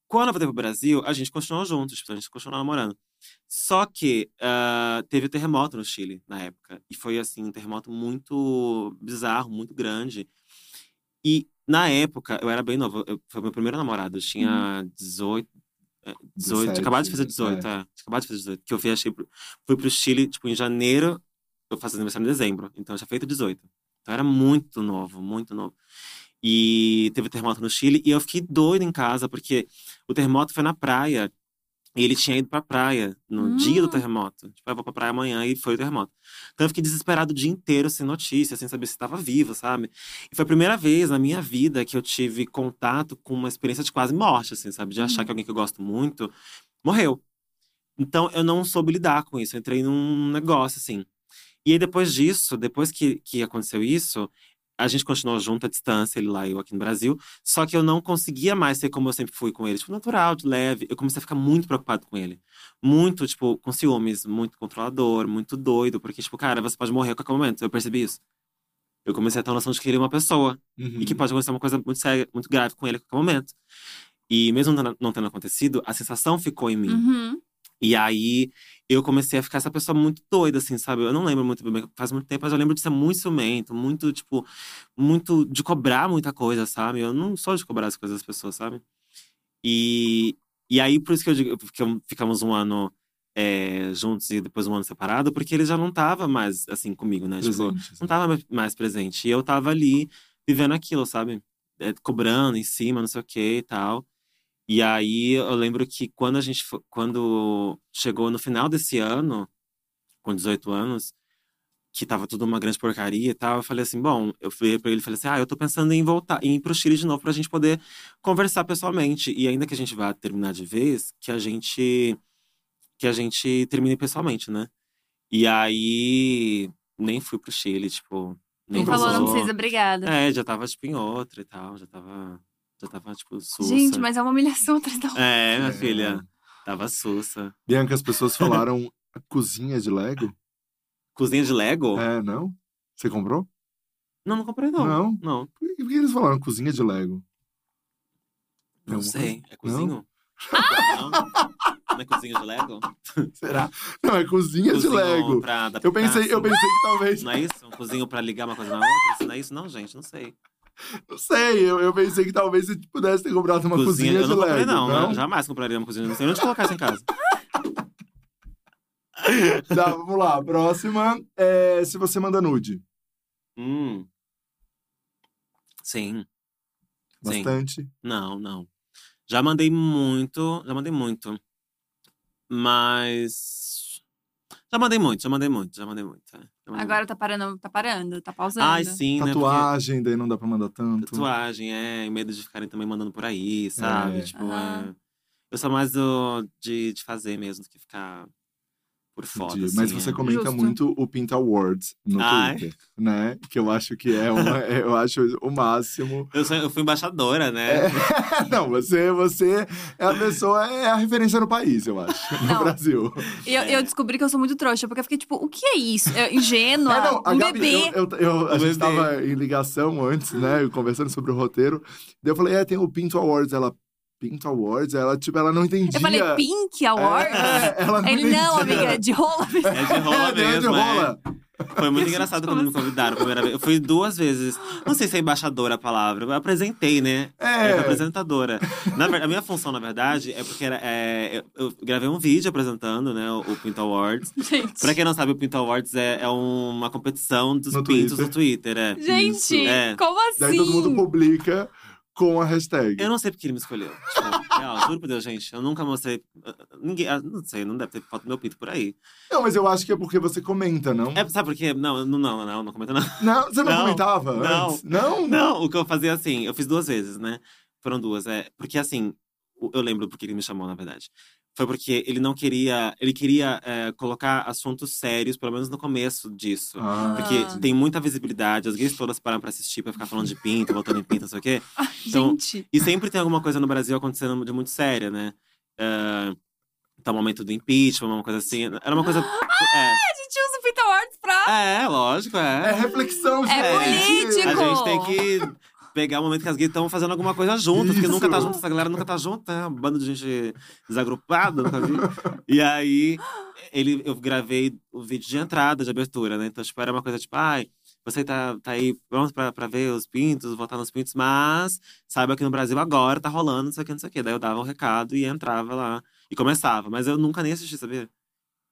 Quando eu voltei pro Brasil, a gente continuou juntos, tipo, a gente continuou namorando. Só que ah, teve o terremoto no Chile na época. E foi assim, um terremoto muito bizarro, muito grande. E na época, eu era bem novo. Eu, foi meu primeiro namorado. Eu tinha 18. eh, 18 tinha acabado de fazer
17,
18, é. Tinha acabado de fazer 18. Que eu viajei pro, fui pro Chile, tipo, em janeiro. Eu faço aniversário em dezembro. Então eu já feito 18. Então eu era muito novo, muito novo. E teve o terremoto no Chile. E eu fiquei doido em casa, porque o terremoto foi na praia. E ele tinha ido pra praia no
Hum.
dia do terremoto. Tipo, eu vou pra praia amanhã e foi o terremoto. Então eu fiquei desesperado o dia inteiro, sem notícia, sem saber se estava vivo, sabe? E foi a primeira vez na minha vida que eu tive contato com uma experiência de quase morte, assim, sabe? De achar que alguém que eu gosto muito morreu. Então eu não soube lidar com isso. Eu entrei num negócio, assim. E aí depois disso, depois que, que aconteceu isso, a gente continuou junto à distância, ele lá e eu aqui no Brasil. Só que eu não conseguia mais ser como eu sempre fui com ele. Tipo, natural, de leve. Eu comecei a ficar muito preocupado com ele. Muito, tipo, com ciúmes, muito controlador, muito doido. Porque, tipo, cara, você pode morrer a qualquer momento. Eu percebi isso. Eu comecei a ter a noção de que ele é uma pessoa.
Uhum.
E que pode acontecer uma coisa muito séria, muito grave com ele a qualquer momento. E mesmo não- não tendo acontecido, a sensação ficou em mim.
Uhum.
E aí eu comecei a ficar essa pessoa muito doida, assim, sabe? Eu não lembro muito bem, faz muito tempo, mas eu lembro de ser muito ciumento, muito, tipo, muito de cobrar muita coisa, sabe? Eu não sou de cobrar as coisas das pessoas, sabe? E, e aí, por isso que eu digo que eu- ficamos um ano é, juntos e depois um ano separado, porque ele já não tava mais, assim, comigo, né? Tipo,
Presentes,
não
né?
tava mais- mais presente. E eu tava ali vivendo aquilo, sabe? É, cobrando em cima, não sei o que e tal. E aí eu lembro que quando a gente fo- quando chegou no final desse ano, com 18 anos, que tava tudo uma grande porcaria e tal. Eu falei assim, bom, eu fui pra ele e falei assim, ah, eu tô pensando em voltar, em ir pro Chile de novo pra gente poder conversar pessoalmente. E ainda que a gente vá terminar de vez, que a gente que a gente termine pessoalmente, né? E aí nem fui pro Chile, tipo, nem
Ele falou, não
precisou.
precisa, obrigada.
É, já tava tipo em outra e tal, já tava já tava tipo sussa.
Gente, mas é uma humilhação atrás da outra.
É, minha
É.
filha, tava sussa.
Bianca, as pessoas falaram a cozinha de Lego?
Cozinha de Lego?
É, não? Você comprou?
Não, não comprei não.
Não?
Não,
Por que, por que eles falaram cozinha de Lego?
não
Alguma
sei. É
Não?
cozinho? Não? Não é cozinha de Lego?
Será? Não, é cozinha de
Cozinho
Lego.
pra adaptar,
Eu pensei, eu
assim?
pensei que talvez.
Não é isso? Um cozinho pra ligar uma coisa na outra? Isso não é isso? Não, gente, não sei.
Não sei, eu, eu pensei que talvez você pudesse ter comprado uma cozinha,
eu
de
não comprei,
Lego.
não. né? Jamais compraria uma cozinha. Não sei onde colocar isso em casa.
Tá, vamos lá. Próxima é se você manda nude.
Hum. Sim. Sim. né,
Bastante.
Não, não. Já mandei muito, já mandei muito. Mas. Já mandei muito, já mandei muito, já mandei muito. é. Já mandei
Agora tá parando, tá parando, tá
muito.
pausando.
Ai, sim, né? porque-
Tatuagem, daí não dá pra mandar tanto.
Tatuagem, é. E medo de ficarem também mandando por aí, sabe?
É.
Tipo,
Aham.
é. Eu sou mais do, de, de fazer mesmo do que ficar por foto.
Entendi.
assim,
Mas você
é.
comenta
Justo.
muito o Pinta Awards no
Ai.
Twitter, né? Que eu acho que é uma, é, eu acho o máximo.
eu, sou- eu fui embaixadora, né?
É. Não, você, você é a pessoa, é a referência no país, eu acho. No
Não.
Brasil.
E Eu, eu descobri que eu sou muito trouxa, porque eu fiquei tipo, o que é isso? Eu, ingênua,
É, não, a
um
Gabi,
bebê.
eu- eu- eu- a
Um
gente
bebê.
tava em ligação antes, né? Conversando sobre o roteiro. Daí eu falei, é, tem o Pinto Awards. Ela, Pinto Awards? Ela, tipo, ela não entendia.
Eu falei, Pink Award?
É, ela não
Ele, não,
entendia.
amiga, é de rola.
É de rola
É, deu de
mesmo. é.
rola.
Foi muito engraçado quando me convidaram a primeira vez. Eu fui duas vezes. Não sei se é embaixadora a palavra. Eu apresentei, né?
É.
Eu fui apresentadora. Na verdade, a minha função, na verdade, é porque era, é, eu, eu gravei um vídeo apresentando, né, o, o Pinto Awards.
Gente,
Pra quem não sabe, o Pinto Awards é, é uma competição dos
No
pintos
Twitter.
no Twitter, é.
gente
Isso, é.
como assim?
Daí todo mundo publica com a hashtag.
Eu não sei porque ele me escolheu. Tipo, real, juro por Deus, gente. Eu nunca mostrei. Ninguém. ah, Não sei, não deve ter foto do meu pinto por aí.
Não, mas eu acho que é porque você comenta, não?
É, sabe por quê? Não, não, não, não, não comenta, não.
Não, você não,
Não.
comentava
Não.
antes? Não?
Não, o que eu fazia assim, eu fiz duas vezes, né? Foram duas, é. Porque assim, o- eu lembro porque ele me chamou, na verdade. Foi porque ele não queria. Ele queria é, colocar assuntos sérios, pelo menos no começo disso.
Ah,
Porque
Ah.
tem muita visibilidade, as gays todas param pra assistir, pra ficar falando de pinto, voltando em pinto, não sei o quê.
Ah,
Então,
gente,
E sempre tem alguma coisa no Brasil acontecendo de muito séria, né? É, tá o momento do impeachment, uma coisa assim. Era uma coisa.
a gente usa o Pink Awards pra...
É, é lógico,
é reflexão, gente.
É
A
político.
gente tem que pegar o momento que as gays estão fazendo alguma coisa juntas, porque
Isso.
nunca tá junto, essa galera nunca tá junta, né? Um bando de gente desagrupada, nunca vi. E aí, ele, eu gravei o vídeo de entrada, de abertura, né? Então, tipo, era uma coisa tipo, ai. Você tá, tá aí pronto pra, pra ver os pintos, votar nos pintos, mas saiba que no Brasil agora tá rolando, não sei o que, não sei o que. Daí eu dava o recado e entrava lá e começava. Mas eu nunca nem assisti, sabia?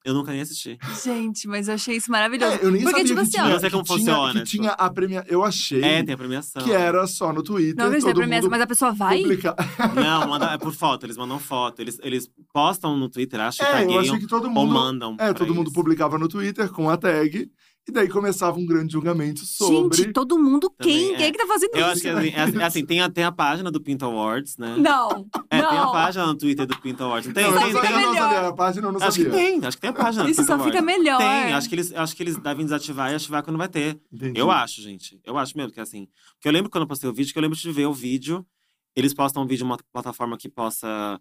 Eu nunca nem assisti.
Gente, mas eu achei isso maravilhoso.
É, eu nem
Porque,
sabia
tipo
que
assim,
tinha,
ó- Eu
não sei como
que tinha-
funciona,
que
tipo.
tinha a premia... Eu achei
É, tem a premiação.
que era só no Twitter.
Não, gente, é
todo
pra mim,
mundo
mas a pessoa vai?
publica-
Não, manda, é por foto, eles mandam foto. Eles, eles postam no Twitter, acho que
É, eu
tagueiam
achei que todo
ou
mundo...
mandam.
É,
pra
todo mundo
eles.
publicava no Twitter com a tag. E daí começava um grande julgamento sobre...
Gente, todo mundo quem?
Também, é.
Quem é que tá fazendo
Eu acho
isso?
que
né?
assim, é assim- é assim, tem até a página do Pinto Awards, né?
Não,
é, tem a
não.
página no Twitter do Pinto Awards. Não Tem,
Não, eu
tem,
não sabia,
tem.
melhor.
não sabia. A página eu não
Acho que
sabia.
tem, acho que tem a página do
Isso
Pinto
só fica
Awards.
melhor. é.
Tem, acho que, eles, acho que eles devem desativar e ativar quando vai ter.
Entendi.
Eu acho, gente. Eu acho mesmo que é assim. Porque eu lembro quando eu postei o vídeo, que eu lembro de ver o vídeo. Eles postam um vídeo em uma plataforma que possa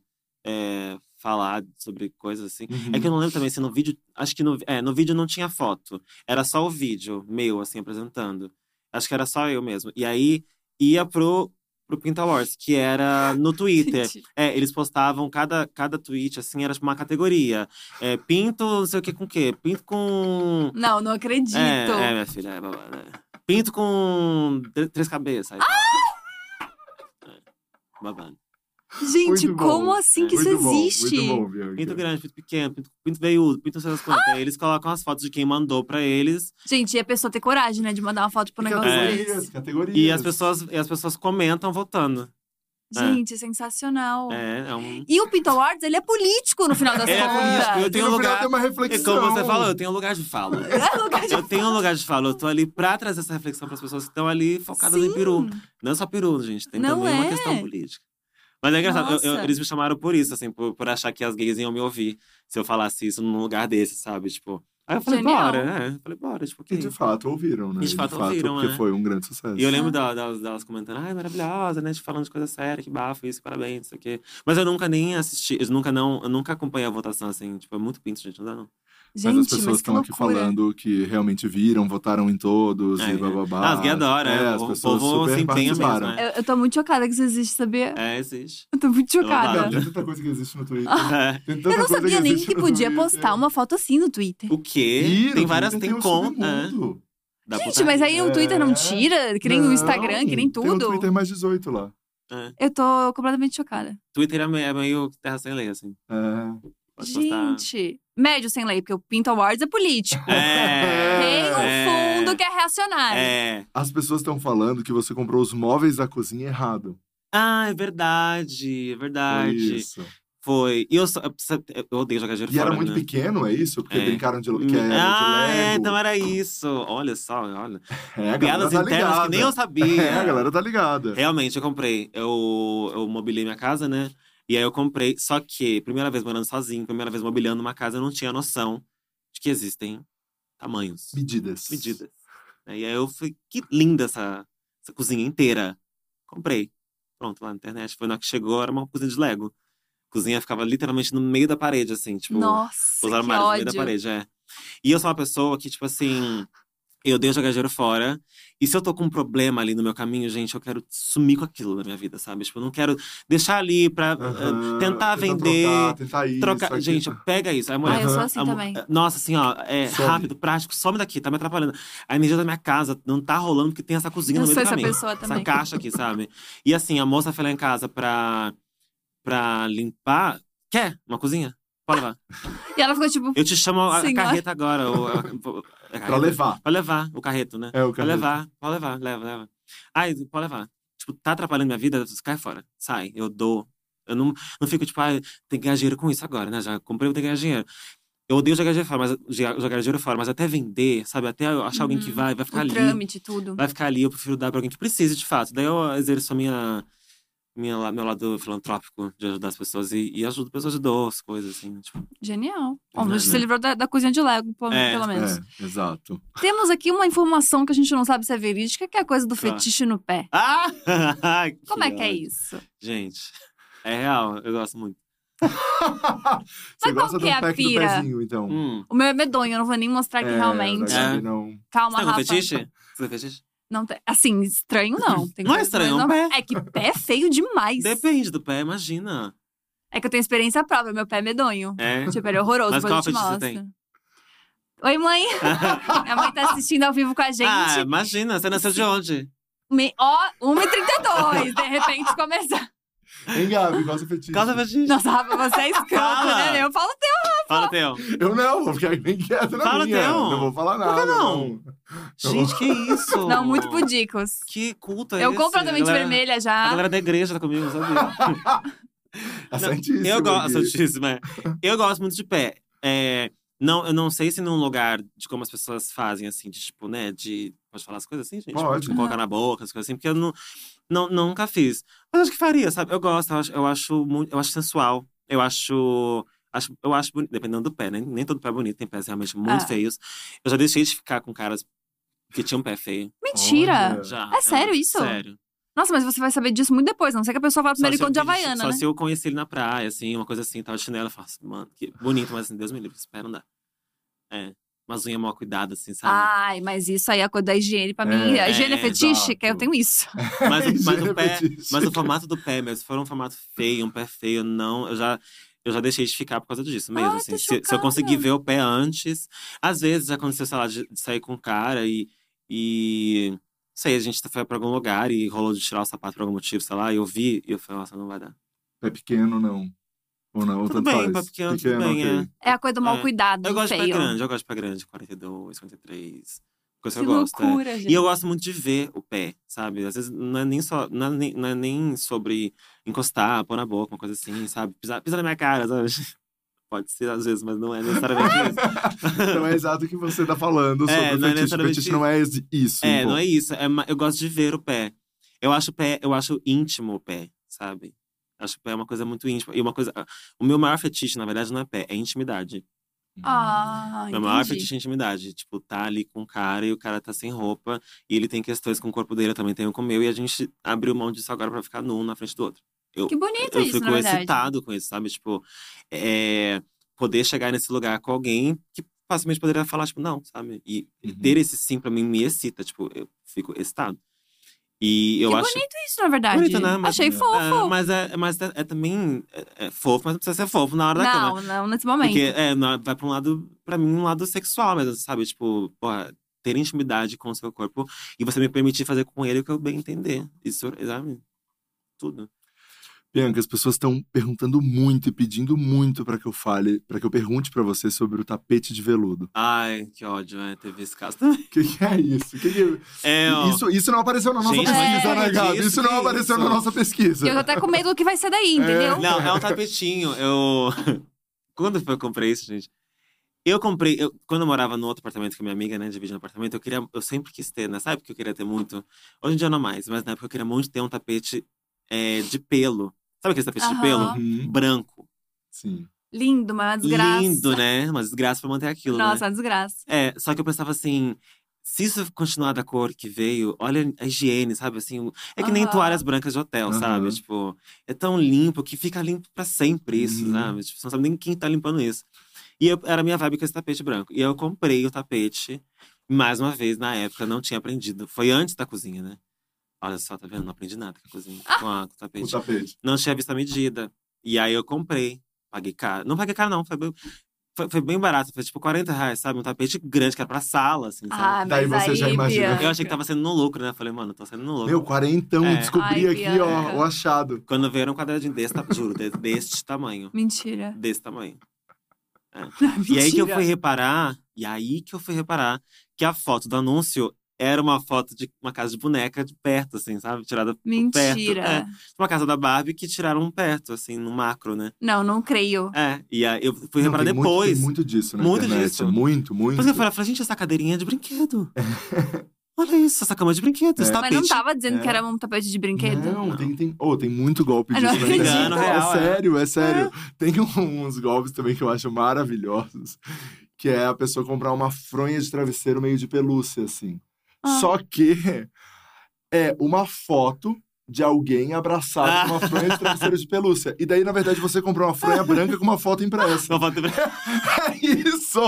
é, falar sobre coisas assim.
Uhum.
É que eu não lembro também se no vídeo. Acho que no, é, no vídeo não tinha foto. Era só o vídeo meu, assim, apresentando. Acho que era só eu mesmo. E aí ia pro, pro Pinta Wars, que era no Twitter.
Gente,
É, eles postavam cada, cada tweet, assim, era tipo uma categoria. É, pinto, não sei o que com o quê. Pinto com.
Não, não acredito.
É, é, minha filha, é babada. é. Pinto com tr- três cabeças. aí tá. É, Babado. é.
Gente,
Muito bom.
como assim que isso
Muito bom,
existe?
Muito bom, Bianca.
Pinto grande, pinto pequeno, pinto, pinto veiudo, pinto não sei das quantas. Aí eles colocam as fotos de quem mandou pra eles.
Gente, e a pessoa ter coragem, né, de mandar uma foto pro negócio
É.
desse.
Categorias, categorias.
E as pessoas, e as pessoas comentam votando.
Gente, sensacional.
É, é um.
E o Pinto Awards, ele é político no final das
É,
contas.
político, eu tenho
no
lugar-
final tem uma
É
reflexão.
como você falou, eu tenho um lugar de fala.
É lugar de-
Eu tenho um lugar de fala, eu tô ali pra trazer essa reflexão pras pessoas que estão ali focadas
Sim.
em um peru. Não é só peru, gente, tem
Não
também uma
é.
questão política. Mas é engraçado, eu- eu-
Nossa.
eles me chamaram por isso, assim, por, por achar que as gays iam me ouvir se eu falasse isso num lugar desse, sabe? Tipo, aí eu falei,
Genial.
bora, é. Eu falei, bora, tipo,
E
que
de fato ouviram, né?
E de fato ouviram,
porque
é.
foi um grande sucesso.
E eu lembro dela- delas, delas comentando, ai, maravilhosa, né? Te falando de coisa séria, que bafo, isso, parabéns, isso aqui. Mas eu nunca nem assisti, eu nunca não, eu nunca acompanhei a votação, assim, tipo, é muito pinto, gente, não dá não.
Gente,
Mas as pessoas
mas que
estão aqui
loucura.
falando que realmente viram, votaram em todos
É,
e blá blá blá.
Ah, as gays adoram, é,
as
o
pessoas
povo
super
se empenha mesmo,
participaram.
né?
Eu, eu tô muito chocada que isso existe, sabia?
É, existe.
Eu tô muito
Cara,
chocada.
tem tanta coisa que existe no Twitter.
É.
Tem tanta
Eu não
coisa
sabia nem
existe
que
no
podia
Twitter.
postar uma foto assim no Twitter.
O quê?
Ih,
tem
no
várias, né?
Twitter
tem, é.
um
conta.
submundo.
Da
Gente,
putaria.
mas aí o Twitter não
É.
tira, que nem
Não,
o Instagram, que nem
Tem um
tudo.
Twitter mais 18 lá.
É.
Eu tô completamente chocada.
Twitter é meio, é meio terra sem lei, assim.
É.
Pode postar.
Gente, médio sem lei, porque o Pinto Awards é político.
É.
Tem um
é,
fundo que é reacionário.
É.
As pessoas estão falando que você comprou os móveis da cozinha errado.
Ah, é verdade, é
É
verdade.
isso.
Foi. E eu, só, eu odeio jogar dinheiro
E
fora,
era muito
né?
pequeno, é isso? Porque
É.
brincaram de, que era
ah,
de
é,
Lego.
então era isso. Olha só, olha.
É, a galera
Piadas
tá
internas
ligada.
que nem eu né? sabia.
É, a galera tá ligada.
Realmente, eu comprei. Eu, eu mobilei minha casa, né? E aí eu comprei. Só que, primeira vez morando sozinho, primeira vez mobiliando uma casa, eu não tinha noção de que existem tamanhos,
Medidas.
medidas. E aí eu fui, que linda essa, essa cozinha inteira. Comprei. Pronto, lá na internet. Foi na hora que chegou, era uma cozinha de Lego. A cozinha ficava literalmente no meio da parede, assim, tipo.
Nossa,
Os
que
armários no meio da
ódio.
parede, é. E eu sou uma pessoa que, tipo assim, eu dei o jogageiro fora. E se eu tô com um problema ali no meu caminho, gente, eu quero sumir com aquilo na minha vida, sabe? Tipo, eu não quero deixar ali pra
Aham,
eh, tentar vender.
Trocar, tentar isso,
Trocar.
aquilo.
Gente, pega isso. Aí a mulher.
Ah, eu sou assim
a mu-
também.
Nossa, assim, ó, é
Some.
rápido, prático, some daqui, tá me atrapalhando. A energia da minha casa não tá rolando porque tem essa cozinha
Eu
no meio
sou
do
essa
caminho.
pessoa também.
Essa caixa aqui, sabe? E assim, a moça foi lá em casa pra, pra limpar. Quer uma cozinha? Pode levar.
E ela ficou tipo,
Eu te chamo a a
Senhora.
carreta agora. Ou, a- a carreta.
Pra levar.
Pra levar o carreto, né?
É o
Pra
cara.
levar, pode levar, leva, leva. Ai, pode levar. Tipo, tá atrapalhando minha vida, cai fora. Sai, eu dou. Eu não, não fico tipo, ah, tem que ganhar dinheiro com isso agora, né? Já comprei, eu tenho que ganhar dinheiro. Eu odeio jogar dinheiro fora, mas, jogar jogar dinheiro fora, mas até vender, sabe? Até eu achar alguém que
Uhum.
vai, vai ficar
o
ali.
trâmite, tudo.
Vai ficar ali, eu prefiro dar pra alguém que precise, de fato. Daí eu exerço a minha, minha, la- meu lado filantrópico de ajudar as pessoas e, e ajudo pessoas de dor, as coisas, assim. Tipo,
Genial. Bom,
Não,
você
né?
se livrou da, da cozinha de Lego, pelo,
É,
pelo menos.
É, exato.
Temos aqui uma informação que a gente não sabe se é verídica, que é a coisa do
Tá.
fetiche no pé.
Ah!
Como é que é
ódio.
isso?
Gente, é real, eu gosto muito.
qual
Você gosta
que
do
é a
pack do
pira?
pezinho, então.
Hum.
O meu é medonho, eu não vou nem mostrar aqui
É,
realmente.
da Gabi
É.
não.
Calma,
Você tem algum
Rafa.
fetiche? Você tem fetiche?
Não tem- Assim, estranho não. Tem
Não é
coisas
estranho,
mais
é um
normais. É que pé é feio demais.
Depende do pé, imagina.
É que eu tenho experiência própria, meu pé é medonho.
É.
Tipo, ele é horroroso,
Mas
depois eu
qual
te
fetiche você
mostro.
tem?
Oi, mãe. Minha mãe tá assistindo ao vivo com a gente.
Ah, imagina, você nasceu de onde?
Me... Ó, 1h32, de repente começar.
Hein, Gabi, gosta do fetiche?
Causa fetiche.
Nossa, Rafa, você é escroto,
Fala.
né? Eu falo teu.
Fala teu.
Eu não, vou ficar bem quieto na
Fala,
minha.
Theo.
Não vou falar
que
nada.
não? Gente, que isso?
Não, muito pudicos.
Que culto é
Eu
esse?
completamente
A galera-
vermelha
A
já.
galera da igreja tá comigo, sabe?
A
Não,
Santíssima.
Eu
É aqui.
gosto, santíssima. é. Eu gosto muito de pé. É, não, eu não sei se num lugar de como as pessoas fazem, assim, de tipo, né, de. Pode falar as coisas assim, gente?
Pode.
Tipo, colocar na boca, as coisas assim, porque eu não, não, nunca fiz. Mas acho que faria, sabe? Eu gosto, eu acho, eu acho, muito, eu acho sensual. Eu acho. acho- eu acho bonito, dependendo do pé, né? Nem todo pé é bonito, tem pés realmente muito
Ah.
feios. Eu já deixei de ficar com caras que tinham pé feio.
Mentira.
Olha.
Já.
É sério isso?
Sério.
Nossa, mas você vai saber disso muito depois, a não sei que a pessoa fala
Só
primeiro
se eu
encontro de
vi-
Havaiana,
Só
né?
se eu conheci ele na praia, assim, uma coisa assim, tava de chinelo. Eu falo assim, mano, que bonito, mas assim, Deus me livre, espera, não dá. É, umas unhas mal cuidadas, assim, sabe?
Ai, mas isso aí é a coisa da higiene pra mim.
É,
a higiene é
é,
fetiche, que eu
exato.
tenho isso.
mas, o- mas
Higiene
o um- pé, um-
fetiche.
mas o formato do pé mesmo, se for um formato feio, um pé feio, não, eu já. Eu já deixei de ficar por causa disso mesmo.
Ai,
assim.
tô
se, se eu
chocada.
conseguir ver o pé antes. Às vezes já aconteceu, sei lá, de de sair com um cara e. e não sei, a gente foi pra algum lugar e rolou de tirar o sapato por algum motivo, sei lá, e eu vi e eu falei, nossa, não vai dar.
Pé É pequeno, não. Ou não, ou tanto
Tudo bem,
faz.
pé pequeno, tudo bem,
ok.
é.
É a coisa do mal
É.
cuidado,
Eu
do
gosto de pé
feio.
grande, eu gosto de pé grande, 42, 43. coisa
Que
que eu gosto. é.
loucura, gente.
E eu gosto muito de ver o pé, sabe? Às vezes não é nem só. Não é nem, não é nem sobre encostar, pôr na boca, uma coisa assim, sabe? Pisar, pisar na minha cara, sabe? Pode ser às vezes, mas não é necessariamente isso.
Não é exato o que você tá falando sobre
É,
o
não
fetiche.
é
o
necessariamente
fetiche não é esse- isso.
É,
um
não
pouco.
é isso. É ma- eu gosto de ver o pé. Eu acho o pé, eu acho íntimo o pé, sabe? Acho que o pé é uma coisa muito íntima. E uma coisa. O meu maior fetiche, na verdade, não é pé, é intimidade.
Ah,
Meu maior
entendi.
fetiche é intimidade. Tipo, tá ali com o cara e o cara tá sem roupa. E ele tem questões com o corpo dele, eu também tenho com o meu. E a gente abriu mão disso agora pra ficar num na frente do outro.
Que bonito Então
eu
é isso, na
fico
verdade.
excitado com isso, sabe? Tipo, é, poder chegar nesse lugar com alguém que facilmente poderia falar, tipo, não, sabe? E
Uhum.
ter esse sim pra mim me excita. Tipo, eu fico excitado. E eu
que
acho.
bonito isso, na verdade.
Bonito, né? Mas-
Achei
É,
fofo.
mas é, mas é, é também é, é fofo, mas não precisa ser fofo na hora da cama.
não, não, nesse momento.
Porque é, na- vai pra um lado, pra mim, um lado sexual mesmo, sabe? Tipo, porra, ter intimidade com o seu corpo e você me permitir fazer com ele o que eu bem entender. Isso, sabe? Tudo.
Bianca, as pessoas estão perguntando muito e pedindo muito pra que eu fale, pra que eu pergunte pra você sobre o tapete de veludo.
Ai, que ódio, é. Teve esse caso também.
O que, que é isso? Que que-
É, ó.
Isso, isso não apareceu na nossa
Gente,
pesquisa,
é,
né, Gabi?
isso,
Isso não
que
apareceu
isso?
na nossa pesquisa.
Eu tô até com medo do que vai ser daí, entendeu?
Não, é um tapetinho. Eu. Quando foi que eu comprei isso, gente? Eu comprei. eu- Quando eu morava no outro apartamento com a minha amiga, né? Dividindo apartamento, eu queria. Eu sempre quis ter, né? Sabe que eu queria ter muito? Hoje em dia não mais, mas na época eu queria muito ter um tapete é, de pelo. Sabe aquele tapete de
Aham.
pelo?
Uhum,
Branco.
Sim.
Lindo, mas é uma desgraça.
Lindo, né? Uma desgraça pra manter aquilo. né?
Nossa, uma desgraça.
É, só que eu pensava assim. Se isso continuar da cor que veio, olha a higiene, sabe? Assim, o- é que nem
Aham.
toalhas brancas de hotel,
Aham.
sabe? Tipo, é tão limpo que fica limpo pra sempre isso,
Uhum.
sabe? Tipo, você não sabe nem quem tá limpando isso. E eu- era a minha vibe com esse tapete branco. E eu comprei o tapete, mais uma vez, na época, eu não tinha aprendido. Foi antes da cozinha, né? Olha só, tá vendo? Não aprendi nada com a cozinha, com, a- com o tapete
O tapete.
não tinha visto a medida. E aí eu comprei. Paguei caro. Não paguei caro, não. Foi bem, foi, foi bem barato. Foi tipo 40 reais, sabe? Um tapete grande que era pra sala, assim, sabe?
Ah, é. mas
Daí você
aí,
já imagina.
Bianca.
eu achei que tava sendo no lucro, né? Falei, mano, tô sendo no lucro.
Meu, quarentão,
É.
descobri
Ai,
aqui, ó,
Bianca.
o achado.
Quando veio era um quadradinho desse, ta- juro, de- deste tamanho.
Mentira.
Desse tamanho. É.
Mentira.
E aí que eu fui reparar, e aí que eu fui reparar que a foto do anúncio era uma foto de uma casa de boneca de perto, assim, sabe? Tirada por
Mentira.
perto. É, uma casa da Barbie que tiraram perto, assim, no macro, né?
Não, não creio.
É, e aí eu fui
Não,
reparar
tem muito-
depois.
tem muito disso na
Muito
internet.
disso.
Muito, muito.
Por isso que eu falei, eu falei, gente, essa cadeirinha é de brinquedo. Olha isso, essa cama é de brinquedo, esse
É.
Mas
tapete.
não tava dizendo
É.
que era um tapete de brinquedo?
Não, tem, tem, oh, tem muito golpe
Eu
disso
não Ah.
na internet.
acredito.
É
Real, é.
sério, é sério. Tem um- uns golpes também que eu acho maravilhosos, que é a pessoa comprar uma fronha de travesseiro meio de pelúcia, assim.
Ah.
Só que é uma foto de alguém abraçado
Ah.
com uma fronha de travesseiro de pelúcia. E daí, na verdade, você comprou uma fronha branca com uma foto impressa.
Não, pode-
É isso!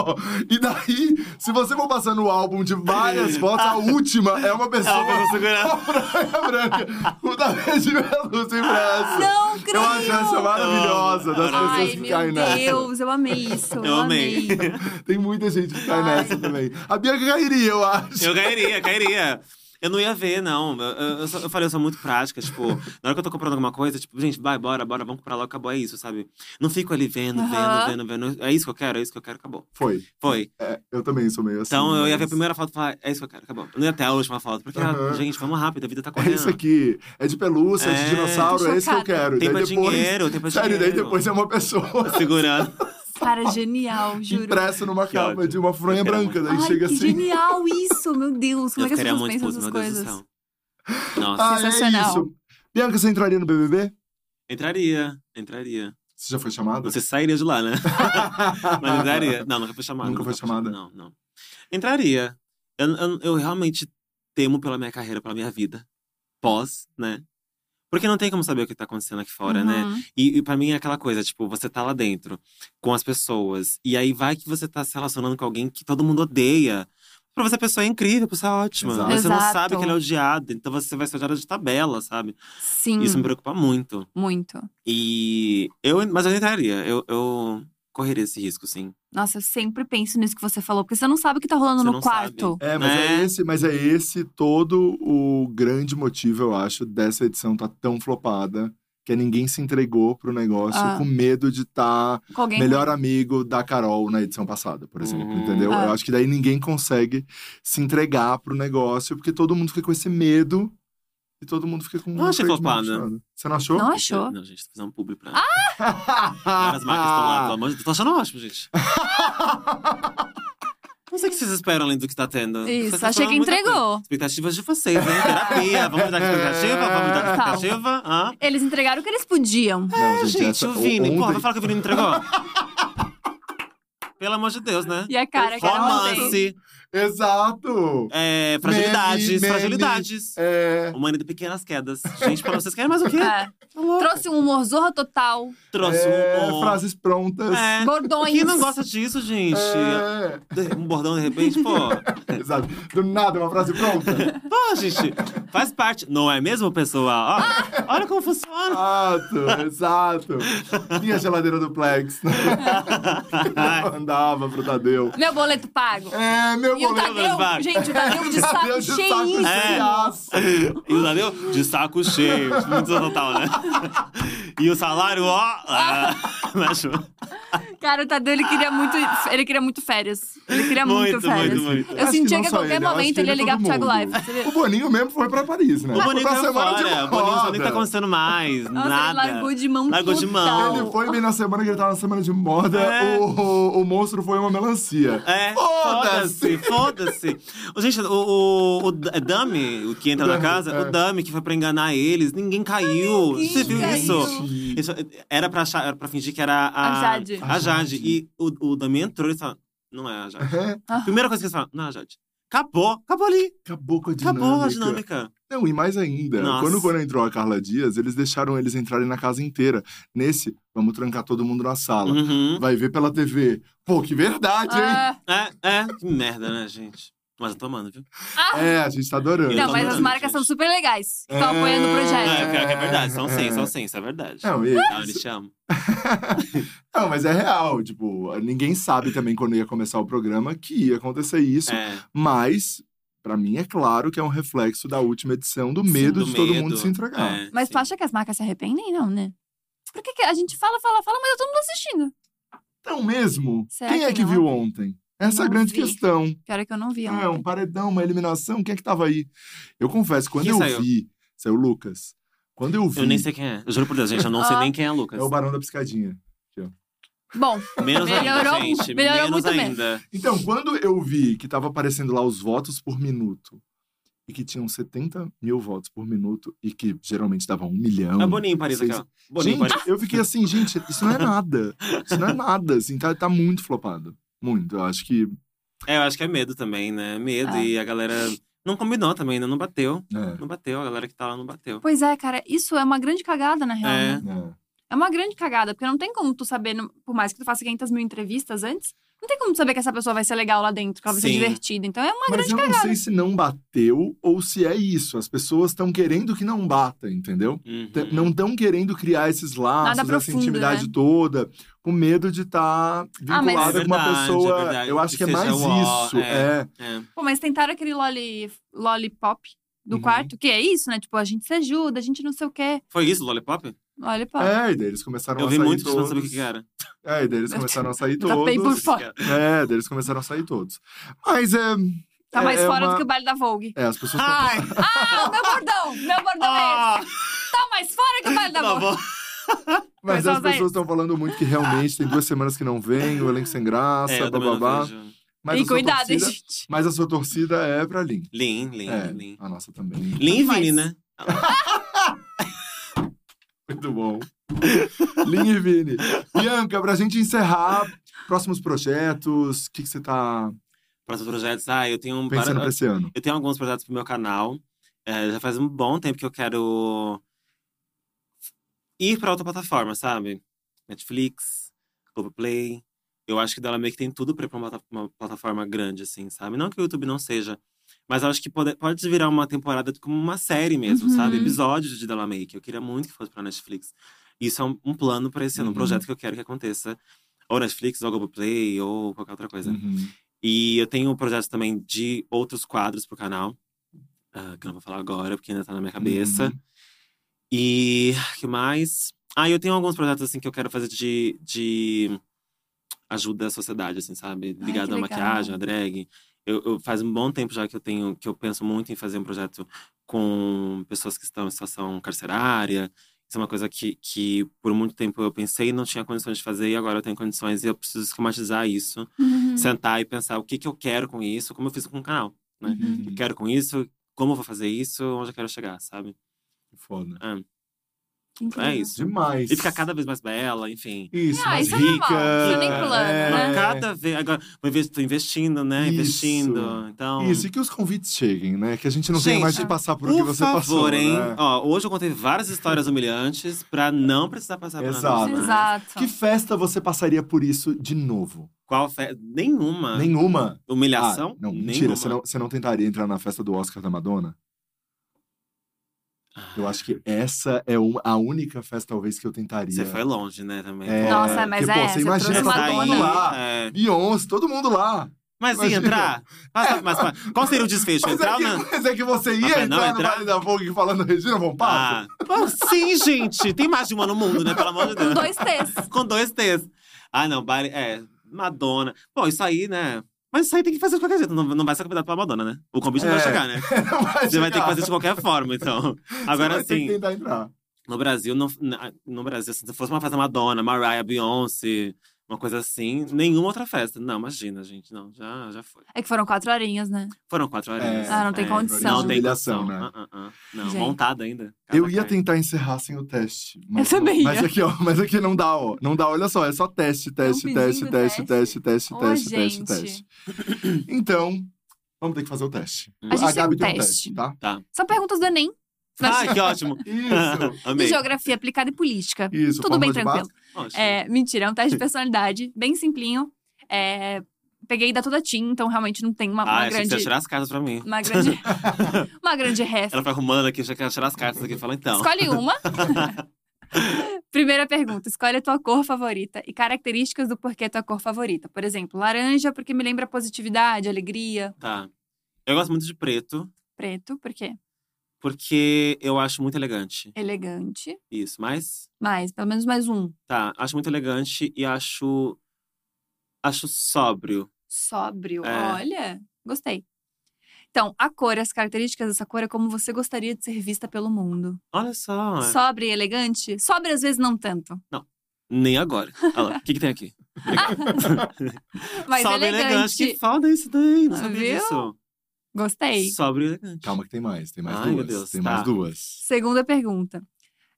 E daí, se você for passando o álbum de várias fotos, a última é uma
Ela
pessoa
fez eu segurar.
a Branca Branca, o tapete de pelúcia impresso.
Não
Eu acho essa
creio!
maravilhosa das
Não.
Ai,
pessoas que caem
meu
nessa.
Deus, eu amei isso. Eu,
Eu amei.
amei.
Tem muita gente que cai
Ai.
nessa também. A Bianca cairia, eu acho.
Eu cairia, cairia. Eu não ia ver, não. Eu, eu- eu sou- eu falei, eu sou muito prática. Tipo, na hora que eu tô comprando alguma coisa, tipo, gente, vai, bora, bora, vamos comprar logo, acabou, é isso, sabe? Não fico ali vendo,
Aham.
vendo, vendo, vendo. É isso que eu quero, é isso que eu quero, acabou.
Foi.
Foi.
É, eu também sou meio assim.
Então eu ia
mas-
ver a primeira foto e falar, é isso que eu quero, acabou. Eu não ia até a última foto, porque, ah,
Aham.
gente, vamos rápido, a vida tá
É
correndo.
isso aqui. É de pelúcia, é,
É.
de dinossauro,
Tô
é isso que eu
chocada.
quero. E
Tempo
daí
é
depois.
dinheiro, tempo é
Sério, e daí
dinheiro.
depois é uma pessoa
Segurando.
Cara, genial, juro.
impressa numa
Que
capa
ódio. um.
de uma fronha
Eu quero
branca. Daí
Ai,
chega
que
assim.
genial isso, meu Deus. Como
eu
é que as
ficaria
pessoas
muito
pensam
puto,
essas
meu Deus
coisas?
do céu. Nossa.
Ah, é
Sensacional.
isso. Bianca, você entraria no BBB?
Entraria, entraria.
Você já foi chamada?
Você sairia de lá, né? Mas entraria. Não, nunca foi chamada.
Nunca foi chamada?
Não, não. Entraria. Eu, eu, eu realmente temo pela minha carreira, pela minha vida. Pós, né? Porque não tem como saber o que tá acontecendo aqui fora, né?
Uhum.
E, e para mim é aquela coisa, tipo, você tá lá dentro com as pessoas. E aí vai que você tá se relacionando com alguém que todo mundo odeia. Pra você a pessoa é incrível, a pessoa é ótima.
Exato.
Mas Você não
Exato.
sabe que ela é odiada, então você vai ser odiada de tabela, sabe?
Sim,
Isso me preocupa muito.
muito.
E eu, mas eu entraria. Eu, eu correria esse risco, sim.
Nossa, eu sempre penso nisso que você falou, porque você não sabe o que tá rolando
Você
no
não
quarto.
sabe.
É, mas é.
É.
esse, mas é esse todo o grande motivo, eu acho, dessa edição tá tão flopada. que é ninguém se entregou pro negócio
Ah.
com medo de tá estar
Com alguém.
melhor amigo da Carol na edição passada, por exemplo,
Uhum.
entendeu?
Ah.
Eu acho que daí ninguém consegue se entregar pro negócio, porque todo mundo fica com esse medo e todo mundo fica com
Não achei né?
com o peito mal
flopada.
puxado. Você não achou?
Não achou? Ah!
Não, gente, fizer um publi pra. As marcas estão lá, pelo amor de Deus. Tô achando ótimo, gente. Não sei o que vocês esperam além do que tá tendo. Vocês
Isso,
estão
achei que
falando muita coisa.
entregou.
Expectativas de vocês, hein? Terapia. Vamos mudar de expectativa? Vamos mudar de
Total.
expectativa? Hã?
Eles entregaram o que eles podiam.
Não,
É, gente,
essa-
o Vini. Pô,
ontem-
vai falar que o Vini não entregou? Pelo amor de Deus, né?
E a cara que era ontem.
Romance,
Exato!
é, fragilidades,
Meme, meme.
fragilidades.
É.
Humanidade pequenas quedas. Gente, pra vocês querem mais o quê?
É.
Tá louco.
Trouxe um humor zorra total.
Trouxe
é,
um.
Frases prontas.
É.
Bordões.
Quem não gosta disso, gente?
É.
De- Um bordão de repente, pô.
Exato. Do nada, uma frase pronta.
Pô, gente, faz parte. Não é mesmo, pessoal? Ó, olha como funciona.
exato, exato. Tinha a geladeira duplex. Andava pro Tadeu.
Meu boleto pago.
É, meu
E o
boleto.
Tadeu,
pago.
gente, o Tadeu de saco
Tadeu de saco
cheio.
É.
cheiaço.
E o Tadeu de saco cheio. Muito total, né? E o salário, ó. ah, mas-
Tá
Cara, o Tadeu, ele queria muito, ele queria muito férias. Ele queria muito,
Muito,
férias.
muito, muito.
Eu
Acho
sentia
não
que a
só
qualquer
eu acho
momento
que é
ele ia ligar
todo
pro Thiago
mundo.
Live, seria-
O Boninho mesmo foi pra Paris, né?
O
foi
Boninho
pra
tá
semana de
fora. O Boninho só nem tá
moda.
acontecendo mais.
Nossa,
nada.
ele largou de mão
Largou de mão.
total.
Ele foi bem na semana que ele tava na semana de moda.
É.
O, o, o monstro foi uma melancia.
É,
Foda-se.
foda-se, foda-se. Ô, gente, o, o, o D- é Dami, o que entra
Dami,
na casa,
é.
o Dami que foi pra enganar eles, ninguém caiu.
Ninguém
Você viu
caiu.
isso? Isso, Era pra, achar, era pra fingir que era a,
A Jade.
a Jade. E o, o Dami entrou e falou: não é a Jade.
É,
Primeira coisa que eles falaram: não é a Jade. Acabou, acabou ali.
acabou com a dinâmica.
Acabou a dinâmica.
Não, e mais ainda,
Nossa.
quando, quando entrou a Carla Dias, eles deixaram eles entrarem na casa inteira. Nesse, vamos trancar todo mundo na sala.
Uhum.
Vai ver pela TV. Pô, que verdade, hein?
Ah,
É, é, que merda, né, gente? Mas eu tô amando, viu?
É, a gente tá adorando.
Eu
não, então,
tô
mas as
adorando,
marcas
gente.
são super legais. que Estão
É.
apoiando o
É,
projeto.
pior que é verdade, são sim, são sim, isso é verdade.
Não, e-
Ah, eles te amam.
não, mas é real. Tipo, ninguém sabe também quando ia começar o programa que ia acontecer isso.
É.
Mas, pra mim, é claro que é um reflexo da última edição do medo
do
de todo
medo.
mundo se entregar.
É,
Mas
sim.
tu acha que as marcas se arrependem? Não, né? Por que, que a gente fala, fala, fala, mas tá todo mundo assistindo?
Então mesmo,
Será
quem
que
é que
não?
viu ontem? Essa é a
Não
grande
vi.
questão.
Pior é que eu não vi.
É,
ontem.
um paredão, uma eliminação, quem é que tava aí? Eu confesso, quando
Quem
eu
saiu?
vi, saiu o Lucas. Quando eu vi,
Eu nem sei quem é. Eu juro por Deus, gente, eu não sei
Ah.
nem quem é Lucas.
é o Barão da Piscadinha.
Bom,
Menos
Melhorou
ainda, gente.
muito, melhorou
menos
muito mesmo.
ainda.
Então, quando eu vi que tava aparecendo lá os votos por minuto e que tinham 70 mil votos por minuto e que geralmente dava um milhão.
É Boninho em Paris,
Vocês-
aquela. Boninho em
gente,
Paris.
eu fiquei assim, gente, isso não é nada. Isso não é nada, assim, tá, tá muito flopado. Muito, eu acho que...
É, eu acho que é medo também, né? Medo.
Ah.
E a galera não combinou também, né? Não bateu.
É,
Não bateu. A galera que tá lá não bateu.
pois é, cara, isso é uma grande cagada, na real.
É.
né?
é.
É uma grande cagada, porque não tem como tu saber, não- por mais que tu faça 500 mil entrevistas antes, não tem como tu saber que essa pessoa vai ser legal lá dentro, que ela vai ser
Sim.
divertida. Então é uma
Mas
grande
eu não sei se não bateu ou se é isso. As pessoas estão querendo que não bata, entendeu?
Uhum.
T- não estão querendo criar esses laços, essa
profundo, né?
intimidade toda, com medo de estar
Ah, mas-
vinculado
É
com uma
verdade, é
pessoa.
verdade,
eu acho que, é
que
mais
seja o-
isso.
é.
É.
É.
Pô, mas tentaram aquele loli, lollipop do
Uhum.
quarto, que é isso, né? Tipo, a gente se ajuda, a gente não sei o quê.
Foi isso, Lollipop?
Lollipop.
É, e daí eles começaram
Eu
a
vi
sair
muitos que não
todos.
sabia o que que era.
É, e daí eles começaram a sair
Eu tapei Tá por
todos.
fora.
É, daí eles começaram a sair todos. Mas é.
Tá
é-
mais
é
fora
uma-
do que o baile da Vogue.
É, as pessoas estão.
Ai!
Ah, o meu bordão! Meu bordão é
Ah!
esse. Tá mais fora que o baile da
Tá
Vogue.
bom.
Mas
Pessoal,
as pessoas estão falando muito que realmente tem duas semanas que não vem, o elenco sem graça,
É, eu também não
bababá.
vejo.
Mas a
e
sua
cuidado, hein,
torcida-
gente.
Mas a sua torcida é pra Lin.
Lean, lean,
É,
lean.
a nossa também.
Lean e
Mas-
Vini, né?
Muito bom. Lin e Vini. Bianca, pra gente encerrar, próximos projetos, o que, que você tá
Para os projetos. Ah, eu tenho um.
pensando
para-
pra esse ano?
Eu tenho alguns projetos pro meu canal. É, já faz um bom tempo que eu quero ir pra outra plataforma, sabe? Netflix, Globoplay. Eu acho que dela meio que tem tudo pra ir pra uma, plata- uma plataforma grande, assim, sabe? Não que o YouTube não seja. Mas eu acho que pode, pode virar uma temporada como uma série mesmo,
Uhum.
sabe? Episódios de Della Make. Eu queria muito que fosse pra Netflix. Isso é um, um plano pra esse ano, um
Uhum.
projeto que eu quero que aconteça. Ou Netflix, ou Globoplay, ou qualquer outra coisa.
Uhum.
E eu tenho um projeto também de
Uhum.
Uhum.
outros quadros pro canal, ah, que eu não vou falar agora, porque ainda tá na minha cabeça. E que mais? Ah, eu tenho alguns projetos assim que eu quero fazer de, de ajuda à sociedade, assim, sabe?
Ai,
Ligado
que
à
legal.
maquiagem, à drag. Eu, eu- faz um bom tempo já que eu tenho, que eu penso muito em fazer um projeto com pessoas que estão em situação carcerária. Isso é uma coisa que, que por muito tempo eu pensei e não tinha condições de fazer, e agora eu tenho condições e eu preciso esquematizar isso,
Uhum.
sentar e pensar o que, que eu quero com isso, como eu fiz com o canal. né?
Uhum.
O que eu quero com isso, como eu vou fazer isso, onde eu quero chegar, sabe?
Foda.
Ah,
Que
Uhum.
incrível.
é isso.
Demais.
E ficar cada vez mais bela, enfim.
Isso,
Ah,
mais
isso é
rica.
normal, isso nem plano, né?
é...
Mas Cada vez. Agora, vou inves- tô investindo, né?
Isso.
Investindo. Então.
Isso, e que os convites cheguem, né? Que a gente não tenha
Gente,
mais de passar por, o que
Por
você passou,
favor, hein?
né?
Ó, hoje eu contei várias histórias humilhantes pra não precisar passar por
Exato.
nada. disso, né?
Exato.
Que festa você passaria por isso de novo?
Qual fe... Nenhuma.
Nenhuma?
Humilhação?
Ah, não, mentira.
Nenhuma.
Você não, você não tentaria entrar na festa do Oscar da Madonna?
Ah.
Eu aacho que essa é uma- a única festa, talvez, que eu tentaria.
Você foi longe, né? Também. tá
É,
Nossa, mas
porque, pô,
é,
você
você
imagina
trouxe
todo
Madonna.
mundo lá.
é.
Beyoncé, todo mundo lá.
Mas
Imagina.
ia entrar? Mas, mas- mas- qual seria o desfecho?
Mas
entrar
é,
ou não?
que, mas é que você ia
Mas
entrar,
não
no
entrar?
Vale da Vogue falando Regina Von Passo?
Ah, pô, sim, gente. Tem mais de uma no mundo, né? Pelo amor de
Com
Deus.
dois T's.
Com dois T's. Ah, não, Bari, é, Madonna. Bom, isso aí, né? Mas isso aí tem que fazer de qualquer jeito. Não, não vai ser convidado pela Madonna, né? O convite não
É.
vai chegar, né? Você vai ter que fazer de qualquer forma, então. Agora
Tem que
sim,
tentar entrar.
no Brasil, não- na- no Brasil, assim, se fosse uma festa Madonna, Mariah, Beyoncé, uma coisa assim, nenhuma outra festa. Não, imagina, gente. Não, já, já foi.
É que foram quatro horinhas, né?
Foram quatro horas.
É, Ah,
não tem condição.
Não tem
Humilhação,
condição,
né?
né? Não,
Gente.
montada ainda.
Eu ia
Caraca.
tentar encerrar sem o teste. Mas,
Eu também
Mas
ia.
aqui, ó. Mas aqui não dá, ó. Não dá, olha só. É só teste, teste,
Tão
teste,
pedindo
teste, teste,
teste.
teste,
Ô,
teste, teste,
gente.
teste. Então, vamos ter que fazer o teste.
A
gente tem
Gabi
um
tem um
teste.
teste, tá?
São perguntas do Enem.
Ai, que ótimo.
Isso.
De
Amei.
geografia aplicada e política.
Isso,
Tudo bem
fórmula de Bhaskara.
tranquilo.
Ótimo.
É, mentira, é um teste de personalidade, bem simplinho. É, peguei da toda Tim, então realmente não tem uma, uma
Ah, achei que você ia
grande.
tirar as cartas pra mim.
Uma grande. uma grande ref.
Ela foi arrumando aqui, já quer tirar as cartas aqui. Fala, então.
Uhum. Escolhe uma. Primeira pergunta: escolhe a tua cor favorita e características do porquê tua cor favorita. Por exemplo, laranja, porque me lembra positividade, alegria.
Tá. Eu gosto muito de preto,
Preto, porque
porque eu acho muito elegante.
elegante.
Isso, mas.
Mais, pelo menos mais um.
Tá, acho muito elegante e acho. Acho sóbrio.
Sóbrio.
É.
Olha, gostei. Então, a cor, as características dessa cor é como você gostaria de ser vista pelo mundo.
Olha só. é.
Sóbria e elegante? Sóbria às vezes não tanto.
Nem agora. Olha lá, o que, que tem aqui?
Mas
sóbrio e elegante.
elegante.
Que foda isso daí, não
Ah,
sabia
viu?
disso.
Gostei.
Sóbrio e elegante.
Calma que tem mais, tem mais
Ai,
duas.
meu Deus,
tem
tá.
mais duas.
Segunda pergunta.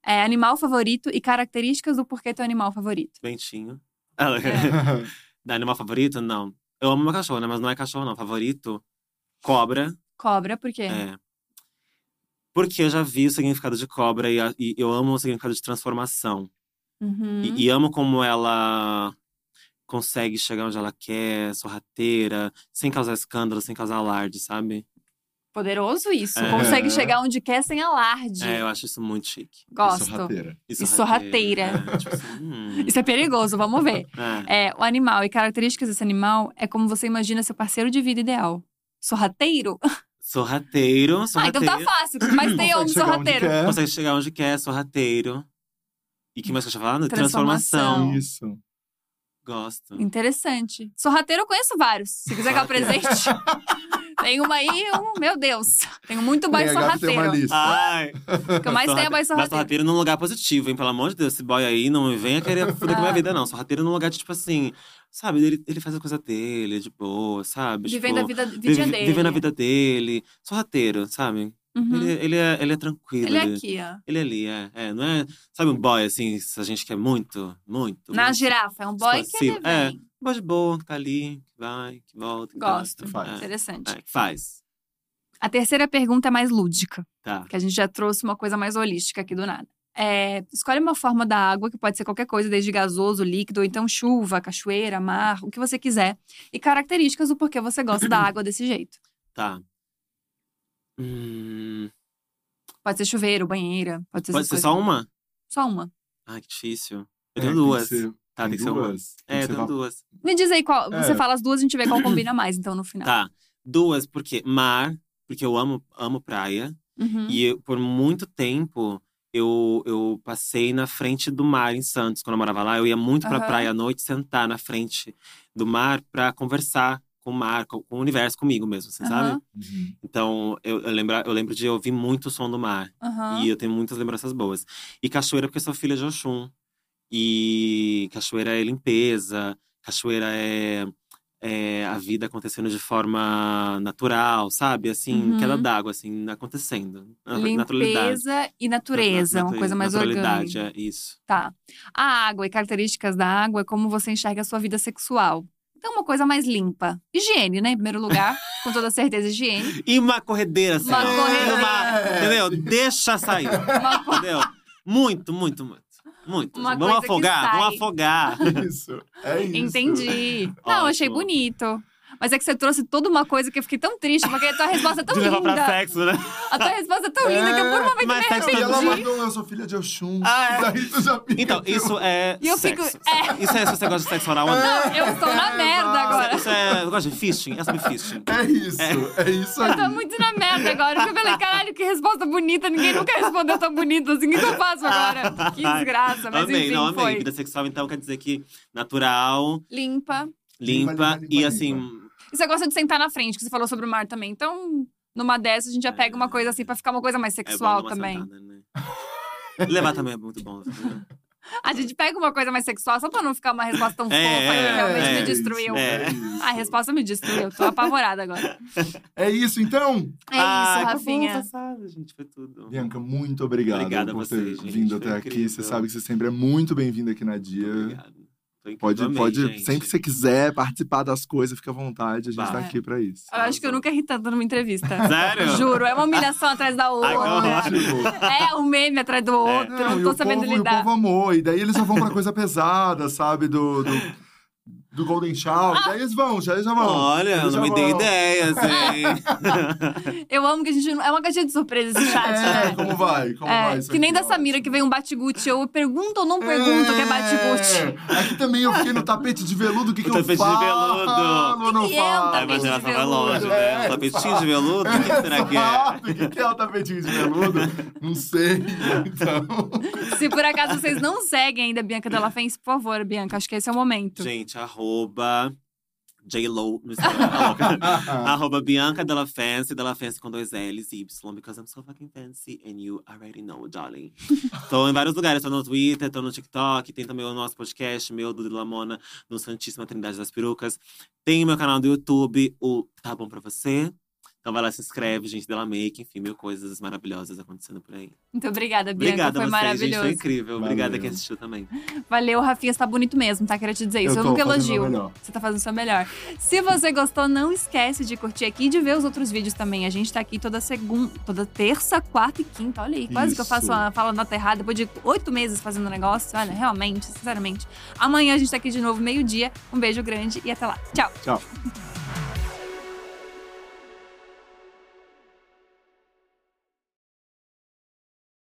É, animal favorito e características do porquê teu animal favorito.
Bentinho. Ah,
É.
Dá Animal favorito? Não. Eu amo meu cachorro, né? Mas não é cachorro, não. Favorito? Cobra.
Cobra, por quê?
É. Porque eu já vi o significado de cobra e, a- e eu amo o significado de transformação.
Uhum.
E, e amo como ela consegue chegar onde ela quer, sorrateira, sem causar escândalo, sem causar alarde, sabe?
Poderoso isso.
É.
Consegue chegar onde quer sem alarde.
É, eu acho isso muito chique.
Gosto.
Sorrateira.
E sorrateira.
É, tipo assim, hum,
Isso é perigoso, vamos ver.
é.
É, o animal e características desse animal é como você imagina seu parceiro de vida ideal. Sorrateiro?
Sorrateiro,
Ah,
sorrateiro.
então tá fácil. Mas tem um
Consegue chegar onde
sorrateiro.
quer.
Consegue chegar onde quer, sorrateiro. E que mais que eu tinha falado?
Transformação.
Transformação.
Isso.
Gosto.
Interessante. Sorrateiro eu conheço vários. Se quiser ganhar
Sorrateiro.
presente. tem uma aí, um, meu Deus. Tenho muito
Bem,
boy
a Gabi tem uma
sorrateiro.
lista.
Ai,
O que eu mais tenho é boy
Mas
sorrateiro.
sorrateiro num lugar positivo, hein? Pelo amor de Deus, esse boy aí não me venha querer foder com a minha vida, não. Sorrateiro num lugar de, tipo assim, sabe? Ele, ele faz a coisa dele, de boa, sabe?
Vivendo a
tipo,
vida, vidinha
vive-
dele.
Vivendo a vida dele. Sorrateiro, sabe?
Uhum.
Ele, ele, é, ele é tranquilo.
Ele é
ele-
aqui, ó.
ele é ali, é, é. Não é, sabe, um boy, assim, se a gente quer muito, muito.
Na
muito.
girafa. É um boy que ele
Expansivo. É.
vem.
Um boy de boa, que tá ali, que vai, que volta. Que
Gosto.
volta.
Faz.
Interessante.
É, é, que faz.
A terceira pergunta é mais lúdica.
Tá.
que a gente já trouxe uma coisa mais holística aqui do nada. É, escolhe uma forma da água, que pode ser qualquer coisa, desde gasoso, líquido, ou então chuva, cachoeira, mar, o que você quiser. E características do porquê você gosta da água desse jeito.
Tá. Hum,
Pode ser chuveiro, banheira, pode ser
pode
essas
ser
coisas.
só uma?
Só uma.
Ai, que difícil.
É,
Eu tenho
tem que
duas.
ser-
Tá, tem que ser uma.
duas. Tem
É,
que ser
tem
uma-
duas.
Me diz aí qual.
É.
Você fala as duas, a gente vê qual combina mais, então, no final.
Tá. Duas, porque mar, porque eu amo, amo praia.
Uhum.
E eu, por muito tempo eu, eu passei na frente do mar em Santos, quando eu morava lá. Eu ia muito pra
Aham.
praia à noite sentar na frente do mar pra conversar com o mar, com, com o universo, comigo mesmo, você sabe?
Aham.
Uhum.
Então, eu, eu, lembra, eu lembro de ouvir muito o som do mar.
Aham.
E eu tenho muitas lembranças boas. E cachoeira, porque eu sou filha de Oxum. E cachoeira é limpeza, cachoeira é, é a vida acontecendo de forma natural, sabe? Assim,
Uhum.
queda d'água, assim, acontecendo. Na- Naturalidade.
Limpeza e natureza, uma
Natu-
coisa mais
naturalidade,
orgânica.
é isso.
Tá. A água e características da água, é como você enxerga a sua vida sexual. Então, uma coisa mais limpa. Higiene, né? Em primeiro lugar, com toda certeza, higiene.
E uma corredeira, assim.
Uma
ó.
corredeira.
Uma- entendeu? Deixa sair.
Uma co-
entendeu? Muito, muito, muito. Muito.
Uma
vamos
coisa que
afogar,
sai.
vamos afogar.
Isso. É isso.
Entendi. Não, achei
Ótimo.
bonito. Mas é que você trouxe toda uma coisa que eu fiquei tão triste, porque a tua resposta é tão
De levar pra
linda.
sexo, né?
A tua resposta é tão linda que eu por uma vez
Mas é
me
sexo
E ela
arrependi.
mandou, eu sou filha de Oxum.
Ah, é.
Daí tu já fica,
Então,
tipo,
isso é.
E eu
sexo.
fico- é.
Isso é se você gosta de sexo oral ou não.
Não, eu tô na
É,
merda
nossa.
agora. Ah,
Isso é. Eu gosto de fishing? É sobre fishing.
É isso, é, isso aí.
Eu tô muito na merda agora. Eu falei, caralho, que resposta bonita. Ninguém nunca respondeu tão bonito assim. O que eu faço agora? Que desgraça. Mas
amei,
enfim,
não, amei.
foi.
Vida sexual, então, quer dizer que natural,
Limpa.
limpa,
Limpa, limpa,
e
limpa.
assim.
E você gosta de sentar na frente, que você falou sobre o mar também. Então, numa dessa, a gente já pega uma coisa assim pra ficar uma coisa mais
é bom
sexual
dar uma
também.
sentada, né? Levar também é muito bom. né?
A gente pega uma coisa mais sexual só pra não ficar uma resposta tão
É,
fofa
é,
que realmente
é.
me destruiu.
É.
isso.
A resposta me destruiu. Tô apavorada agora.
É isso, então.
É
Ai,
isso,
tá bom,
Rafinha.
tá sábado, gente, foi tudo.
Bianca, muito obrigado
Obrigado a
por
vocês,
ter
gente.
vindo
Foi
até aqui.
incrível.
Você sabe que você sempre é muito bem-vindo aqui na Dia.
Muito obrigado. Foi incrível,
Pode,
amei,
pode
gente.
sempre que você quiser participar das coisas, fica à vontade. A gente
Vai.
tá aqui pra isso.
Eu acho que eu nunca ri tanto numa entrevista.
Sério?
Juro, é uma humilhação atrás da outra.
Agora.
É um meme atrás do outro,
Não,
não
e
tô
o
sabendo
povo, e
lidar.
O povo amou. E daí eles já vão pra coisa pesada, sabe? Do, do, do Golden Shower.
Ah!
Daí eles vão, já, eles já vão.
Olha, eu
Eles
não
já
me dei assim.
vão.
ideias,
Tá
hein?
Eu amo que a gente. não- É uma caixinha de surpresa esse chat,
É,
né?
como vai? Como
É,
vai isso
que nem
aqui?
da Samira, que veio um batigute. Eu pergunto ou não pergunto o que é batigute.
É. Aqui também eu fiquei no tapete de veludo. O que,
O
que eu
tapete de
falo?
veludo.
ou não
Que que é um
falo?
Ai, mas
tapete
ela
de
tava
veludo.
longe, né? Um
É,
tapetinho de veludo? O que será que é?
Exato. O que, que é o tapetinho de veludo? Não sei. Então.
Se por acaso vocês não seguem ainda a Bianca Della Fence, por favor, Bianca, acho que esse é o momento.
Gente, arroba JLo no Instagram. Tá louca? arroba Bianca Della Fancy, Della Fancy com dois L's e Y, because I'm so fucking fancy and you already know, darling. tô em vários lugares, tô no Twitter, tô no TikTok, tem também o nosso podcast, meu, do Lamona, no Santíssima Trindade das Perucas. Tem meu canal do YouTube, o Tá Bom Pra Você. Então vai lá, se inscreve, gente, Della Make, enfim, mil coisas maravilhosas acontecendo por aí.
Muito obrigada, Bianca.
Obrigada a
foi
vocês, gente,
maravilhoso.
foi incrível. Obrigada
Valeu.
quem assistiu também.
Valeu, Rafinha, você tá bonito mesmo, tá? Queria te dizer isso. Eu,
tô
nunca
fazendo o
elogio.
melhor.
Você tá fazendo o seu melhor. Se você gostou, não esquece de curtir aqui e de ver os outros vídeos também. A gente tá aqui toda segunda, toda terça, quarta e quinta. Olha aí, quase que eu
Isso.
faço uma fala nota errada depois de oito meses fazendo o negócio. Olha, realmente, sinceramente. Amanhã a gente tá aqui de novo, meio-dia. Um beijo grande e até lá. Tchau!
Tchau.